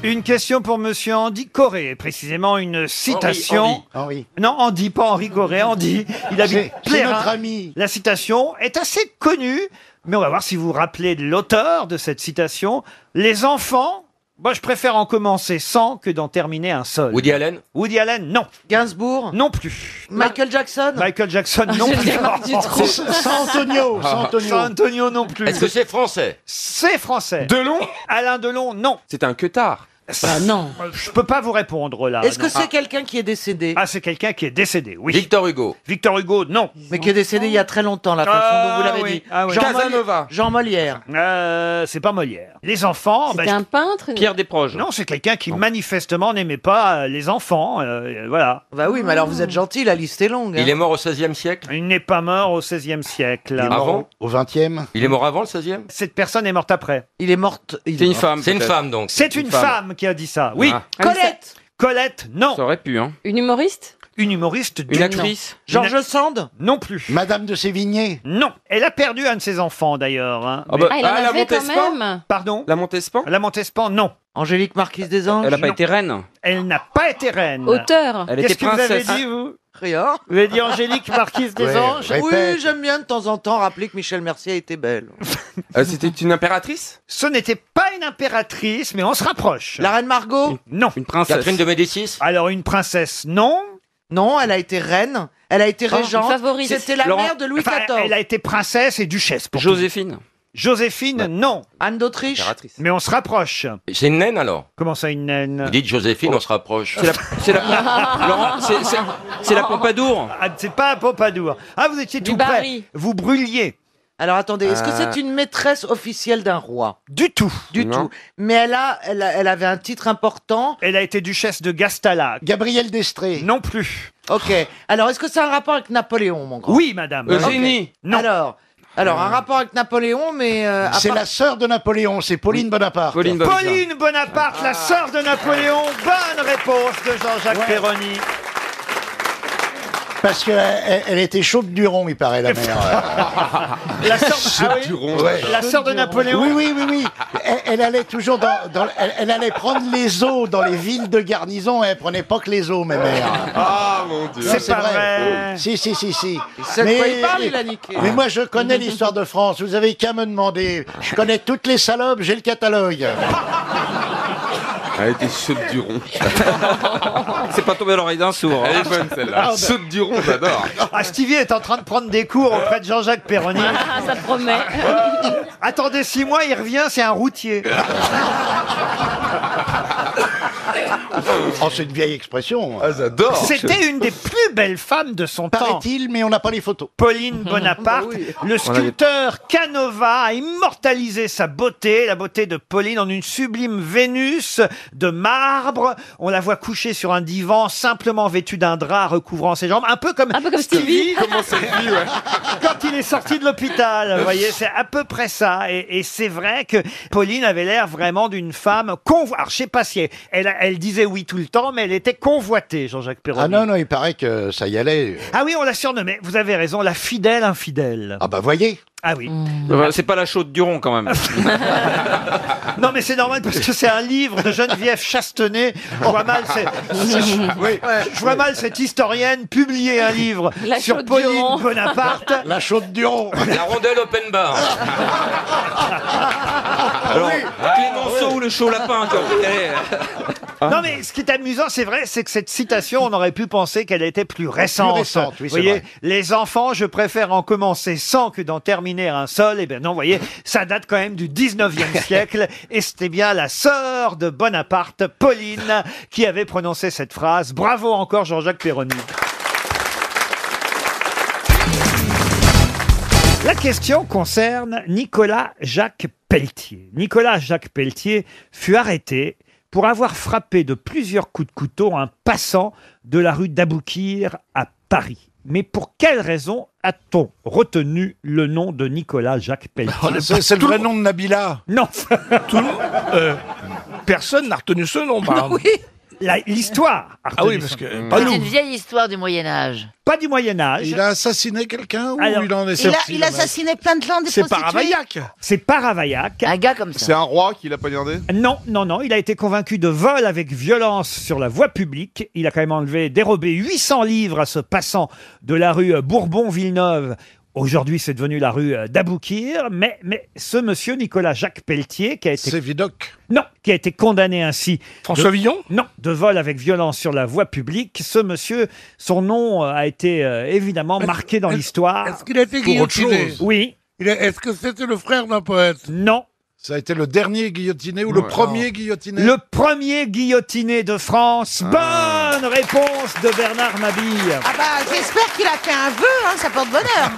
S2: Une question pour Monsieur Andy Corré, précisément une citation.
S3: Henri.
S2: Non, Andy, pas Henri Corré, Andy. Il a
S3: C'est- c'est notre ami.
S2: La citation est assez connue, mais on va voir si vous vous rappelez de l'auteur de cette citation. Les enfants, moi je préfère en commencer 100 que d'en terminer un seul. Woody Allen Woody Allen, non. Gainsbourg Non plus.
S17: Michael Jackson
S2: Michael Jackson, non
S17: Je l'ai
S2: plus. Ah.
S17: marqué trop. C'est San Antonio, San Antonio.
S2: San Antonio non plus.
S6: Est-ce que c'est français
S2: C'est français. Delon Alain Delon, non. C'est un queutard. Ah non. Je peux pas vous répondre là.
S5: Est-ce que
S2: non.
S5: c'est
S2: Ah.
S5: quelqu'un qui est décédé
S2: Ah, c'est quelqu'un qui est décédé, oui. Victor Hugo. Victor Hugo, non.
S5: Mais qui est décédé il y a très longtemps, la façon
S2: Ah,
S5: dont vous l'avez
S2: oui,
S5: dit.
S2: ah oui.
S5: Jean Moli-
S2: Casanova.
S5: Jean Molière.
S2: Euh, c'est pas Molière. Les
S7: Oh,
S2: enfants.
S7: bah,
S21: C'était
S2: ben, je-
S21: un peintre
S2: Desproges. Non, c'est quelqu'un qui manifestement n'aimait pas euh, les enfants. euh, voilà.
S5: Bah oui, mais alors vous êtes
S21: Ah.
S5: gentil, la liste est longue. hein.
S6: Il est mort au 16e siècle
S2: Il n'est pas mort au XVIe siècle.
S18: Ah
S6: Il est mort Avant
S2: Au XXe
S6: Il est mort avant le 16e
S2: Cette personne est morte après. Il est morte.
S6: C'est est une mort. femme, C'est une peut-être. femme, donc.
S2: C'est une,
S6: Une
S2: femme.
S6: femme.
S2: qui a dit ça. Oui.
S6: Ah.
S2: Colette. Colette, non. Ça aurait pu, hein.
S21: Une humoriste
S2: Une humoriste.
S21: Une
S2: du-
S21: actrice.
S2: Non.
S21: George
S2: Sand. Non plus. Madame de Sévigné. Non. Elle a perdu un de ses enfants d'ailleurs. hein.
S21: Ah bah, Ah, elle en ah, la avait quand Montespan même.
S2: Pardon. La Montespan. La Montespan, non. Angélique Marquise des Anges.
S21: Elle a pas été
S2: reine. Elle n'a pas été reine.
S21: Auteur. Elle
S2: Qu'est-ce
S21: était
S2: que vous avez
S21: princesse.
S2: dit vous
S5: Rien.
S2: Vous avez dit Angélique Marquise des Anges.
S5: Oui, j'aime bien de temps en temps rappeler que Michel Mercier était belle.
S2: C'était une impératrice Ce n'était pas une impératrice, mais on se rapproche. La reine Margot Non. Une princesse.
S6: Catherine de Médicis
S2: Alors une princesse, non.
S5: Non, elle a été reine, elle a été
S2: Oh,
S5: régente.
S2: une favorite.
S5: C'était la
S2: Laurent.
S5: mère de Louis
S2: Enfin,
S5: XIV.
S2: elle a été princesse et duchesse. Joséphine Joséphine, non. Anne d'Autriche Mais on se rapproche.
S6: C'est une naine alors
S2: Comment ça, une naine
S6: Vous dites Joséphine, on se rapproche.
S2: C'est la, c'est
S6: la- Laurent, c'est- c'est- c'est la Pompadour
S2: Ah, c'est pas la Pompadour. Ah, vous étiez tout près. Vous brûliez. Euh.
S5: Alors attendez, est-ce que
S6: Ah.
S5: c'est une maîtresse officielle d'un roi
S2: Du tout.
S5: Du tout. Mais elle, a, elle, a- elle avait un titre important.
S2: Elle a été duchesse de Gastala.
S5: Gabrielle d'Estrée.
S2: Non plus.
S5: Ok. Alors est-ce que c'est un rapport avec Napoléon, mon grand
S2: Oui, madame. Euh, Eugénie.
S5: Ok. Alors, Alors, un rapport avec Napoléon, mais. euh, à
S25: C'est
S5: part-
S25: la sœur de Napoléon, c'est Pauline Bonaparte.
S2: Pauline Bonaparte, la sœur de Napoléon. Bonne réponse de Jean-Jacques
S25: Ouais.
S2: Perroni.
S25: Parce qu'elle elle, elle était chaude du rond, il paraît, la mère.
S2: La sœur- Ah oui
S25: Ouais.
S2: La sœur de Napoléon.
S25: Oui, oui, oui, oui. Elle, elle allait toujours dans, dans- elle, elle allait prendre les eaux dans les villes de garnison. Elle prenait pas que les eaux, ma mère.
S9: Ah, mon Dieu.
S25: Non,
S9: C'est pas vrai.
S25: Si, si, si, si.
S9: sait de quoi il parle, il a niqué.
S25: Mais moi, je connais l'histoire de France. Vous avez qu'à me demander. Je connais toutes les salopes. J'ai le catalogue.
S9: Elle était saute du rond. C'est pas tombé à l'oreille d'un sourd. Elle est bonne
S25: Ah,
S9: celle-là.
S25: bah.
S9: Saute du rond, j'adore.
S2: Ah, Stevie est en train de prendre des cours auprès de Jean-Jacques Perroni.
S24: ça promet.
S2: Attendez six mois, il revient, c'est un routier.
S25: Oh, c'est une vieille expression.
S9: j'adore.
S2: C'était une des plus belles femmes de son temps.
S25: Paraît-il, mais on n'a pas les photos.
S2: Pauline Bonaparte, le sculpteur Canova a immortalisé sa beauté, la beauté de Pauline, en une sublime Vénus de marbre. On la voit couchée sur un divan, simplement vêtue d'un drap recouvrant ses jambes, un peu comme, Stevie.
S9: Comment c'est lui, ouais.
S2: quand il est sorti de l'hôpital. Vous voyez, c'est à peu près ça. Et, et c'est vrai que Pauline avait l'air vraiment d'une femme convoitée. Alors, je sais pas si elle, elle, elle disait oui tout le temps, mais elle était convoitée, Jean-Jacques Perroni.
S25: Ah non, non, il paraît que ça y allait.
S2: Ah oui, on l'a surnommée, vous avez raison, la fidèle infidèle.
S25: Ah bah voyez.
S2: Ah oui.
S12: Mm.
S9: Bah, C'est pas la chaude du rond, quand même.
S2: Non mais c'est normal parce que c'est un livre de Geneviève Chastenay. Je vois mal, c'est-
S25: Oui.
S2: je vois mal cette historienne publier un livre
S9: La
S2: sur
S9: chaude
S2: Pauline
S9: Durand.
S2: Bonaparte.
S25: La chaude Duron.
S9: La rondelle open bar. Alors, ah, Clémenceau ou le chaud lapin, quoi. hein.
S25: Ah.
S2: Non mais ce qui est amusant, c'est vrai, c'est que cette citation, on aurait pu penser qu'elle était plus récente.
S25: Plus récente, oui,
S2: vous
S25: c'est
S2: voyez,
S25: vrai.
S2: les enfants, je préfère en commencer 100 que d'en terminer un seul. Eh bien non, vous voyez, ça date quand même du 19e siècle et c'était bien la sœur de Bonaparte, Pauline, qui avait prononcé cette phrase. Bravo encore Jean-Jacques Perroni. La question concerne Nicolas Jacques Pelletier. Nicolas Jacques Pelletier fut arrêté pour avoir frappé de plusieurs coups de couteau un passant de la rue d'Aboukir à Paris. Mais pour quelle raison a-t-on retenu le nom de Nicolas Jacques Pelletier
S8: Oh, C'est c'est le vrai nom de Nabila
S2: Non
S8: Tout le monde- euh, Personne n'a retenu ce nom, par exemple.
S2: Ah La- L'histoire.
S8: Ah
S2: a
S8: oui,
S2: retenu
S8: parce
S2: son-
S8: que.
S26: C'est une vieille histoire du Moyen Âge.
S2: Pas du Moyen Âge.
S8: Il a assassiné quelqu'un
S26: Alors,
S8: sorti,
S26: il a- il a
S8: le mec
S26: assassiné plein de gens, des
S8: C'est
S26: prostituées.
S8: Paravaillac.
S2: C'est Paravaillac.
S26: Un gars comme ça.
S9: C'est un roi qui l'a poignardé
S2: Non, non, non. Il a été convaincu de vol avec violence sur la voie publique. Il a quand même enlevé, dérobé 800 livres à ce passant de la rue Bourbon-Villeneuve. Aujourd'hui, c'est devenu la rue euh, d'Aboukir. Mais, mais ce monsieur Nicolas Jacques Pelletier, qui a été. C'est
S8: Vidocq.
S2: Non, qui a été condamné ainsi.
S8: François
S2: de-
S8: Villon
S2: Non, de vol avec violence sur la voie publique. Ce monsieur, son nom euh, a été euh, évidemment marqué dans l'histoire.
S16: Est-ce qu'il a été guillotiné
S2: Oui.
S16: Il est- Est-ce que c'était le frère d'un poète
S2: Non.
S8: Ça a été le dernier guillotiné ou le premier guillotiné
S2: Le premier guillotiné de France. Bonne réponse de Bernard Mabille.
S26: Ah bah, j'espère qu'il a fait un vœu, hein, ça porte bonheur.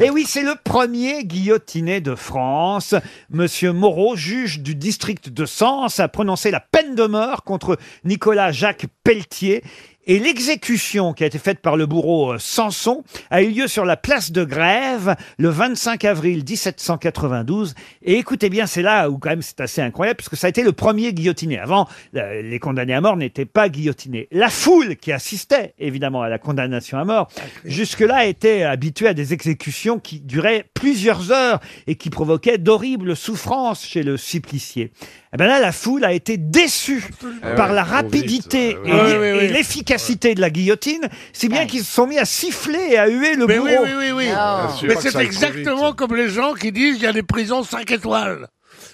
S2: Et Eh oui, c'est le premier guillotiné de France. Monsieur Moreau, juge du district de Sens, a prononcé la peine de mort contre Nicolas Jacques Pelletier. Et l'exécution qui a été faite par le bourreau euh, Sanson a eu lieu sur la place de Grève le 25 avril 1792. Et écoutez bien, c'est là où quand même c'est assez incroyable puisque ça a été le premier guillotiné. Avant, la- les condamnés à mort n'étaient pas guillotinés. La foule qui assistait évidemment à la condamnation à mort
S16: Ah,
S2: jusque-là était habituée à des exécutions qui duraient plusieurs heures et qui provoquaient d'horribles souffrances chez le supplicié. Eh ben là, la foule a été déçue
S9: Ah
S2: par
S9: ouais,
S2: la
S9: trop
S2: rapidité
S9: vite,
S2: et,
S9: ouais, ouais.
S2: et
S9: Ouais, ouais, ouais.
S2: l'efficacité de la guillotine, si bien qu'ils se sont mis à siffler et à huer le
S16: Mais oui,
S2: bourreau.
S16: oui, oui, oui.
S2: Bien sûr.
S16: Ah. Mais
S2: Pas que
S16: c'est
S2: ça aille trop
S16: exactement comme les gens qui disent qu'il y a des prisons 5 étoiles.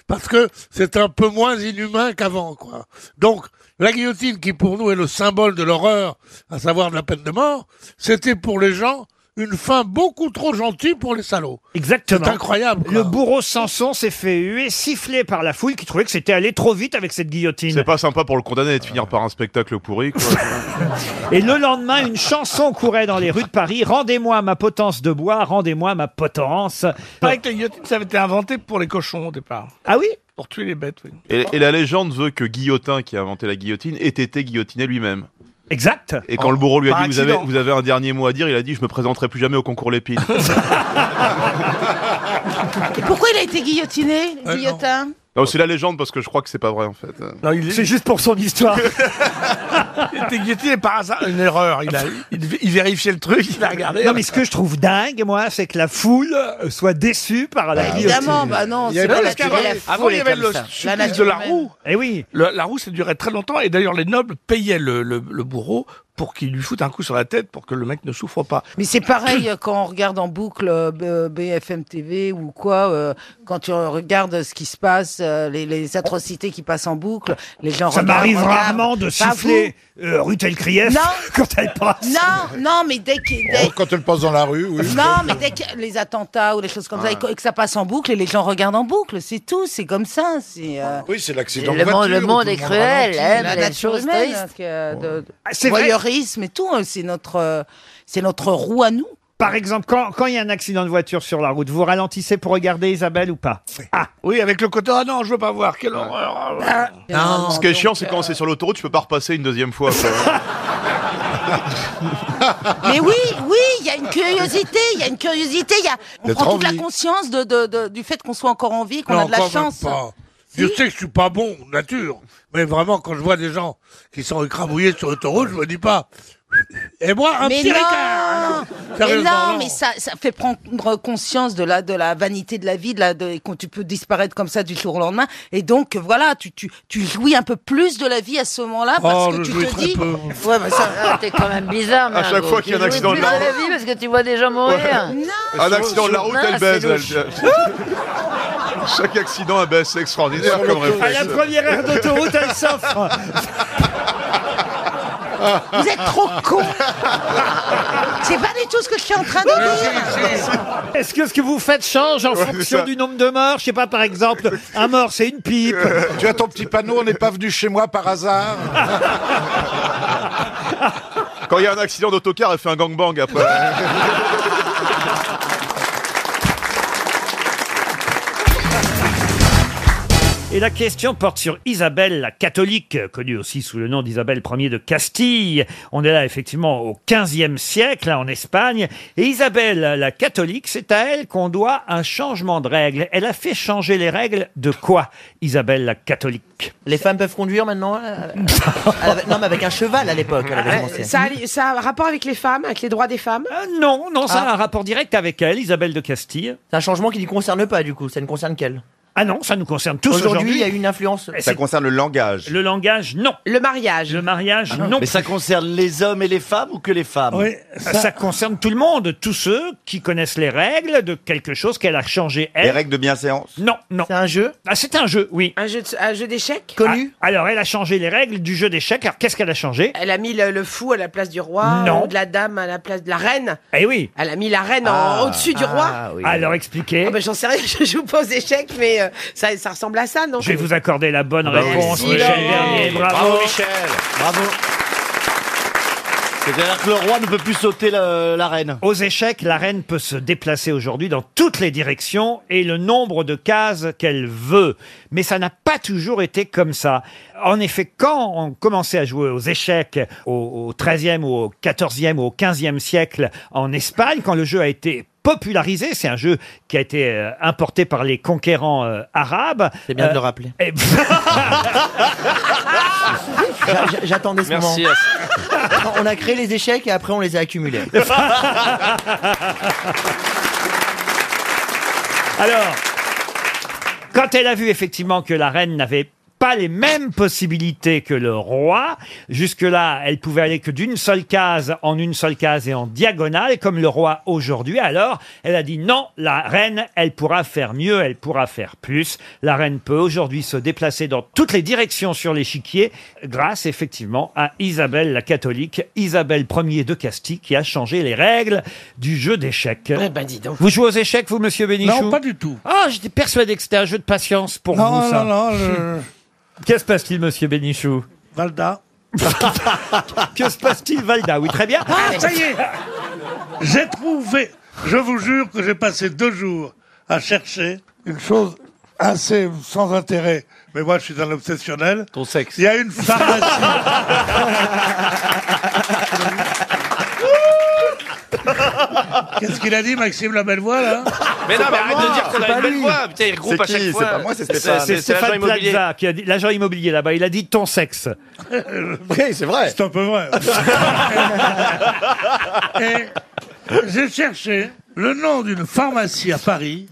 S16: Parce que c'est un peu moins inhumain qu'avant, quoi. Donc, la guillotine, qui pour nous est le symbole de l'horreur, à savoir de la peine de mort, c'était pour les gens une fin beaucoup trop gentille pour les salauds.
S2: Exactement.
S16: C'est incroyable.
S2: Le bourreau Samson s'est fait huer, sifflé par la foule qui trouvait que c'était allé trop vite avec cette guillotine.
S9: C'est pas sympa pour le condamné de finir par un spectacle pourri, quoi.
S2: Et le lendemain, une chanson courait dans les rues de Paris. Rendez-moi ma potence de bois, rendez-moi ma potence.
S8: paraît que la guillotine, ça avait été inventé pour les cochons au départ.
S2: Ah oui
S8: Pour tuer les bêtes, oui.
S9: Et, et la légende veut que Guillotin, qui a inventé la guillotine, ait été guillotiné lui-même.
S2: Exact.
S7: Et quand le bourreau lui a
S2: Par
S7: dit vous avez,
S2: accident.
S7: vous avez un dernier mot à dire, il a dit je me présenterai plus jamais au concours Lépine.
S1: Et pourquoi il a été guillotiné, le
S7: Euh,
S1: guillotin
S7: non, c'est la légende parce que je crois que c'est pas vrai en fait.
S2: C'est juste pour son histoire.
S16: Il était guillotiné par hasard, une erreur. Il, a, il, il vérifiait le truc, il a regardé.
S2: Non, mais ce que je trouve dingue, moi, c'est que la foule euh, soit déçue par la guillotine.
S16: évidemment, bah non, Il y c'est avait pas parce la- qu'avant- la foule avant, il y est avait comme le ça. supplice La nature de la même. roue.
S2: Eh oui.
S16: Le- la roue, ça durait très longtemps. Et d'ailleurs, les nobles payaient le, le- le bourreau pour qu'il lui foute un coup sur la tête pour que le mec ne souffre pas.
S6: Mais c'est pareil euh, quand on regarde en boucle euh, B- BFM TV ou quoi, euh, quand tu regardes ce qui se passe, euh, les, les atrocités qui passent en boucle, les gens
S2: Ça
S6: regardent,
S2: m'arrive
S6: regardent.
S2: rarement de
S6: Pas
S2: siffler
S6: vous.
S2: euh, Rutel Krief
S6: Non.
S2: quand elle passe.
S6: Non, non, mais dès que... dès-
S2: quand elle passe dans la rue,
S6: Non, mais dès que les attentats ou les choses comme
S2: Ah.
S6: ça, et que- et que ça passe en boucle, et les gens regardent en boucle, c'est tout, c'est comme ça. c'est, euh,
S25: Ah.
S17: Oui, c'est l'accident.
S6: Le
S17: de
S6: monde-
S17: voiture,
S6: le monde
S17: tout
S6: est
S17: monde
S6: cruel,
S17: ralentit.
S6: hein,
S17: La
S6: mais
S17: nature-
S6: les choses- chose triste.
S17: parce
S6: que de,
S2: Ah, c'est vrai.
S6: voyeurisme et tout, hein, c'est notre, euh, c'est notre roue à nous.
S2: Par exemple, quand quand il y a un accident de voiture sur la route, vous ralentissez pour regarder Isabelle ou pas Ah
S16: oui, avec le côté ah non, je veux pas voir, quelle horreur. ah, voilà.
S7: Ce qui est chiant, c'est quand c'est sur l'autoroute, tu peux pas repasser une deuxième fois.
S1: Mais oui, oui, il y a une curiosité, il y a une curiosité, il y a, on
S9: D'être
S1: prend
S9: en
S1: toute la
S9: vie.
S1: conscience de, de- de- du fait qu'on soit encore en vie, qu'on a de la
S9: quand même
S1: chance.
S9: pas. Je sais que je suis pas bon, nature. Mais vraiment, quand je vois des gens qui sont écrabouillés sur l'autoroute, je me dis pas. Et moi,
S7: Ah,
S9: un
S6: mais
S9: petit
S6: non,
S9: ricard
S6: mais
S9: Sérieusement,
S6: non,
S9: non.
S6: mais ça, ça fait prendre conscience de la, de la vanité de la vie, de la, de, quand tu peux disparaître comme ça du jour au lendemain. Et donc, voilà, tu, tu, tu jouis un peu plus de la vie à ce moment-là parce
S9: Oh,
S6: que
S9: je
S6: tu
S9: jouis
S6: te
S9: très
S6: dis.
S9: peu.
S6: Ouais, mais ça,
S1: Ah, t'es quand même bizarre,
S7: À chaque
S1: Margot.
S7: fois qu'il y a un
S1: Tu jouis
S7: accident
S1: plus
S7: de la
S1: à la vie parce que tu vois des gens mourir.
S7: Ouais. Un accident de la route,
S1: Non,
S7: elle
S1: c'est
S7: baise.
S1: louche.
S7: elle- Chaque accident, elle baisse. C'est extraordinaire comme réflexion.
S2: À la première heure d'autoroute, elle s'offre.
S9: Ah.
S1: Vous êtes trop con.
S6: C'est pas du tout ce que je suis en train de dire.
S2: Est-ce que ce que vous faites change en
S9: Ouais, c'est
S2: fonction
S9: ça.
S2: du nombre de morts Je sais pas, par exemple, un mort, c'est une pipe.
S9: Tu as ton petit panneau, on n'est pas venu chez moi par hasard.
S7: Quand il y a un accident d'autocar, elle fait un gangbang après.
S2: Et la question porte sur Isabelle la catholique, connue aussi sous le nom d'Isabelle Ier de Castille. On est là effectivement au XVe siècle, là, en Espagne. Et Isabelle la catholique, c'est à elle qu'on doit un changement de règles. Elle a fait changer les règles de quoi, Isabelle la catholique
S5: Les femmes peuvent conduire maintenant euh, Non, mais avec un cheval à l'époque.
S2: Euh,
S4: Ça, a li- ça a un rapport avec les femmes, avec les droits des femmes
S2: Euh, Non, non,
S6: Ah.
S2: ça a un rapport direct avec elle, Isabelle de Castille.
S5: Ah. C'est un changement qui ne concerne pas, du coup. Ça ne concerne qu'elle.
S2: Ah non, ça nous concerne tous
S5: aujourd'hui.
S2: aujourd'hui.
S5: il y a eu une influence.
S2: Ça
S5: concerne le langage.
S2: Le langage, non.
S4: Le mariage.
S2: Le mariage, Ah non.
S5: Mais ça
S2: concerne les hommes et les femmes ou que les femmes Oui, ça... concerne tout le monde, tous ceux qui connaissent les règles de quelque chose qu'elle a changé. Elle. Les règles de bienséance Non, non. C'est un jeu ah, C'est un jeu, oui.
S4: Un jeu, de- un jeu d'échecs
S2: Ah, alors, elle a changé les règles du jeu d'échecs. Alors, qu'est-ce qu'elle a changé
S4: Elle a mis le, le fou à la place du roi,
S2: Non.
S4: ou de la dame à la place de la reine.
S2: Eh oui.
S4: Elle a mis la reine en-
S2: Ah,
S4: au-dessus du
S2: ah,
S4: roi.
S2: oui. Alors, expliquez.
S4: Ah ben, J'en sais rien, je joue pas aux échecs, mais euh, ça, ça ressemble à ça, non
S2: Je vais vous accorder la bonne
S4: Bah oui.
S2: réponse,
S4: Merci,
S2: Michel
S4: Laurent.
S2: Bernier. Bravo.
S5: Bravo, Michel. Bravo. C'est-à-dire que le roi ne peut plus sauter la, la reine.
S2: Aux échecs, la reine peut se déplacer aujourd'hui dans toutes les directions et le nombre de cases qu'elle veut. Mais ça n'a pas toujours été comme ça. En effet, quand on commençait à jouer aux échecs au XIIIe ou au XIVe ou au XVe siècle en Espagne, quand le jeu a été popularisé, c'est un jeu qui a été euh, importé par les conquérants euh, arabes. euh, C'est
S5: bien de le rappeler.
S16: Eh,
S5: J'a- j'a- J'attendais ce
S2: Merci,
S5: moment. On a créé les échecs et après on les a accumulés.
S2: Alors, quand elle a vu effectivement que la reine n'avait pas les mêmes possibilités que le roi. Jusque-là, elle pouvait aller que d'une seule case en une seule case et en diagonale, comme le roi aujourd'hui. Alors, elle a dit non, la reine, elle pourra faire mieux, elle pourra faire plus. La reine peut aujourd'hui se déplacer dans toutes les directions sur l'échiquier, grâce effectivement à Isabelle la catholique, Isabelle Ier de Castille, qui a changé les règles du jeu d'échecs. Vous jouez aux échecs, vous, monsieur Bénichou
S9: Non, pas du tout.
S2: Ah, j'étais persuadé que c'était un jeu de patience pour
S9: Non,
S2: vous, ça.
S9: non, non, je-
S2: Qu'est-ce se passe-t-il, monsieur Bénichou
S9: Valda.
S2: Que se passe-t-il, Valda Oui, très bien.
S9: Ah, ça y est J'ai trouvé Je vous jure que j'ai passé deux jours à chercher une chose
S16: assez sans intérêt. Mais moi, je suis un obsessionnel. Ton sexe. Il y a une pharmacie. Qu'est-ce qu'il a dit, Maxime la belle voix là
S9: Mais non, mais arrête de dire qu'on a une belle voix. Putain, il regroupe à chaque fois.
S2: C'est Stéphane Plaza qui a dit, l'agent immobilier là-bas, il a dit ton sexe.
S16: Oui, c'est vrai. C'est un peu vrai. Et j'ai cherché le nom d'une pharmacie à Paris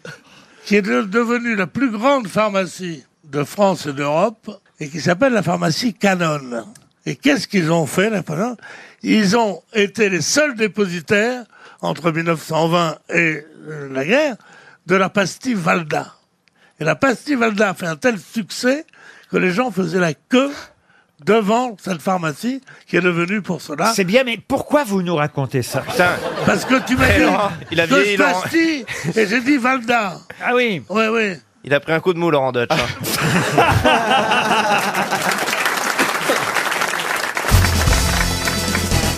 S16: qui est de- devenue la plus grande pharmacie de France et d'Europe et qui s'appelle la pharmacie Canon. Et qu'est-ce qu'ils ont fait, la Canon Ils ont été les seuls dépositaires entre 1920 et euh, la guerre de la pastille Valda. Et la pastille Valda a fait un tel succès que les gens faisaient la queue devant cette pharmacie qui est devenue pour cela.
S2: C'est bien, mais pourquoi vous nous racontez ça
S16: Parce que tu m'as
S2: Eh,
S16: dit
S2: Laurent, il a
S16: deux
S2: vieilli, Laurent.
S16: pastilles et j'ai dit Valda.
S2: Ah oui
S16: Oui, oui.
S9: Il a pris un coup de mou, Laurent Dutch. hein.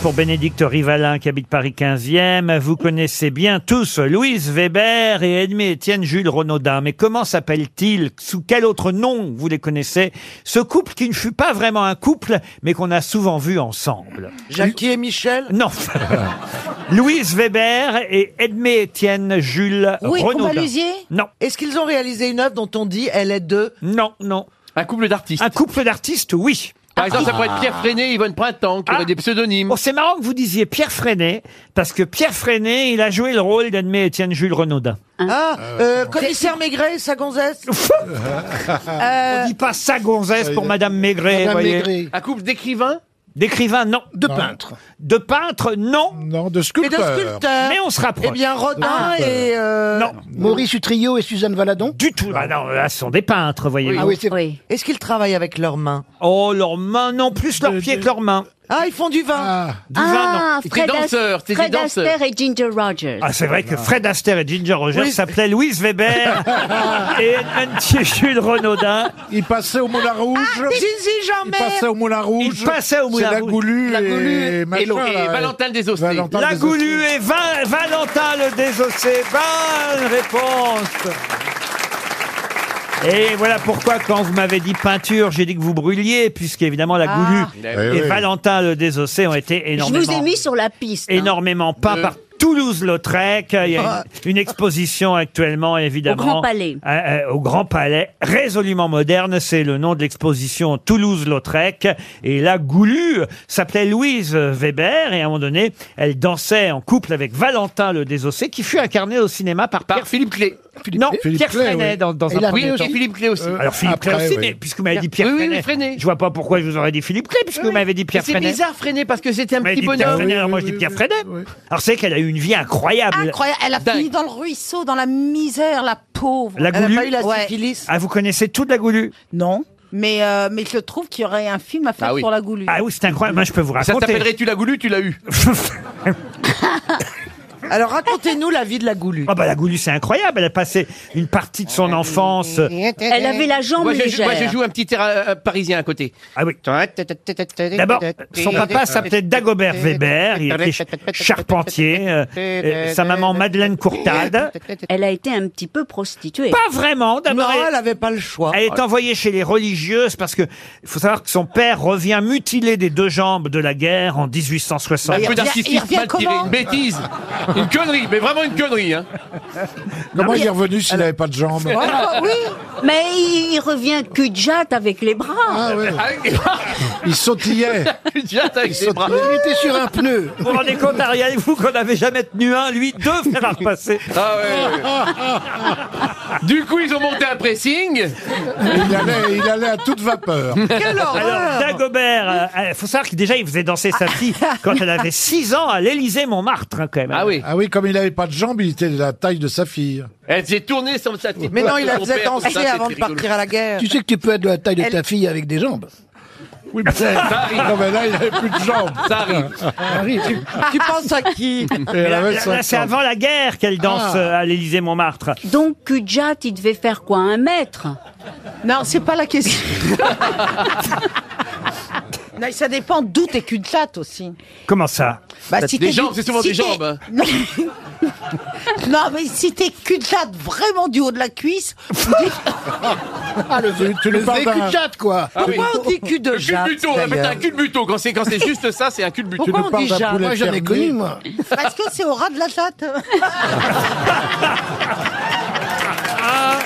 S2: Pour Bénédicte Rivalin qui habite Paris 15e, vous connaissez bien tous Louise Weber et Edmé Étienne Jules Renaudin. Mais comment s'appellent-ils Sous quel autre nom vous les connaissez Ce couple qui ne fut pas vraiment un couple, mais qu'on a souvent vu ensemble.
S5: Jackie et Michel
S2: Non. Louise Weber et Edmé Étienne Jules Renaudin. Non.
S5: Est-ce qu'ils ont réalisé une œuvre dont on dit elle est de
S2: Non, non.
S5: Un couple d'artistes.
S2: Un couple d'artistes, oui.
S12: Par exemple, ça pourrait être Pierre Freinet, Yvonne Printemps, qui aurait des pseudonymes.
S2: Bon, Oh, c'est marrant que vous disiez Pierre Freinet, parce que Pierre Freinet, il a joué le rôle d'Edmé Étienne Jules Renaudin.
S5: Ah, euh, commissaire Maigret et sa gonzesse
S2: On dit pas sa gonzesse pour Madame Maigret,
S5: Madame
S2: voyez.
S5: Maigret.
S12: Un couple d'écrivains
S2: D'écrivain, non. De
S12: peintre.
S2: De peintre, non.
S11: Non, de
S2: sculpteur. Mais de sculpteur. Mais on se rapproche.
S5: Eh bien, Rodin
S2: De
S5: et... euh,
S2: Non.
S6: Maurice Utrillo et Suzanne Valadon
S2: Du tout. Bah non, là, ce sont des peintres, voyez-vous.
S5: Ah oui, c'est Est-ce qu'ils travaillent avec leurs mains
S2: Oh, leurs mains, non, plus leurs pieds que leurs mains.
S5: Ah, ils font du vin
S2: Du
S12: Ah,
S2: vin, non.
S21: Fred Astaire
S7: euh,
S21: et Ginger Rogers.
S2: Ah, c'est vrai que Fred Astaire et Ginger Rogers
S21: Oui.
S2: s'appelaient Louise Weber et Edmund Jules Renaudin. Ils passaient au Moulin Rouge.
S5: Zizi Jean-Mer
S11: au Moulin Rouge.
S2: Il passait au Moulin
S11: C'est la
S2: Rouge.
S11: Goulue
S2: La
S11: et,
S2: Goulue et
S11: machin,
S2: l'autre.
S11: là,
S2: Et
S11: ouais.
S2: Valentin
S12: le Désossé.
S11: Valentin le
S2: La
S11: Désossé.
S2: Goulue et Va- Valentin le désossé. Bonne réponse. Et voilà pourquoi, quand vous m'avez dit peinture, j'ai dit que vous brûliez, puisqu'évidemment la
S21: Ah.
S2: Goulue
S21: Eh
S2: et
S21: oui.
S2: Valentin le Désossé ont été
S21: Je
S2: énormément
S21: vous ai mis sur la piste. hein.
S2: énormément peint
S21: De- Ah.
S2: par Toulouse-Lautrec. Il y a une, une exposition actuellement, évidemment.
S21: Au Grand Palais.
S2: Euh, euh, au Grand Palais, résolument moderne, c'est le nom de l'exposition Toulouse-Lautrec. Et la Goulue s'appelait Louise Weber, et à un moment donné, elle dansait en couple avec Valentin le Désossé, qui fut incarné au cinéma par, par Philippe Clé. non,
S11: Philippe
S2: Pierre
S11: Clé,
S2: Freinet
S11: oui.
S2: dans, dans
S11: Et
S2: un
S11: il a
S2: premier
S11: fait
S2: temps.
S11: aussi- Philippe Clé aussi.
S2: Alors Philippe Clé
S11: Après,
S2: aussi,
S11: oui.
S2: mais puisque vous m'avez dit Pierre
S12: Oui, oui,
S2: Freinet,
S12: oui, Freinet.
S2: je vois pas pourquoi je vous aurais dit Philippe Clé, puisque vous m'avez dit Pierre
S12: C'est
S2: Freinet.
S12: bizarre, Freinet, parce que c'était un
S2: Mais
S12: petit
S2: dites à
S12: bonhomme.
S2: Freinet, alors moi je dis Pierre Freinet. Alors c'est qu'elle a eu une vie incroyable.
S10: Incroyable. Elle a fini dans le ruisseau, dans la misère, la pauvre.
S2: La Goulue.
S10: Ouais.
S2: Ah, vous connaissez toute la Goulue
S10: Non.
S6: Ah
S10: Mais, euh, mais je trouve qu'il y aurait un film à faire
S2: Ah oui.
S10: sur la Goulue.
S2: Ah oui, c'est incroyable. Moi, je peux vous
S12: Ça
S2: raconter.
S12: t'appellerait Tu l'as goulu, tu l'as eu.
S5: Alors racontez-nous la vie de la Goulue.
S2: Ah bah la Goulue, c'est incroyable. Elle a passé une partie de son enfance. euh,
S12: Elle
S21: avait la jambe
S12: moi, je joue-
S21: légère.
S12: moi, je joue un petit air euh, euh, parisien à côté.
S2: Ah oui. D'abord, euh, son papa s'appelait Dagobert Weber. Il était ch- charpentier. Euh, euh, sa maman Madeleine Courtade.
S21: Elle a été un petit peu prostituée.
S2: Pas vraiment. D'abord,
S5: Non, elle avait pas le choix.
S2: Elle est envoyée chez les religieuses parce que il faut savoir que son père revient mutilé des deux jambes de la guerre en 1860.
S16: Bah,
S12: Un peu d'artifice mal tiré, une bêtise, une connerie, mais vraiment une connerie. Hein.
S11: Comment il est revenu s'il n'avait pas de jambes
S21: Ah,
S7: Oh,
S21: oui, mais il, il revient cul de jatte avec les bras.
S17: Ah,
S11: Ah,
S27: Ah,
S11: Il sautillait.
S12: Une jatte avec ses bras.
S11: Il était sur un pneu.
S2: Vous vous rendez compte, Ariel, vous qu'on n'avait jamais tenu un, lui deux faire à repasser.
S12: Ah ouais. du coup, ils ont monté un pressing.
S11: Il allait, il allait à toute vapeur.
S2: Alors, Dagobert, euh, euh, faut savoir que déjà, il faisait danser sa fille quand elle avait 6 ans à l'Élysée-Montmartre, hein, quand même.
S12: Ah oui.
S11: Ah oui, comme il n'avait pas de jambes, il était de la taille de sa fille.
S12: Elle s'est tournée sans sa petite.
S5: Mais non, il la
S12: Son
S5: faisait
S12: père,
S5: danser
S12: tout ça,
S5: avant de
S12: c'était rigolo.
S5: partir à la guerre.
S11: sais que tu peux être de la taille de ta fille avec des jambes. Oui, mais non, mais là, il n'avait plus de jambes. Ah,
S12: Ça arrive.
S11: arrive.
S5: tu penses à qui
S2: Ah, Mais là, là, là, c'est avant la guerre qu'elle danse
S21: Ah.
S2: euh, à l'Élysée-Montmartre.
S21: Donc cul de jatte, il devait faire quoi Un mètre
S10: Non, c'est pas la question.
S6: Non, ça dépend d'où t'es cul-de-sac aussi.
S2: Comment ça
S6: Bah, si
S30: Des
S6: t'es
S30: jambes,
S6: du-
S30: c'est souvent
S6: si
S30: des
S6: t'es-
S12: hein.
S30: jambes. hein.
S6: Non. Non, mais si t'es cul-de-sac vraiment du haut de la cuisse. ah, le,
S5: tu nous Le parles vrai d'un- cul-de-sac, quoi. Ah oui.
S6: Pourquoi on dit cul de
S30: Le
S6: jatte
S30: culbuto, on appelle ça un culbuto. Quand c'est, quand c'est juste ça, c'est un culbuto.
S6: Pourquoi on dit jatte
S30: moi.
S6: Parce que c'est au ras de la jatte.
S5: Ah,
S6: Ah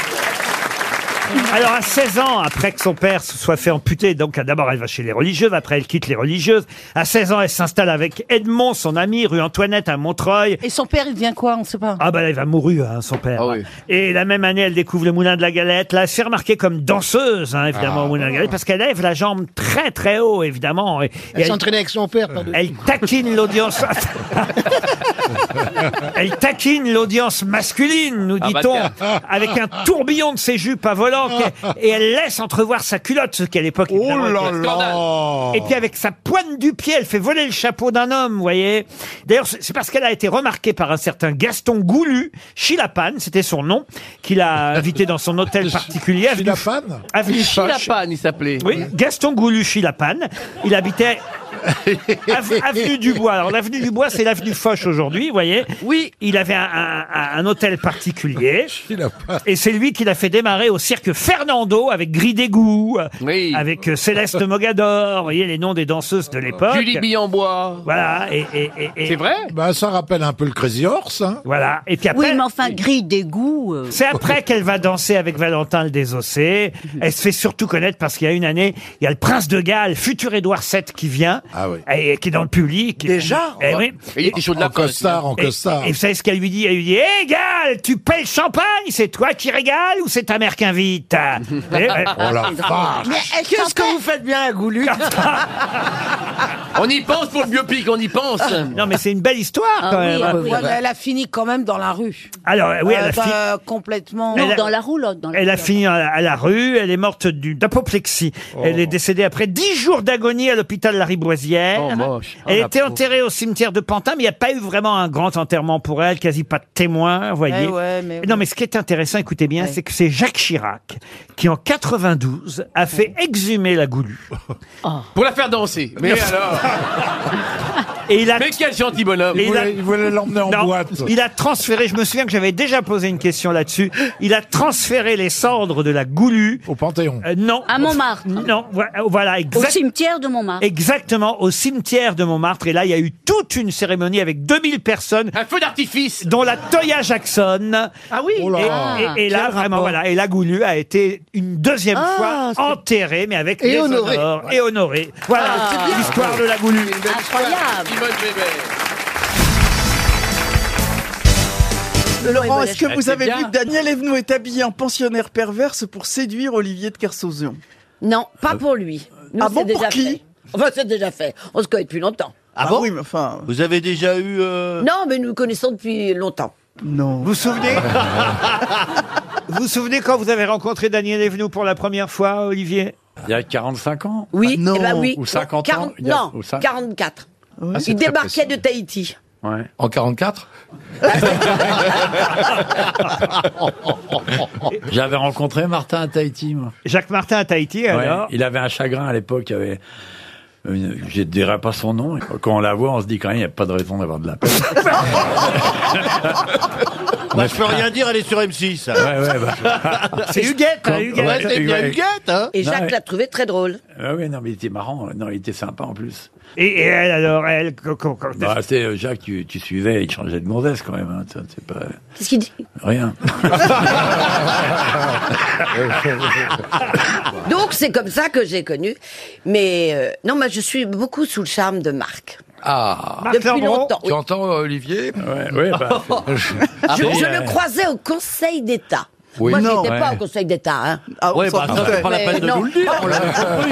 S2: Alors à 16 ans, après que son père se soit fait amputer, donc ah, d'abord elle va chez les religieuses, après elle quitte les religieuses. À 16 ans, elle s'installe avec Edmond, son ami, rue Antoinette à Montreuil.
S6: Et son père, il devient quoi On sait pas.
S2: Ah bah là, il va mourir, hein, son père. Et la même année, elle découvre le Moulin de la Galette. Là, elle se fait remarquer comme danseuse, hein, évidemment,
S5: Ah.
S2: au Moulin de la Galette, parce qu'elle lève la jambe très très haut, évidemment. Et, et
S5: Elle s'entraînait avec son père. pardon.
S2: elle taquine l'audience. Elle taquine l'audience masculine, nous
S5: Ah bah
S2: dit-on,
S5: tiens.
S2: avec un tourbillon de ses jupes à volant, qu'elle- et elle laisse entrevoir sa culotte, ce qui à l'époque. Oh
S5: là là
S2: Et puis avec sa pointe du pied, elle fait voler le chapeau d'un homme, vous voyez. D'ailleurs, c'est c'est parce qu'elle a été remarquée par un certain Gaston Goulu, Chilapane, c'était son nom, qu'il a invité dans son hôtel particulier. avenue- Avenue
S30: Chilapane, il s'appelait.
S2: Oui, Gaston Goulu Chilapane. Il habitait Ave- avenue du Bois. Alors l'avenue du Bois, c'est l'avenue Foch aujourd'hui, vous voyez. Oui. Il avait un, un- un- un hôtel particulier. Et c'est lui qui l'a fait démarrer au cirque Fernando avec Gris d'égout, euh, avec euh, Céleste Mogador, vous voyez les noms des danseuses de l'époque.
S30: Julie Billanbois.
S2: Voilà. Et, et,
S30: C'est vrai
S5: Bah, ça rappelle un peu le Crazy Horse. Hein.
S2: Voilà. Et puis après.
S15: Oui, mais enfin, grille d'égout. euh.
S2: C'est après qu'elle va danser avec Valentin le Désossé.
S15: Mhm.
S2: Elle se fait surtout connaître parce qu'il y a une année, il y a le prince de Galles, futur Édouard VII, qui vient,
S5: Ah
S2: et qui est dans le public. Déjà et, oui.
S30: Et il était chaud de la hein. En cosse, costard, en
S2: Et-
S30: costard.
S2: Et, vous savez ce qu'elle lui dit Elle lui dit Hé, Galles, tu payes le champagne C'est toi qui régales ou c'est ta mère qui invite Eh, Et-
S5: Oh la vache.
S6: Qu'est-ce que vous
S2: faites bien à Goulu
S30: On y pense pour le biopic, on y pense.
S2: Ah. Non, mais c'est une belle histoire
S30: Ah
S2: quand
S30: oui,
S2: même.
S30: ah oui. Ah, bah,
S6: Ouais, mais elle a fini quand même dans la rue.
S2: Alors, oui, elle a
S6: pas
S30: euh,
S2: fini-
S6: complètement.
S2: Elle a- Dans la
S6: roulotte. Dans
S2: Elle a fini à la, à la rue, elle est morte du- d'apoplexie.
S30: Oh.
S2: Elle est décédée après 10 jours d'agonie à l'hôpital Lariboisière. elle
S30: Oh, Ah, la
S2: était
S30: pauvre.
S2: enterrée au cimetière de Pantin, mais il n'y a pas eu vraiment un grand enterrement pour elle, quasi pas de témoins, vous voyez.
S6: Eh ouais, mais ouais.
S2: Non, mais ce qui est intéressant, écoutez bien, c'est que c'est Jacques Chirac qui, en 92, a fait exhumer la goulue.
S30: Pour la faire danser. Mais alors
S2: Et il a...
S30: Mais quel gentil bonhomme
S2: Et a- Non, Il a transféré, je me souviens que j'avais déjà posé une question là-dessus, il a transféré les cendres de la goulue. Au Panthéon Non.
S15: À Montmartre.
S2: Non, voilà, euh, voilà,
S15: Au
S2: exact-
S15: cimetière de Montmartre.
S2: Exactement, au cimetière de Montmartre. Et là, il y a eu toute une cérémonie avec 2000 personnes.
S30: Un feu d'artifice
S2: Dont la Toya Jackson.
S30: Ah oui. Oh là.
S2: Et, et- et là,
S30: Quel
S2: vraiment,
S30: rapport.
S2: voilà. Et la Goulue a été une deuxième
S30: Ah, c'est-
S2: fois enterrée, mais avec
S30: Et
S2: les
S30: honorée.
S2: honneurs Et honorée. Voilà
S30: Ah, c'est bien.
S2: l'histoire de la Goulue.
S30: Simone Weber.
S10: Laurent, est-ce que
S30: Elle
S10: vous
S30: fait
S10: avez
S30: bien.
S10: vu que Daniel Evnou est habillé en pensionnaire perverse pour séduire Olivier de Kersauzon
S14: Non, pas pour lui. Nous,
S10: Ah
S14: c'est
S10: bon,
S14: déjà
S10: pour qui
S14: fait. Enfin, c'est déjà fait. On se connaît depuis longtemps.
S10: Ah bon oui, mais enfin...
S14: Vous avez déjà eu... Non, mais nous nous connaissons depuis longtemps.
S10: Non.
S2: Vous vous souvenez Vous vous souvenez quand vous avez rencontré Daniel Evenou pour la première fois, Olivier
S4: Il y a 45 ans
S2: Ah,
S14: Oui,
S4: non.
S14: eh ben oui.
S4: Ou 50 ans
S14: 40
S4: il y a-
S14: Non,
S4: ou cinq-
S14: 44.
S4: Ah, c'est
S14: il
S4: très
S14: débarquait de Tahiti.
S4: Ouais. En 44 J'avais rencontré Martin à Tahiti, moi.
S2: Jacques Martin à Tahiti,
S4: Ouais,
S2: alors
S4: Il avait un chagrin à l'époque, il avait... une- Je ne dirais pas son nom. Quand on la voit, on se dit quand même, il n'y a pas de raison d'avoir de la peine.
S9: Bah, je peux rien dire, elle est sur M6.
S4: Ouais, ouais, bah.
S9: C'est Huguette, hein, Huguette. Ouais, c'est bien Huguette, hein.
S14: Et Jacques
S4: Non,
S14: l'a trouvé très drôle.
S4: Ouais, ouais, Ah non, mais il était marrant. euh, Non, il était sympa en plus.
S2: Et, et elle, alors, elle, co- co- co-
S4: Bah, c'est, euh, Jacques, tu, tu suivais, il changeait de gonzesse quand même. hein, ça, C'est pas euh,
S14: Qu'est-ce qu'il dit
S4: rien.
S14: Donc, c'est comme ça que j'ai connu. Mais euh, non, moi, je suis beaucoup sous le charme de Marc.
S4: Ah,
S14: Marc Depuis Lambron. longtemps, oui.
S4: Tu entends Olivier ouais, ouais, bah, c'est-
S24: Ah,
S14: je,
S4: c'est-
S14: je
S4: euh,
S14: le croisais au Conseil d'État.
S4: Oui.
S14: Moi, je
S4: Non.
S14: n'étais pas
S4: Ouais.
S14: au Conseil d'État. Hein.
S4: Ah, on Ouais, s'en bah, ça, foutait. c'est pas la peine de
S14: Mais
S4: nous le dire, on l'a compris.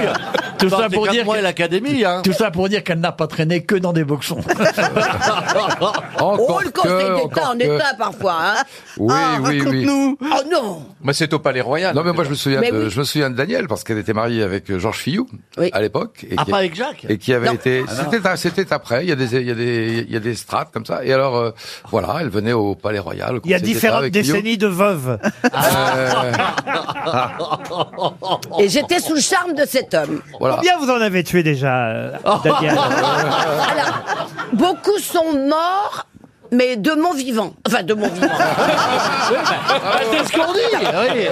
S4: Tout ça, pour dire que- tout ça pour dire qu'elle n'a pas traîné que dans des boxons.
S14: oh, le Conseil
S24: que,
S14: d'État
S24: encore
S14: en
S24: que.
S14: État, parfois. Hein.
S24: Oui, oui, oui.
S14: Oh non
S24: Mais c'est au Palais Royal. Non, mais moi je me souviens,
S14: Mais
S24: de,
S14: oui.
S24: je me souviens de Daniel parce qu'elle était mariée avec euh, Georges Fillou à l'époque. et
S9: Ah,
S24: qui-
S9: pas avec Jacques
S24: Et qui avait
S9: Non.
S24: été.
S9: Ah, non.
S24: c'était un- C'était après. Il y a des, il y a des, il y a des strates comme ça. Et alors, euh, voilà, elle venait au Palais Royal. au
S2: Il y a
S24: Conseil d'État
S2: différentes
S24: avec Fillou.
S2: décennies de veuves.
S30: Euh,
S14: Et j'étais sous le charme de cet homme.
S2: Combien vous en avez tué déjà, euh, Daniel
S14: Alors, beaucoup sont morts, mais de mon vivant. Enfin, de mon vivant.
S4: bah, ah, C'est ce qu'on
S14: Ah,
S4: dit.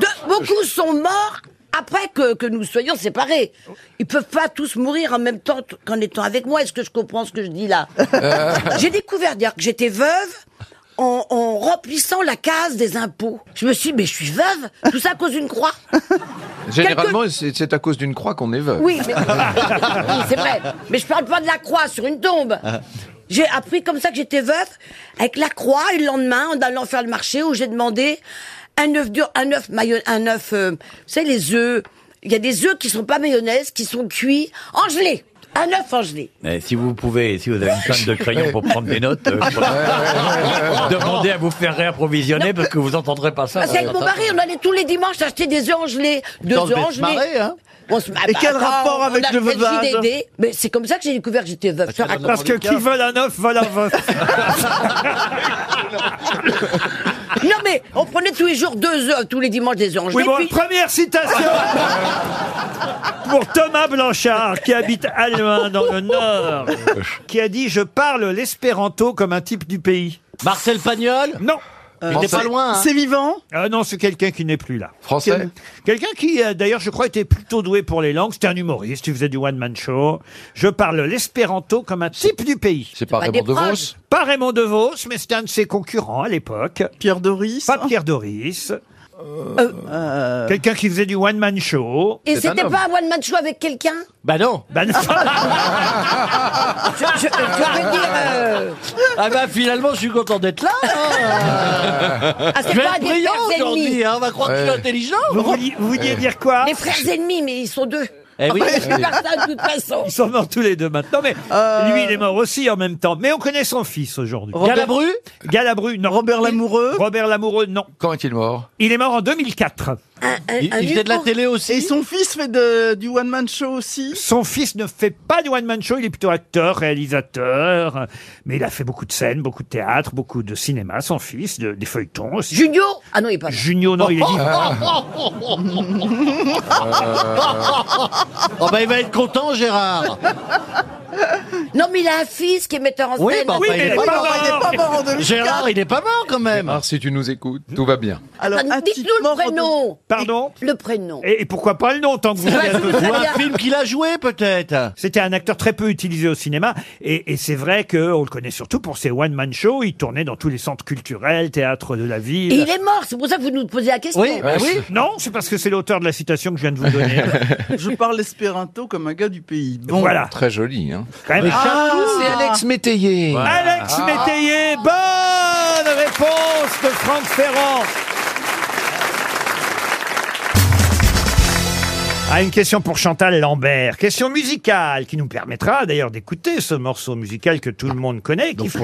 S14: De- beaucoup sont morts après que, que nous soyons séparés. Ils peuvent pas tous mourir en même temps t- qu'en étant avec moi. Est-ce que je comprends ce que je dis là
S4: Euh.
S14: J'ai découvert dire que j'étais veuve. En, en remplissant la case des impôts. Je me suis dit, mais je suis veuve, tout ça à cause d'une croix.
S30: Généralement, c'est c'est à cause d'une croix qu'on est veuve.
S14: Oui, mais... Oui, c'est vrai. Mais je parle pas de la croix sur une tombe. J'ai appris comme ça que j'étais veuve, avec la croix, et le lendemain, en allant faire le marché, où j'ai demandé un œuf dur, un œuf maillot, un œuf, euh, vous savez, les œufs. Il y a des œufs qui sont pas mayonnaise, qui sont cuits en gelée. Un œuf en gelée.
S4: Eh,
S15: Mais si vous pouvez, si vous avez une tonne de crayons pour prendre des notes, euh,
S4: Ouais, ouais, ouais, ouais.
S15: demandez à vous faire réapprovisionner parce que vous entendrez pas ça.
S14: Parce
S2: bah,
S14: qu'avec mon mari, on allait tous les dimanches acheter des œufs en gelée. Deux
S15: Putain, je
S14: œufs
S15: vais
S14: en
S15: te
S14: gelée.
S15: marrer, hein.
S14: On se- ah
S15: Et
S14: bah,
S15: quel
S14: attends,
S15: rapport
S14: on
S15: avec
S14: a
S15: le
S14: fait
S15: veuvage
S14: JDD. Mais c'est comme ça que j'ai découvert que j'étais Ah, veuve.
S2: Bah, Parce que qui vole un œuf, vole un veau.
S14: Non mais on prenait tous les jours deux œufs, tous les dimanches des œufs en gelée.
S2: Oui, bon,
S14: puis-
S2: première citation pour Thomas Blanchard, qui habite à Loin, dans le Nord, qui a dit « Je parle l'espéranto comme un type du pays ». Marcel Pagnol Non.
S23: Euh, Il n'est pas loin, hein.
S2: C'est vivant Ah Non, c'est quelqu'un qui n'est plus là. Français Quelqu'un qui, euh, d'ailleurs, je crois, était plutôt doué pour les langues. C'était un humoriste, il faisait du one-man show. Je parle l'espéranto comme un type du pays. C'est
S30: pas Pas Raymond des Devos proches.
S2: Pas Raymond DeVos, mais c'était un de ses concurrents à l'époque. Pierre Doris Euh, Pas Pierre Doris. Quelqu'un qui faisait du one-man show.
S14: Et c'était pas un one-man show avec quelqu'un
S2: Bah non.
S14: je, je- je veux dire... euh,
S4: Ah bah finalement, je suis content d'être là. hein.
S14: Ah, c'est
S4: je vais
S14: pas
S4: être
S14: des
S4: brillant
S14: frères ennemis.
S4: aujourd'hui. hein, On va croire que je suis
S14: Ouais.
S4: intelligent.
S2: Vous vouliez- vous voulier dire quoi
S14: Les frères ennemis, mais ils sont deux.
S2: Eh oui.
S14: Enfin, je suis personne, de toute façon.
S2: Ils sont morts tous les deux maintenant, mais
S13: Euh.
S2: lui, il est mort aussi en même temps. Mais on connaît son fils aujourd'hui.
S23: Robert-
S2: Galabru Galabru, non. Robert Lamoureux Robert Lamoureux, non.
S30: Quand est-il mort
S2: Il est mort en 2004.
S23: aussi.
S13: Et son fils fait de- du one-man show aussi
S2: Son fils ne fait pas du one-man show, il est plutôt acteur, réalisateur, mais il a fait beaucoup de scènes, beaucoup de théâtre, beaucoup de cinéma, son fils, de- des feuilletons aussi.
S14: Junio Ah non, il est pas
S2: Oh, Junio, non, il est dit.
S4: Oh bah il va être content, Gérard.
S14: Non, mais il a un fils qui est metteur en scène.
S4: Oui, bah, enfin, il est pas mort. Gérard, il est pas mort quand même.
S30: Gérard, si tu nous écoutes, tout va bien.
S14: Alors, dites-nous le prénom.
S2: Pardon
S14: Le prénom.
S2: Et, et pourquoi pas le nom, tant que vous
S14: Ouais, je voudrais Ou un bien.
S2: film qu'il a joué, peut-être. C'était un acteur très peu utilisé au cinéma, et, et c'est vrai qu'on le connaît surtout pour ses one-man shows. Il tournait dans tous les centres culturels, théâtres de la
S14: Et
S2: ville.
S14: il est mort, c'est pour ça que vous nous posez la question.
S4: bah
S2: Non, c'est parce que c'est l'auteur de la citation que je viens de vous donner.
S13: Je parle espéranto comme un gars du pays. Bon.
S2: Voilà.
S30: Très joli. Hein.
S2: Quand même.
S13: Ah, c'est Alex
S30: Métayer.
S2: Alex Métayer, bonne réponse de Franck Ferrand. Ah, une question pour Chantal Lambert. Question musicale qui nous permettra d'ailleurs d'écouter ce morceau musical que
S6: Ah.
S2: tout le monde connaît. qui fut,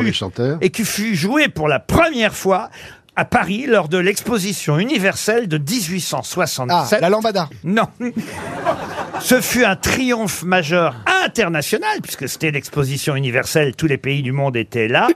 S2: Et qui fut joué pour la première fois à Paris lors de l'exposition universelle de 1867.
S6: Ah, la lambada.
S2: Non. Ce fut un triomphe majeur international, puisque c'était l'exposition universelle, tous les pays du monde étaient là.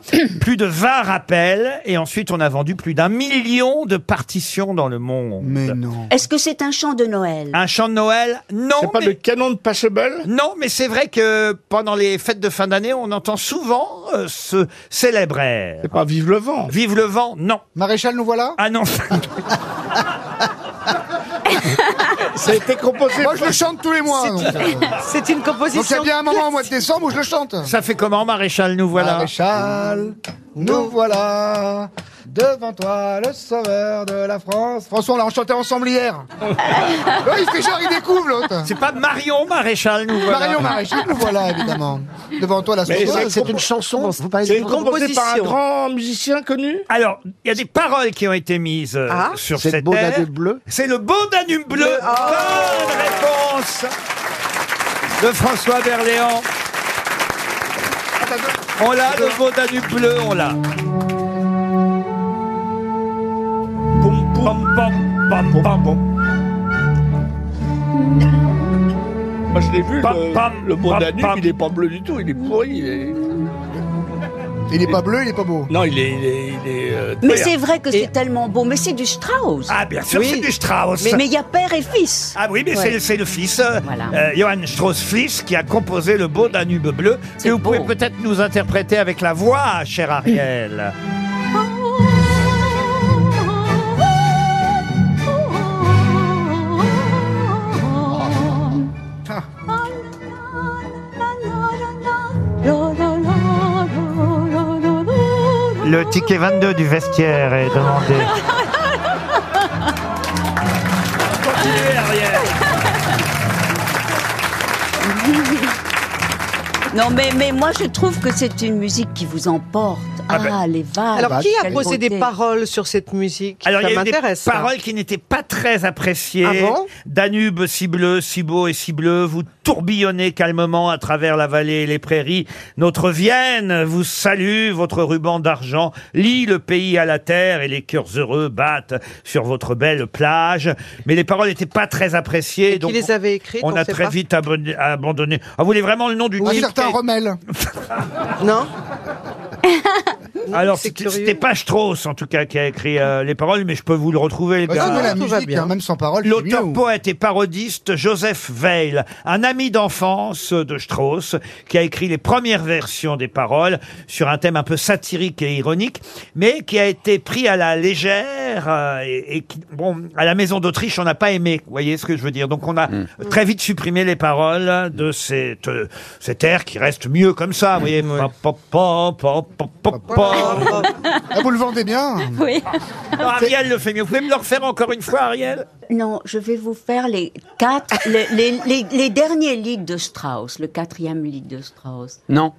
S2: plus de 20 rappels, et ensuite on a vendu plus d'un million de partitions dans le monde. Mais non.
S21: Est-ce que c'est un chant de Noël
S2: Un chant de Noël Non. C'est pas le canon de Pachebel Non, mais c'est vrai que pendant les fêtes de fin d'année, on entend souvent euh, ce célèbre air. C'est pas Vive le vent Vive le vent, non. Maréchal, nous voilà Ah non
S6: Ça a été composé. Moi, je le chante tous les mois.
S2: C'est
S6: donc.
S2: une-
S6: Donc, il y a bien un moment au mois de décembre où je le chante.
S2: Ça fait comment, Maréchal, nous voilà
S6: Ah. Maréchal, nous voilà. Devant toi, le sauveur de la France. François, on l'a enchanté ensemble hier. Ouais, il fait genre, il découvre l'autre.
S2: C'est pas Marion Maréchal, nous voilà.
S6: Marion Maréchal, nous voilà, évidemment. Devant toi, la
S2: Mais
S6: sauveuse.
S2: c'est- c'est une
S6: chanson.
S2: C'est composé par un grand
S6: musicien connu
S2: Alors, il y a des paroles qui ont été mises euh,
S6: Ah.
S2: sur
S6: C'est
S2: cette
S6: le beau
S2: aire.
S6: Danube Ah.
S2: C'est le beau Danube bleu. Bonne réponse de François Berléand. On l'a, le beau Danube bleu, on l'a. Poum, poum, pom, pom, pom, pom.
S8: Moi, je l'ai vu,
S2: Pam,
S8: le,
S2: pam,
S8: le beau
S2: pam,
S8: Danube,
S2: pam.
S8: il est pas bleu du tout, il est pourri. il est-
S26: Il est pas bleu, il est pas beau.
S16: Non, il est. il est- il est, euh,
S15: Mais
S16: vert.
S15: c'est vrai que c'est tellement beau. Mais c'est du Strauss.
S2: Ah, bien sûr, c'est du Strauss.
S15: Mais mais il y a père et fils.
S2: Ah oui, mais c'est- c'est le fils, euh, euh, Johann Strauss-Fils, qui a composé le beau Danube bleu, que vous pouvez peut-être nous interpréter avec la voix, cher Ariel. Le ticket 22 du vestiaire est demandé. Continuez, Ariel.
S15: Non, mais, mais moi, je trouve que c'est une musique qui vous emporte. Ah,
S2: ben.
S15: les vagues.
S6: Alors, qui a
S15: quelle
S6: posé des
S15: beauté.
S6: paroles sur cette musique
S2: Alors, il
S6: Ça
S2: y a eu des
S6: m'intéresse. hein. ça.
S2: paroles qui n'étaient pas très appréciées.
S6: Ah bon
S2: Danube si bleu, si beau et si bleu, vous tourbillonnez calmement à travers la vallée et les prairies. Notre Vienne vous salue, votre ruban d'argent lie le pays à la terre et les cœurs heureux battent sur votre belle plage. Mais les paroles n'étaient pas très appréciées. donc
S6: les avait écrites,
S2: On
S6: on
S2: a
S6: sait
S2: très
S6: pas
S2: vite abonné- abandonné. Ah, vous voulez vraiment le nom du
S26: Un
S2: titre
S26: certain Rommel.
S6: Non
S2: Alors, c'était c'était pas Strauss, en tout cas, qui a écrit euh, les paroles, mais je peux vous le retrouver, les
S26: Bah,
S2: gars.
S26: si, mais la Tout va musique, bien. hein, même sans paroles, c'est
S2: L'auteur,
S26: mieux, ou-
S2: poète et parodiste Joseph Weil, un ami d'enfance de Strauss, qui a écrit les premières versions des paroles sur un thème un peu satirique et ironique, mais qui a été pris à la légère euh, et, et qui, bon, à la Maison d'Autriche, on n'a pas aimé. Vous voyez ce que je veux dire Donc, on a très vite supprimé les paroles de cette, euh, cet air qui reste mieux comme ça. Vous voyez
S26: Hmm.
S2: Pa, pa, pa, pa, pa, pa, pa.
S26: Ah, vous le vendez bien.
S15: Oui.
S2: Non, Ariel le fait mieux. Vous pouvez me le refaire encore une fois, Ariel
S15: Non, je vais vous faire les quatre, les, les- les- les derniers leads de Strauss, le quatrième lead de Strauss.
S31: Non.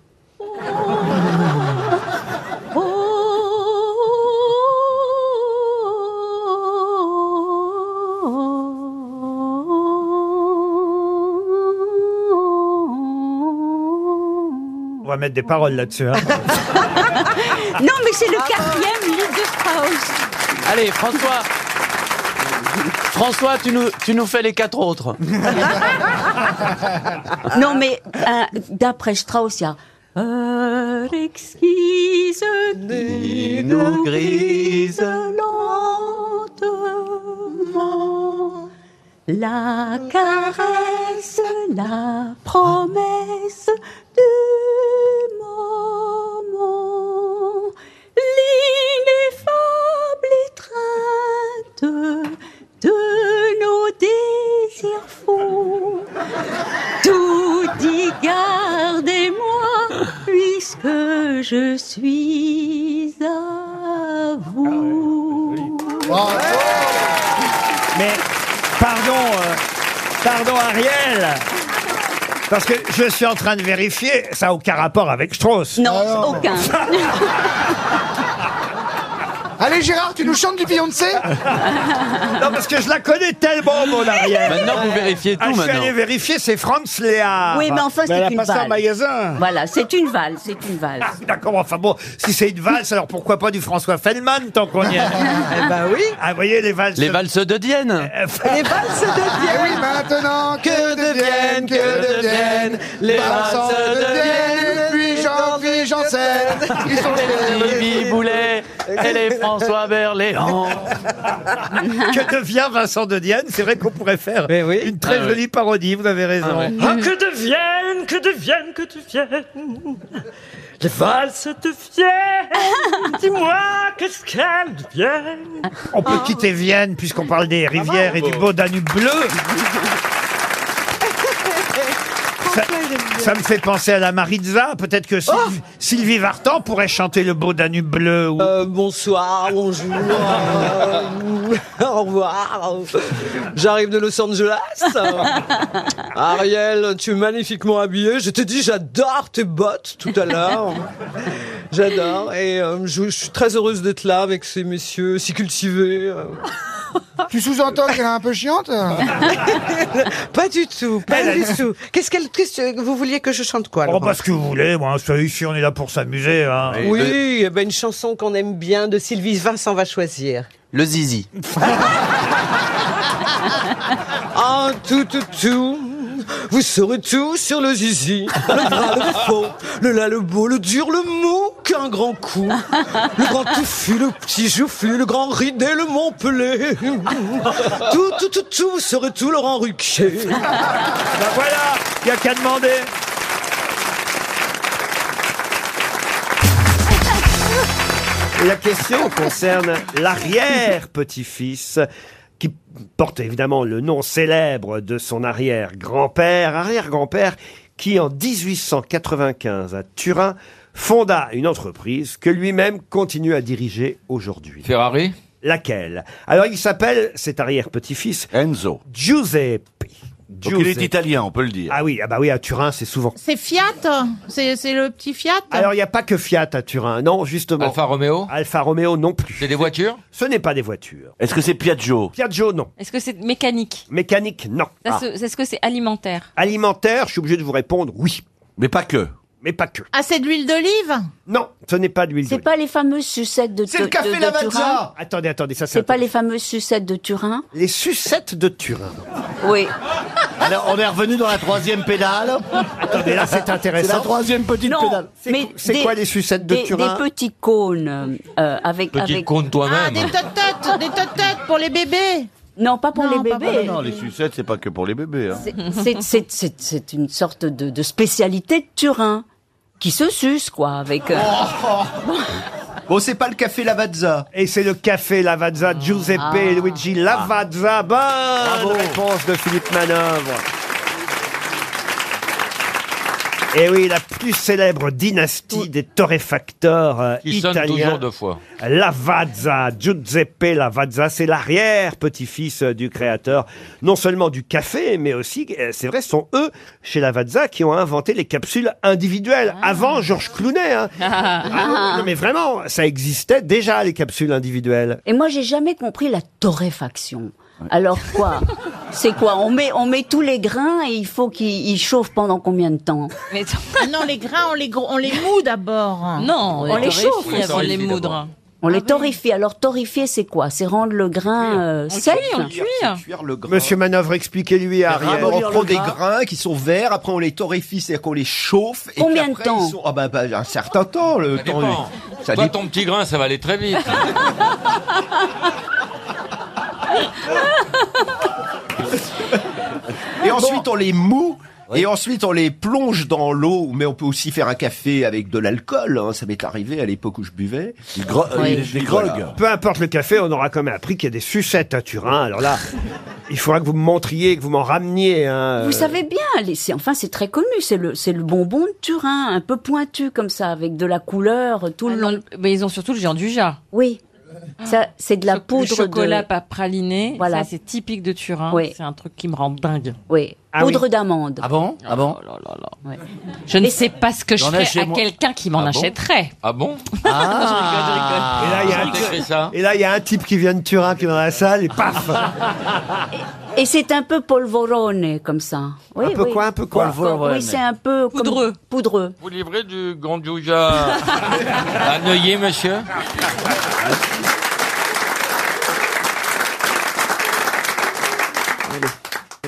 S2: On va mettre des paroles là-dessus. hein.
S15: Non, mais c'est le quatrième lead de Strauss.
S4: Allez, François. François, tu nous, tu nous fais les quatre autres.
S15: Non, mais euh, d'après Strauss, il y a. Euh, Heure exquise
S4: nous grise
S15: lentement la caresse, la promesse du moment, l'ineffable étreinte de nos désirs fous. Tout y gardez-moi, puisque je suis à vous.
S2: Mais pardon, euh, pardon Ariel. Parce que je suis en train de vérifier, ça n'a aucun rapport avec Strauss. Ah
S15: Non, aucun.
S26: Allez Gérard, tu nous chantes du Beyoncé
S2: Non, parce que je la connais tellement, mon Ariel.
S31: Maintenant, vous vérifiez tout,
S2: Ah, Je suis
S31: maintenant.
S2: allé vérifier, c'est Franz Léa.
S15: Oui, mais enfin, c'est une valse.
S2: magasin.
S15: Voilà, c'est une valse, c'est une valse.
S2: Ah, D'accord, enfin bon, si c'est une valse, alors pourquoi pas du François Feldman tant qu'on y est Eh
S6: ben oui
S2: Ah, vous voyez, les valses. Euh,
S31: Les valses de Dienne.
S6: Les valses deviennent.
S26: Ah Oui, maintenant, que deviennent, que deviennent les valsants deviennent, puis j'en puis j'enseigne. Ils sont chez
S4: Bibi Boulet, elle est François Berléand.
S2: que devient Vincent de Dienne C'est vrai qu'on pourrait faire
S6: Eh
S2: une très
S4: Ah ouais.
S2: jolie parodie, vous avez raison.
S5: Ah, que deviennent, que deviennent, que deviennent Les valses deviennent Dis-moi, qu'est-ce qu'elles deviennent
S2: On peut quitter Vienne puisqu'on parle des rivières et du beau Danube bleu. Ça, ça me fait penser à la Maritza. Peut-être que Sylvie,
S6: Oh
S2: Sylvie Vartan pourrait chanter le beau Danube bleu. ou-
S5: Bonsoir, bonjour, euh, au revoir. J'arrive de Los Angeles. Ariel, tu es magnifiquement habillée. Je te dis, j'adore tes bottes tout à l'heure. J'adore. Et euh, je, je suis très heureuse d'être là avec ces messieurs si cultivés. euh.
S26: Tu sous-entends qu'elle est un peu chiante
S6: Pas du tout, pas
S2: Elle
S6: du
S2: a-
S6: tout. Qu'est-ce qu'elle, qu'est-ce que vous vouliez que je chante quoi
S2: Oh,
S6: Laurent
S2: bah, ce que vous voulez, moi, c'est- ici on est là pour s'amuser. hein.
S6: Oui, eh ben, une chanson qu'on aime bien de Sylvie Vincent va choisir.
S31: Le zizi.
S5: Un Ah, tout tout tout Vous saurez tout sur le zizi, le gras, le faux, le là, le beau, le dur, le mou, qu'un grand coup. Le grand touffu, le petit joufflu, le grand ridé, le Montpellier. Tout, tout, tout, tout, vous saurez tout, Laurent Ruquier.
S2: Ben voilà, il n'y a qu'à demander. La question concerne l'arrière-petit-fils qui porte évidemment le nom célèbre de son arrière-grand-père, arrière-grand-père qui en 1895 à Turin fonda une entreprise que lui-même continue à diriger aujourd'hui. Ferrari Laquelle Alors il s'appelle cet arrière-petit-fils Enzo Giuseppe.
S18: Donc, il est italien, on peut le dire.
S2: Ah oui, ah bah oui, à Turin, c'est souvent.
S6: C'est Fiat C'est c'est le petit Fiat
S2: Alors, il n'y a pas que Fiat à Turin, non, justement. Alfa Romeo Alfa Romeo non plus. C'est des voitures Ce n'est pas des voitures. Est-ce que c'est Piaggio Piaggio, non.
S15: Est-ce que c'est mécanique
S2: Mécanique, non.
S15: Ça
S2: Ah.
S15: se- Est-ce que c'est alimentaire
S2: Alimentaire, je suis obligé de vous répondre oui. Mais pas que. Mais pas que.
S15: Ah, c'est de l'huile d'olive
S2: Non, ce n'est pas de l'huile
S15: C'est
S2: d'olive.
S15: pas les fameuses sucettes de C'est le de- café de- de Lavazza. Turin
S2: Attendez, attendez, ça c'est.
S15: C'est pas les fameuses sucettes de Turin
S2: Les sucettes de Turin.
S15: Oui.
S18: Alors, on est revenu dans la troisième pédale.
S2: Attendez, là c'est intéressant.
S18: C'est la troisième petite
S15: Non,
S18: pédale.
S15: mais
S2: c'est
S15: des-
S2: quoi les sucettes de
S15: des-
S2: Turin
S15: Des petits cônes euh, avec...
S18: Petits
S15: avec-
S18: cônes toi-même.
S15: Ah, des tototes, des tototes pour les bébés Non, pas pour les bébés.
S18: Non, les sucettes, c'est pas que pour les bébés. hein.
S15: C'est- c'est- c'est- C'est c'est une sorte de, de spécialité de Turin qui se suce, quoi, avec... euh,
S2: Oh.
S14: Oh.
S2: Bon, c'est pas le café Lavazza. Et c'est le café Lavazza, Giuseppe
S15: Ah.
S2: et Luigi Lavazza. Bonne réponse de Philippe Manœuvre. Et Eh oui, la plus célèbre dynastie des torréfacteurs euh,
S24: Qui sonne
S2: italiens.
S24: toujours deux fois.
S2: Lavazza, Giuseppe Lavazza, c'est l'arrière-petit-fils euh, du créateur, non seulement du café, mais aussi, euh, c'est vrai, ce sont eux, chez Lavazza, qui ont inventé les capsules individuelles,
S15: Ah.
S2: avant Georges Clounet. hein. Ah, non, mais vraiment, ça existait déjà, les capsules individuelles.
S15: Et moi, j'ai jamais compris la torréfaction. Alors quoi C'est quoi on met, on met tous les grains et il faut qu'ils ils chauffent pendant combien de temps
S6: Ah non, les grains, on les, gro- on les moud d'abord.
S15: Non, on les chauffe avant de les Ah moudre. On les torréfie. Alors torréfier, c'est quoi C'est rendre le grain euh, sec
S2: Monsieur Manœuvre, expliquez-lui, Ariel.
S13: on prend des grains qui sont verts, après on les torréfie, c'est-à-dire qu'on les chauffe. Et
S15: Combien
S13: puis
S15: de
S13: après,
S15: temps
S13: ils sont- Ah bah, bah, un certain temps. Le
S24: Ça
S13: temps
S24: dépend.
S13: ça
S24: Toi,
S13: dépend.
S24: ton petit grain, ça va aller très vite.
S4: Oh.
S13: Et ensuite on les moue. Et ensuite, on les plonge dans l'eau, mais on peut aussi faire un café avec de l'alcool. hein, Ça m'est arrivé à l'époque où je buvais. Des
S2: Oui. Peu importe le café, on aura quand même appris qu'il y a des sucettes à Turin. Alors là, il faudra que vous me montriez, que vous m'en rameniez. hein.
S15: Vous savez bien, les- c'est- enfin c'est très connu, c'est le, c'est le bonbon de Turin, un peu pointu comme ça, avec de la couleur euh, tout le long. Ah Mais ils ont surtout le géant du jar. Oui, ça c'est de la poudre le de... chocolat pas praliné, voilà. ça, c'est typique de Turin, c'est un truc qui me rend dingue. Oui, Ah poudre oui. d'amande. Ah bon
S18: Ah bon
S15: Je ne sais pas ce que je
S18: J'en ai
S15: ferais
S18: chez
S15: à
S18: moi.
S15: quelqu'un qui m'en
S18: Ah bon
S15: achèterait.
S18: Ah bon Ah.
S2: Et là, il y a un- Et là, il y a un type qui vient de Turin, qui est dans la salle, et paf
S15: Et c'est un peu polvorone comme ça. Oui,
S2: Un peu
S15: oui.
S2: quoi, un peu quoi
S15: Polvorone. Oui, c'est un peu comme-
S24: Poudreux.
S15: poudreux.
S24: Vous livrez du
S2: Ah.
S24: gandouja à Neuilly, monsieur